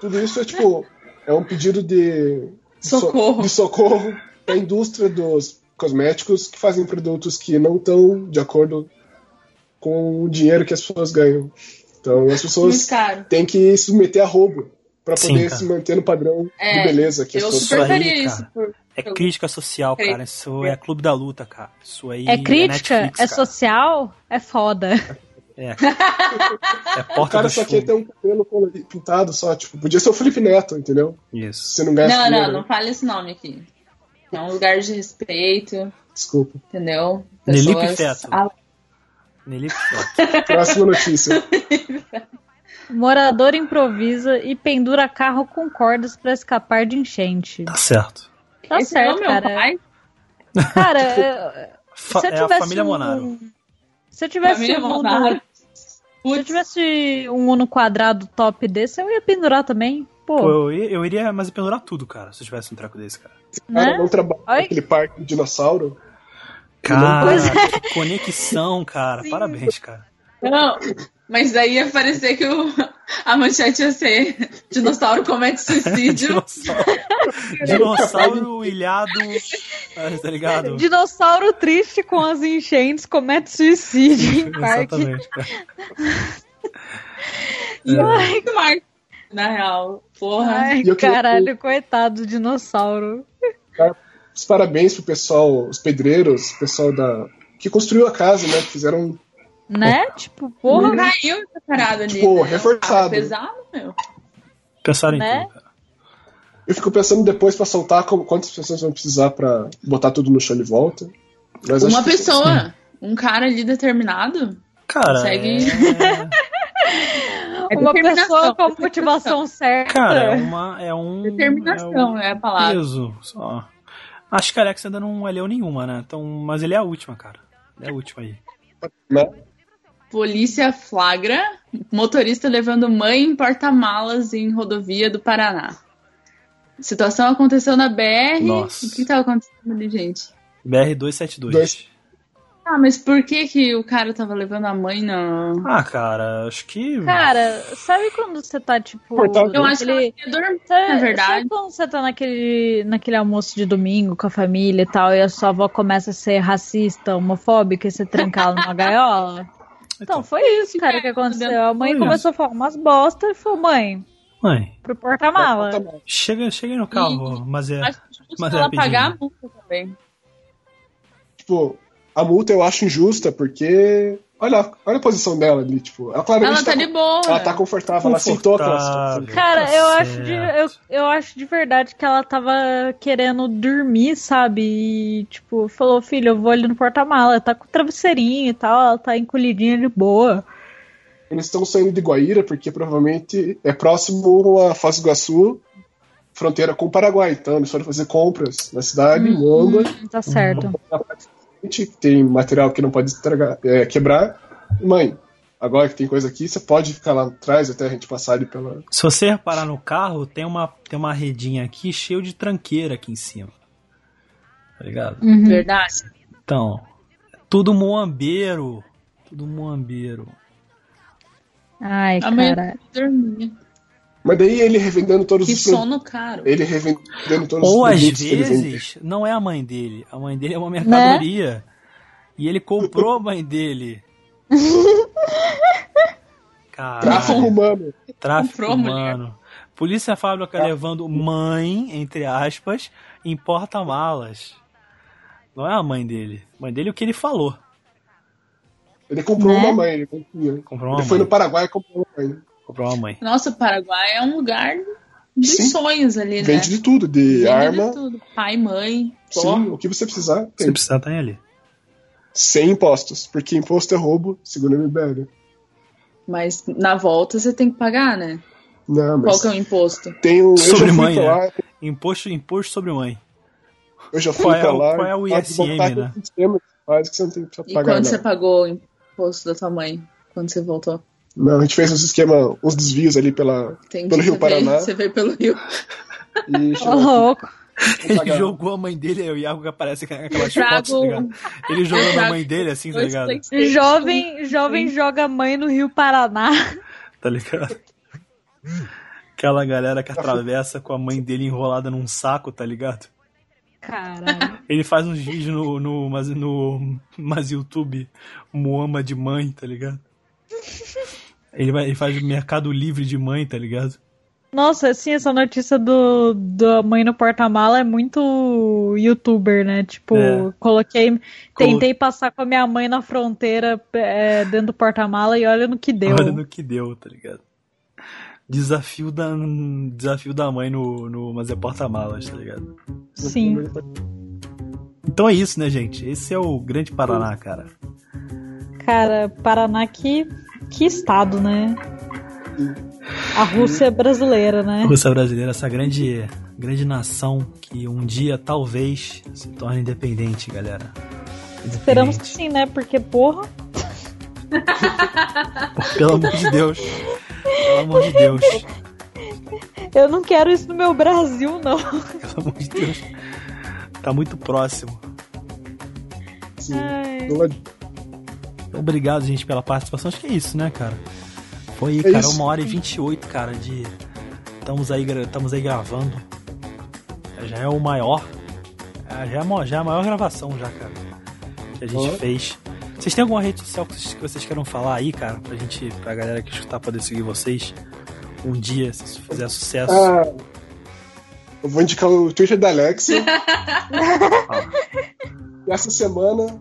Speaker 6: Tudo isso é tipo. É um pedido de. de so-
Speaker 3: Socorro.
Speaker 6: de socorro da indústria dos cosméticos que fazem produtos que não estão de acordo com o dinheiro que as pessoas ganham. Então as
Speaker 3: Muito
Speaker 6: pessoas
Speaker 3: caro.
Speaker 6: têm que se submeter a roubo para
Speaker 1: Sim,
Speaker 6: poder
Speaker 1: cara.
Speaker 6: se manter no padrão
Speaker 3: É,
Speaker 6: de beleza que as
Speaker 3: Eu
Speaker 6: pessoas
Speaker 1: super-
Speaker 3: super
Speaker 1: aí,
Speaker 3: faria
Speaker 1: cara.
Speaker 3: isso. Por...
Speaker 1: É crítica social,
Speaker 3: Cri-
Speaker 1: cara. Isso é clube da luta, cara. Isso aí
Speaker 2: É crítica?
Speaker 1: Netflix,
Speaker 2: é
Speaker 1: cara.
Speaker 2: social? É foda.
Speaker 1: É
Speaker 6: O
Speaker 1: porta
Speaker 6: cara
Speaker 1: do
Speaker 6: só quer
Speaker 1: fundo.
Speaker 6: ter um cabelo colorido, pintado só, tipo, podia ser o Felipe Neto, entendeu?
Speaker 1: Isso.
Speaker 6: Se você não gasta
Speaker 3: Não,
Speaker 6: dinheiro, né?
Speaker 3: não, não fala esse nome aqui. É um lugar de respeito,
Speaker 6: desculpa.
Speaker 3: entendeu?
Speaker 1: Nelipe
Speaker 3: Pessoas-
Speaker 1: Feto.
Speaker 3: Ah,
Speaker 1: Nelipe Feto.
Speaker 6: Próxima notícia.
Speaker 2: Morador improvisa e pendura carro com cordas pra escapar de enchente.
Speaker 1: Tá certo.
Speaker 2: Tá
Speaker 3: esse
Speaker 2: certo,
Speaker 3: nome é tipo, o
Speaker 2: cara.
Speaker 3: pai?
Speaker 2: Cara, eu-
Speaker 1: Fa-
Speaker 2: se eu
Speaker 1: é
Speaker 2: tivesse
Speaker 1: a família
Speaker 2: um...
Speaker 1: Monaro.
Speaker 2: Se eu tivesse
Speaker 3: Família
Speaker 2: um
Speaker 3: Monaro.
Speaker 2: Uno, se eu tivesse um Uno quadrado top desse, eu ia pendurar também. Pô,
Speaker 1: Pô, eu, ia- eu iria mais pendurar tudo, cara, se eu tivesse um treco desse, cara.
Speaker 6: Cara,
Speaker 2: né?
Speaker 6: não trabalha
Speaker 2: Ai.
Speaker 6: naquele parque de dinossauro.
Speaker 1: Cara,
Speaker 2: é.
Speaker 1: que conexão, cara. Parabéns, cara.
Speaker 3: Não, mas daí ia parecer que o, a manchete ia ser dinossauro comete suicídio.
Speaker 1: Dinossauro, dinossauro ilhado, ah, tá ligado?
Speaker 2: Dinossauro triste com as enchentes comete suicídio em parque.
Speaker 1: Exatamente, cara.
Speaker 3: E o Mark, na real. Porra.
Speaker 2: Ai,
Speaker 6: E eu queria-
Speaker 2: caralho, coitado do dinossauro.
Speaker 6: Os parabéns pro pessoal, os pedreiros, o pessoal da. que construiu a casa, né? Que fizeram.
Speaker 2: Né? Tipo,
Speaker 3: Porra,
Speaker 2: porra,
Speaker 3: caiu essa parada ali.
Speaker 6: Tipo,
Speaker 3: né?
Speaker 6: reforçado.
Speaker 3: Ah, pesado, meu.
Speaker 1: Pensaram em
Speaker 2: Né?
Speaker 1: tudo, cara.
Speaker 6: Eu fico pensando depois pra soltar como- quantas pessoas vão precisar pra botar tudo no chão de volta. Mas
Speaker 3: Uma
Speaker 6: acho que- é tipo assim.
Speaker 3: pessoa, um cara ali determinado,
Speaker 1: Cara,
Speaker 3: Consegue-
Speaker 1: é-
Speaker 3: É
Speaker 2: uma
Speaker 3: determinação,
Speaker 2: pessoa com a
Speaker 3: determinação.
Speaker 2: motivação certa.
Speaker 1: Cara, é uma. É um. é um
Speaker 2: né,
Speaker 3: Determinação é, a palavra.
Speaker 1: peso só. Acho que a Alex ainda não leu nenhuma, né? Então, mas ele é a última, cara. Ele é a última aí.
Speaker 6: né?
Speaker 3: Polícia flagra motorista levando mãe em porta-malas em rodovia do Paraná. Situação aconteceu na BR.
Speaker 1: Nossa.
Speaker 3: O que tava acontecendo ali, gente?
Speaker 1: BR-272.
Speaker 6: Dois.
Speaker 3: Ah, mas por que que o cara tava levando a mãe na...
Speaker 1: Ah, cara, acho que.
Speaker 2: Cara, sabe quando você tá, tipo.
Speaker 1: então,
Speaker 6: Portal-
Speaker 3: Eu acho que ela
Speaker 2: naquele-
Speaker 3: ia dormir.
Speaker 2: Sabe-
Speaker 3: na verdade.
Speaker 2: Sabe quando você tá naquele, naquele almoço de domingo com a família e tal, e a sua avó começa a ser racista, homofóbica, e você tranca ela numa gaiola? Então, foi isso, cara,
Speaker 3: é,
Speaker 2: que aconteceu. A mãe
Speaker 1: Foi
Speaker 2: começou a falar umas bosta e falou, mãe,
Speaker 1: Mãe,
Speaker 2: pro porta-mala.
Speaker 1: chega, chega no carro, mas é.
Speaker 3: Acho justo
Speaker 1: Mas
Speaker 3: ela
Speaker 1: rapidinho.
Speaker 3: pagar a multa também.
Speaker 6: Tipo, a multa eu acho injusta, porque. Olha, olha a posição dela ali, tipo. Ela claramente.
Speaker 3: Ela tá de boa.
Speaker 6: Ela tá confortável, ela aceitou aquela situação.
Speaker 2: Cara, eu
Speaker 1: Tá
Speaker 2: acho, de, eu,
Speaker 1: certo.
Speaker 2: eu acho de verdade que ela tava querendo dormir, sabe? E, tipo, falou, filho, eu vou ali no porta-mala. Tá com travesseirinho e tal, ela tá encolhidinha de boa.
Speaker 6: Eles estão saindo de Guaíra porque provavelmente é próximo à Foz do Iguaçu, fronteira com o Paraguai. Então eles foram fazer compras na cidade,
Speaker 3: Uhum.
Speaker 6: em Londres,
Speaker 2: Tá certo.
Speaker 6: na parte da frente, que tem material que não pode estragar, é, quebrar. Mãe, agora que tem coisa aqui, você pode ficar lá atrás até a gente passar ali pela.
Speaker 1: Se você reparar no carro, tem uma, tem uma redinha aqui cheia de tranqueira aqui em cima. Tá ligado?
Speaker 2: Uhum.
Speaker 3: Verdade.
Speaker 1: Então, tudo muambeiro. Tudo muambeiro.
Speaker 2: Ai,
Speaker 3: Amanhã
Speaker 2: cara.
Speaker 3: dormir.
Speaker 6: Mas daí ele revendendo todos
Speaker 3: Que
Speaker 6: os produtos.
Speaker 3: sono caro.
Speaker 6: Ele revendendo todos
Speaker 1: Ou
Speaker 6: os
Speaker 1: às
Speaker 6: produtos que ele vende.
Speaker 1: vezes, não é a mãe dele. A mãe dele é uma mercadoria. E ele comprou a mãe dele.
Speaker 6: Tráfico
Speaker 1: Caralho,
Speaker 6: humano.
Speaker 1: tráfico
Speaker 3: Comprou a mulher.
Speaker 1: humano. Polícia fábrica
Speaker 6: É.
Speaker 1: levando mãe, entre aspas, em porta-malas. Não é a mãe dele. Mãe dele é o que ele falou.
Speaker 6: Ele comprou
Speaker 2: Né?
Speaker 6: uma mãe, ele comprou.
Speaker 1: Comprou uma
Speaker 6: Ele foi
Speaker 1: mãe.
Speaker 6: no Paraguai e comprou uma mãe.
Speaker 1: Comprou uma mãe.
Speaker 3: Nossa, o Paraguai é um lugar de
Speaker 6: Sim.
Speaker 3: sonhos ali,
Speaker 6: Vende
Speaker 3: né?
Speaker 6: de tudo, de
Speaker 3: Vende
Speaker 6: arma.
Speaker 3: tudo. Pai, mãe, pó.
Speaker 6: Sim, o que você precisar, tem.
Speaker 1: Se precisar, tá aí ali.
Speaker 6: Sem impostos, porque imposto é roubo, segundo a né? MBL.
Speaker 3: Mas na volta você tem que pagar, né?
Speaker 6: Não,
Speaker 3: Qual
Speaker 6: mas
Speaker 3: que é o imposto?
Speaker 6: tem um. Eu já
Speaker 1: Sobre
Speaker 6: fui
Speaker 1: mãe,
Speaker 6: pra
Speaker 1: né?
Speaker 6: lá,
Speaker 1: Imposto, imposto sobre mãe.
Speaker 6: eu já fui
Speaker 1: Qual é
Speaker 6: pra
Speaker 1: o-
Speaker 6: lá.
Speaker 1: qual é o
Speaker 6: ah,
Speaker 1: ISM,
Speaker 6: vontade
Speaker 1: né?
Speaker 6: de sistema, Quase que você não tem que
Speaker 3: E
Speaker 6: pagar
Speaker 3: quando você
Speaker 6: nada.
Speaker 3: pagou o imposto da tua mãe? Quando você voltou?
Speaker 6: Não, a gente fez uns esquema, uns desvios ali pela,
Speaker 3: Tem
Speaker 6: pelo Rio
Speaker 3: você
Speaker 6: Paraná.
Speaker 3: Veio, você veio pelo Rio.
Speaker 1: Tá
Speaker 6: E
Speaker 2: Ô,
Speaker 3: Oh,
Speaker 2: louco.
Speaker 1: Ele
Speaker 6: pagar.
Speaker 1: jogou a mãe dele, é o Iago que aparece com aquelas
Speaker 3: Trago-
Speaker 1: fotos, tá ligado? Ele jogando a
Speaker 3: Trago
Speaker 1: mãe dele, assim, tá
Speaker 3: Dois
Speaker 1: ligado?
Speaker 3: PlayStation.
Speaker 2: Jovem, jovem joga mãe no Rio Paraná.
Speaker 1: Tá ligado? Aquela galera que atravessa com a mãe dele enrolada num saco, tá ligado?
Speaker 2: Caralho.
Speaker 1: Ele faz uns vídeos no, no, mas, no mas YouTube, Moama de mãe, tá ligado? Ele, vai, ele faz mercado livre de mãe, tá ligado?
Speaker 2: Nossa, assim, essa notícia do, da mãe no porta-mala é muito youtuber, né? Tipo,
Speaker 1: É.
Speaker 2: coloquei.
Speaker 1: Colo-
Speaker 2: Tentei passar com a minha mãe na fronteira é, dentro do porta-mala e olha no que deu.
Speaker 1: Olha no que deu, tá ligado? Desafio da, desafio da mãe no, no Mas é Porta-Malas, tá ligado?
Speaker 2: Sim.
Speaker 1: Então é isso, né, gente? Esse é o Grande Paraná, cara.
Speaker 2: Cara, Paraná que, que estado, né? A Rússia é brasileira, né?
Speaker 1: Rússia brasileira, essa grande, grande nação que um dia talvez se torne independente, galera.
Speaker 2: Esperamos que
Speaker 1: Independente.
Speaker 2: sim, né? Porque, porra.
Speaker 1: Pelo amor de Deus. Pelo amor de Deus.
Speaker 2: Eu não quero isso no meu Brasil, não.
Speaker 1: Pelo amor de Deus. Tá muito próximo.
Speaker 6: Sim,
Speaker 2: Ai.
Speaker 6: do lado-
Speaker 1: Obrigado, gente, pela participação. Acho que é isso, né, cara? Foi,
Speaker 6: É
Speaker 1: cara,
Speaker 6: isso.
Speaker 1: uma hora e 28, cara, de. Estamos aí, gra- estamos aí gravando. Já é o maior. é, Já é, a mo- já é a maior gravação, já, cara. Que a gente
Speaker 6: Ó.
Speaker 1: fez. Vocês têm alguma rede social que vocês, que vocês queiram falar aí, cara? Pra gente, pra galera que escutar poder seguir vocês. Um dia, se isso fizer sucesso.
Speaker 6: Ah, eu vou indicar o Twitter da Alexa. E Essa semana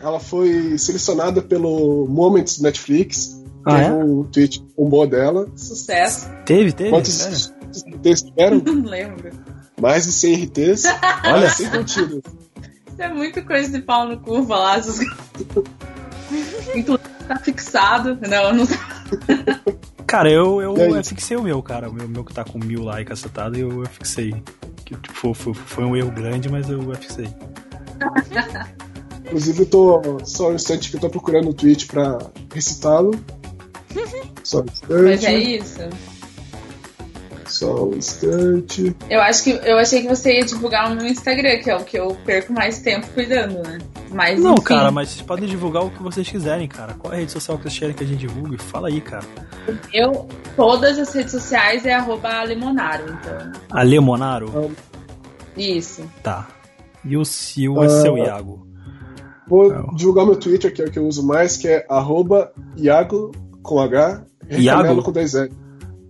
Speaker 6: ela foi selecionada pelo Moments Netflix.
Speaker 1: Ah,
Speaker 6: teve
Speaker 1: é?
Speaker 6: um tweet que bombou dela.
Speaker 3: um Sucesso.
Speaker 1: Teve, teve? Sério?
Speaker 6: Quantos RTs tiveram?
Speaker 3: Não lembro.
Speaker 6: Mais de 100 RTs.
Speaker 1: Olha.
Speaker 6: Olha, sem contigo.
Speaker 3: Isso é muita coisa de pau no cu falar essas coisas. Inclusive, tá fixado. Não, não tá.
Speaker 1: Cara, eu, eu,
Speaker 6: E aí?
Speaker 1: eu fixei o meu, cara. O meu, meu que tá com mil lá e cacetado, eu, eu fixei. Que, tipo, foi, foi, foi um erro grande, mas eu, eu fixei.
Speaker 6: Inclusive, eu tô. Só um instante que eu tô procurando o tweet pra
Speaker 1: é
Speaker 6: recitá-lo. Só um instante.
Speaker 3: Mas é isso.
Speaker 6: Só um instante.
Speaker 3: Eu acho que eu achei que você ia divulgar no meu Instagram, que é o que eu perco mais tempo cuidando, né? Mas
Speaker 1: Não,
Speaker 3: enfim,
Speaker 1: cara, mas vocês podem divulgar o que vocês quiserem, cara. Qual é a rede social que vocês querem que a gente divulgue? Fala aí, cara.
Speaker 3: eu todas as redes sociais é arroba Lemonaro, então.
Speaker 1: A Lemonaro?
Speaker 3: Isso.
Speaker 1: Tá. E o seu, o é seu
Speaker 6: Ah,
Speaker 1: Iago?
Speaker 6: Vou
Speaker 1: Não.
Speaker 6: divulgar meu Twitter, que é o que eu uso mais, que é arroba Iago com H. Recanelo
Speaker 1: Iago?
Speaker 6: com dois L.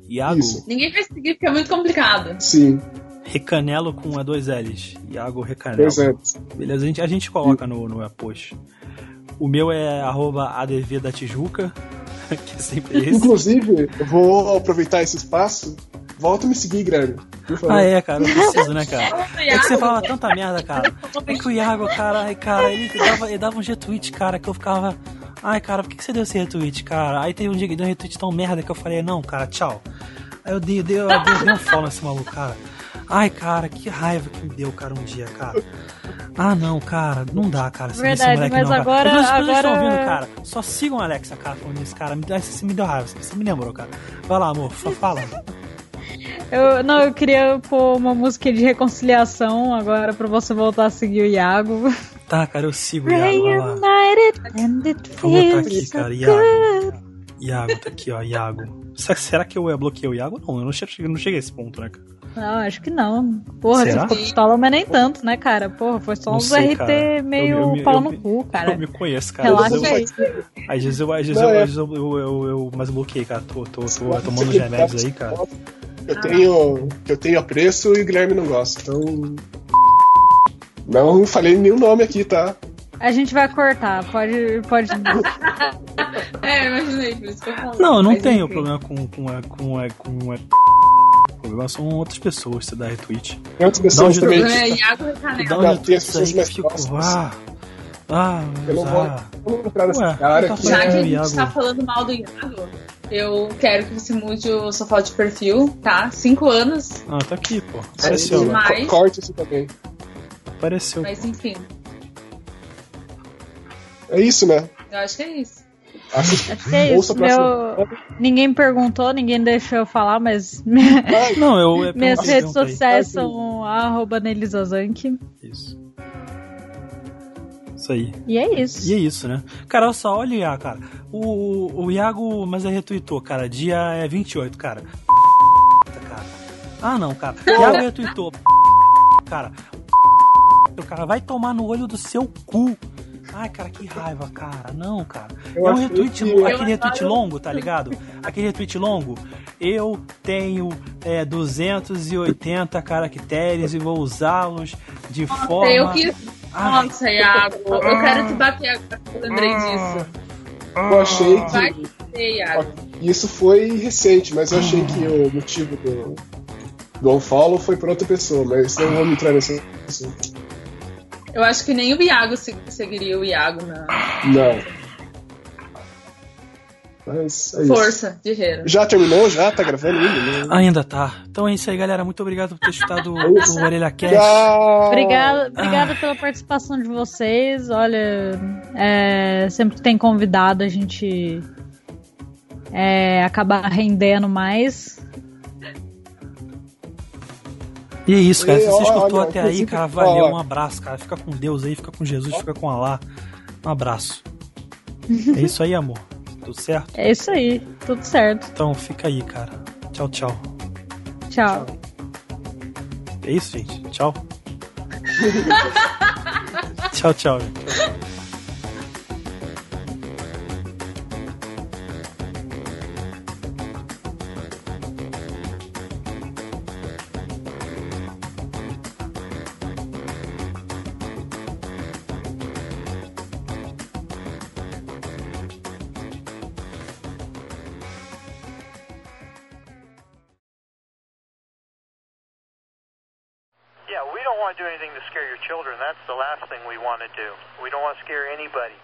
Speaker 1: Iago?
Speaker 6: Isso.
Speaker 3: Ninguém vai seguir porque é muito complicado.
Speaker 6: Sim,
Speaker 1: Recanelo com a dois L's. Iago Recanelo.
Speaker 6: dois L.
Speaker 1: Beleza, a gente, a gente coloca no, no é post. O meu é arroba ADV da Tijuca, que é sempre esse.
Speaker 6: Inclusive, eu vou aproveitar esse espaço. Volta a me seguir, Grêmio. Por favor.
Speaker 1: Ah, é, cara, eu preciso, né, cara? É que você
Speaker 3: Iago,
Speaker 1: falava tanta merda, cara. É que o Iago, cara, ai, cara, ele dava, ele dava um retweet, cara, que eu ficava. Ai, cara, por que, que você deu esse retweet, cara? Aí teve um dia que deu um retweet tão merda que eu falei, não, cara, tchau. Aí eu dei, dei, eu dei, dei um follow nesse maluco, cara. Ai, cara, que raiva que me deu, cara, um dia, cara. Ah, não, cara, não dá, cara. seguir
Speaker 2: Verdade,
Speaker 1: esse moleque,
Speaker 2: mas
Speaker 1: não, cara.
Speaker 2: agora-
Speaker 1: As pessoas estão
Speaker 2: agora-
Speaker 1: ouvindo, cara. Só sigam a Alexa, cara, falando isso, cara. Me- ai, Você me deu raiva, você me lembrou, cara. Vai lá, amor, fa- fala.
Speaker 2: Eu, não, eu queria pôr uma música de reconciliação agora pra você voltar a seguir o Iago.
Speaker 1: Tá, cara, eu sigo, Iago, vai lá.
Speaker 2: Reunited and it
Speaker 1: Eu vou botar aqui,
Speaker 2: feels so
Speaker 1: cara,
Speaker 2: good.
Speaker 1: Iago. tá Iago tá aqui, ó, Iago. Será, será que eu bloqueei o Iago? Não, eu não cheguei, não cheguei a esse ponto, né, cara?
Speaker 2: Não, acho que não. Porra,
Speaker 1: Será?
Speaker 2: você ficou pistola, mas nem tanto, né, cara? Porra, foi só
Speaker 1: Não
Speaker 2: uns
Speaker 1: sei,
Speaker 2: RT
Speaker 1: cara. Eu-
Speaker 2: meio
Speaker 1: eu me-
Speaker 2: pau
Speaker 1: eu
Speaker 2: no
Speaker 1: me-
Speaker 2: cu, cara.
Speaker 1: Eu me conheço, cara. Às
Speaker 2: Relaxa
Speaker 1: vezes eu,
Speaker 2: aí.
Speaker 1: às vezes eu, às vezes
Speaker 6: Não,
Speaker 1: eu, às
Speaker 6: é.
Speaker 1: vezes eu, eu, eu- eu- mas eu bloqueei, cara. Tô, tô, tô
Speaker 6: Pode
Speaker 1: tomando os
Speaker 6: seguir,
Speaker 1: remédios
Speaker 6: tá?
Speaker 1: aí, cara.
Speaker 6: Eu tenho, eu tenho apreço e o Guilherme não gosta, então. Não falei nenhum nome aqui, tá?
Speaker 2: A gente vai cortar, pode. pode...
Speaker 3: É, eu imaginei, por isso que eu falei.
Speaker 1: Não, eu não
Speaker 3: Mas
Speaker 6: um
Speaker 1: tenho
Speaker 3: enfim.
Speaker 1: problema com, com, a, com, a, com é a... O problema são outras pessoas, você dá retweet.
Speaker 6: Tem outras pessoas
Speaker 1: Não,
Speaker 3: O
Speaker 6: também.
Speaker 1: Jesus.
Speaker 3: problema é
Speaker 6: que-
Speaker 3: Iago
Speaker 2: Ah,
Speaker 1: Tu
Speaker 3: Recanel.
Speaker 1: dá um
Speaker 6: Não, tem
Speaker 1: retweet aí
Speaker 6: as pessoas
Speaker 1: que eu
Speaker 6: mais
Speaker 1: fico...
Speaker 6: próximas.
Speaker 1: Ah, ah,
Speaker 6: Eu não
Speaker 1: mas,
Speaker 6: vou-
Speaker 1: ah.
Speaker 6: Eu não vou entrar nessa
Speaker 1: Ué,
Speaker 6: cara é
Speaker 1: tá
Speaker 6: aqui.
Speaker 1: falando.
Speaker 3: Já que a
Speaker 1: Iago.
Speaker 3: gente tá falando mal do Iago, eu quero que você mude o sua foto de perfil, tá? Cinco anos,
Speaker 1: Ah, tá aqui, pô.
Speaker 3: Apareceu,
Speaker 1: Apareceu,
Speaker 3: né?
Speaker 1: né?
Speaker 3: Mas-
Speaker 6: Co- Corte é isso também.
Speaker 1: Apareceu.
Speaker 3: mas enfim,
Speaker 6: É isso, né?
Speaker 3: eu acho que é isso.
Speaker 6: Acho que
Speaker 2: Acho que é isso.
Speaker 6: Ouça a próxima.
Speaker 2: Meu... Ninguém perguntou, ninguém deixou eu falar, mas
Speaker 6: Vai,
Speaker 1: Não, eu... É
Speaker 2: minhas
Speaker 1: perguntei, perguntei.
Speaker 2: redes sociais são arroba Nelizazank.
Speaker 1: Isso. Isso aí.
Speaker 2: E é isso.
Speaker 1: E é isso, né? Cara, olha só, olha o Iago, cara. O, o Iago, mas ele retweetou, cara. Dia é 28, cara. cara. Ah, não, cara. Iago retweetou. Cara. O cara vai tomar no olho do seu cu. Ai, cara, que raiva, cara. Não, cara.
Speaker 6: Eu
Speaker 1: é um
Speaker 6: achei
Speaker 1: retweet,
Speaker 6: que-
Speaker 1: longo,
Speaker 3: Eu
Speaker 1: aquele retweet
Speaker 3: adoro-
Speaker 1: longo, tá ligado? Aquele retweet longo. Eu tenho é, 280 caracteres e vou usá-los de forma...
Speaker 3: Eu que...
Speaker 1: Ai,
Speaker 3: Nossa, Iago, eu
Speaker 1: Ah.
Speaker 3: quero te bater agora, que eu lembrei disso.
Speaker 6: eu achei
Speaker 3: Vai
Speaker 6: que.
Speaker 3: te bater, Iago.
Speaker 6: Isso foi recente, mas eu achei que o motivo do. Do unfollow foi por outra pessoa, mas não vamos entrar nesse assunto.
Speaker 3: Eu acho que nem o Iago se- seguiria o Iago na
Speaker 6: Não. Mas é isso.
Speaker 3: força de Hero.
Speaker 6: Já terminou? Já? Tá gravando ainda? Né?
Speaker 1: Ainda tá. Então é isso aí, galera. Muito obrigado por ter escutado
Speaker 6: É isso.
Speaker 1: o Orelha Cast.
Speaker 6: Tchau!
Speaker 2: Obrigada, obrigada pela participação de vocês. Olha, é, sempre que tem convidado, a gente é, acaba rendendo mais.
Speaker 1: E é isso, cara. Se você
Speaker 6: Olha,
Speaker 1: escutou
Speaker 6: olha,
Speaker 1: até aí,
Speaker 6: inclusive,
Speaker 1: cara, valeu.
Speaker 6: ó.
Speaker 1: Um abraço, cara. Fica com Deus aí, fica com Jesus, fica com Alá. Um abraço. É isso aí, amor. Tudo certo?
Speaker 2: É isso aí, tudo certo.
Speaker 1: Então fica aí, cara. Tchau, tchau.
Speaker 2: Tchau.
Speaker 1: É isso, gente. Tchau. tchau, tchau. gente.
Speaker 9: Yeah, we don't want to do anything to scare your children. That's the last thing we want to do. We don't want to scare anybody.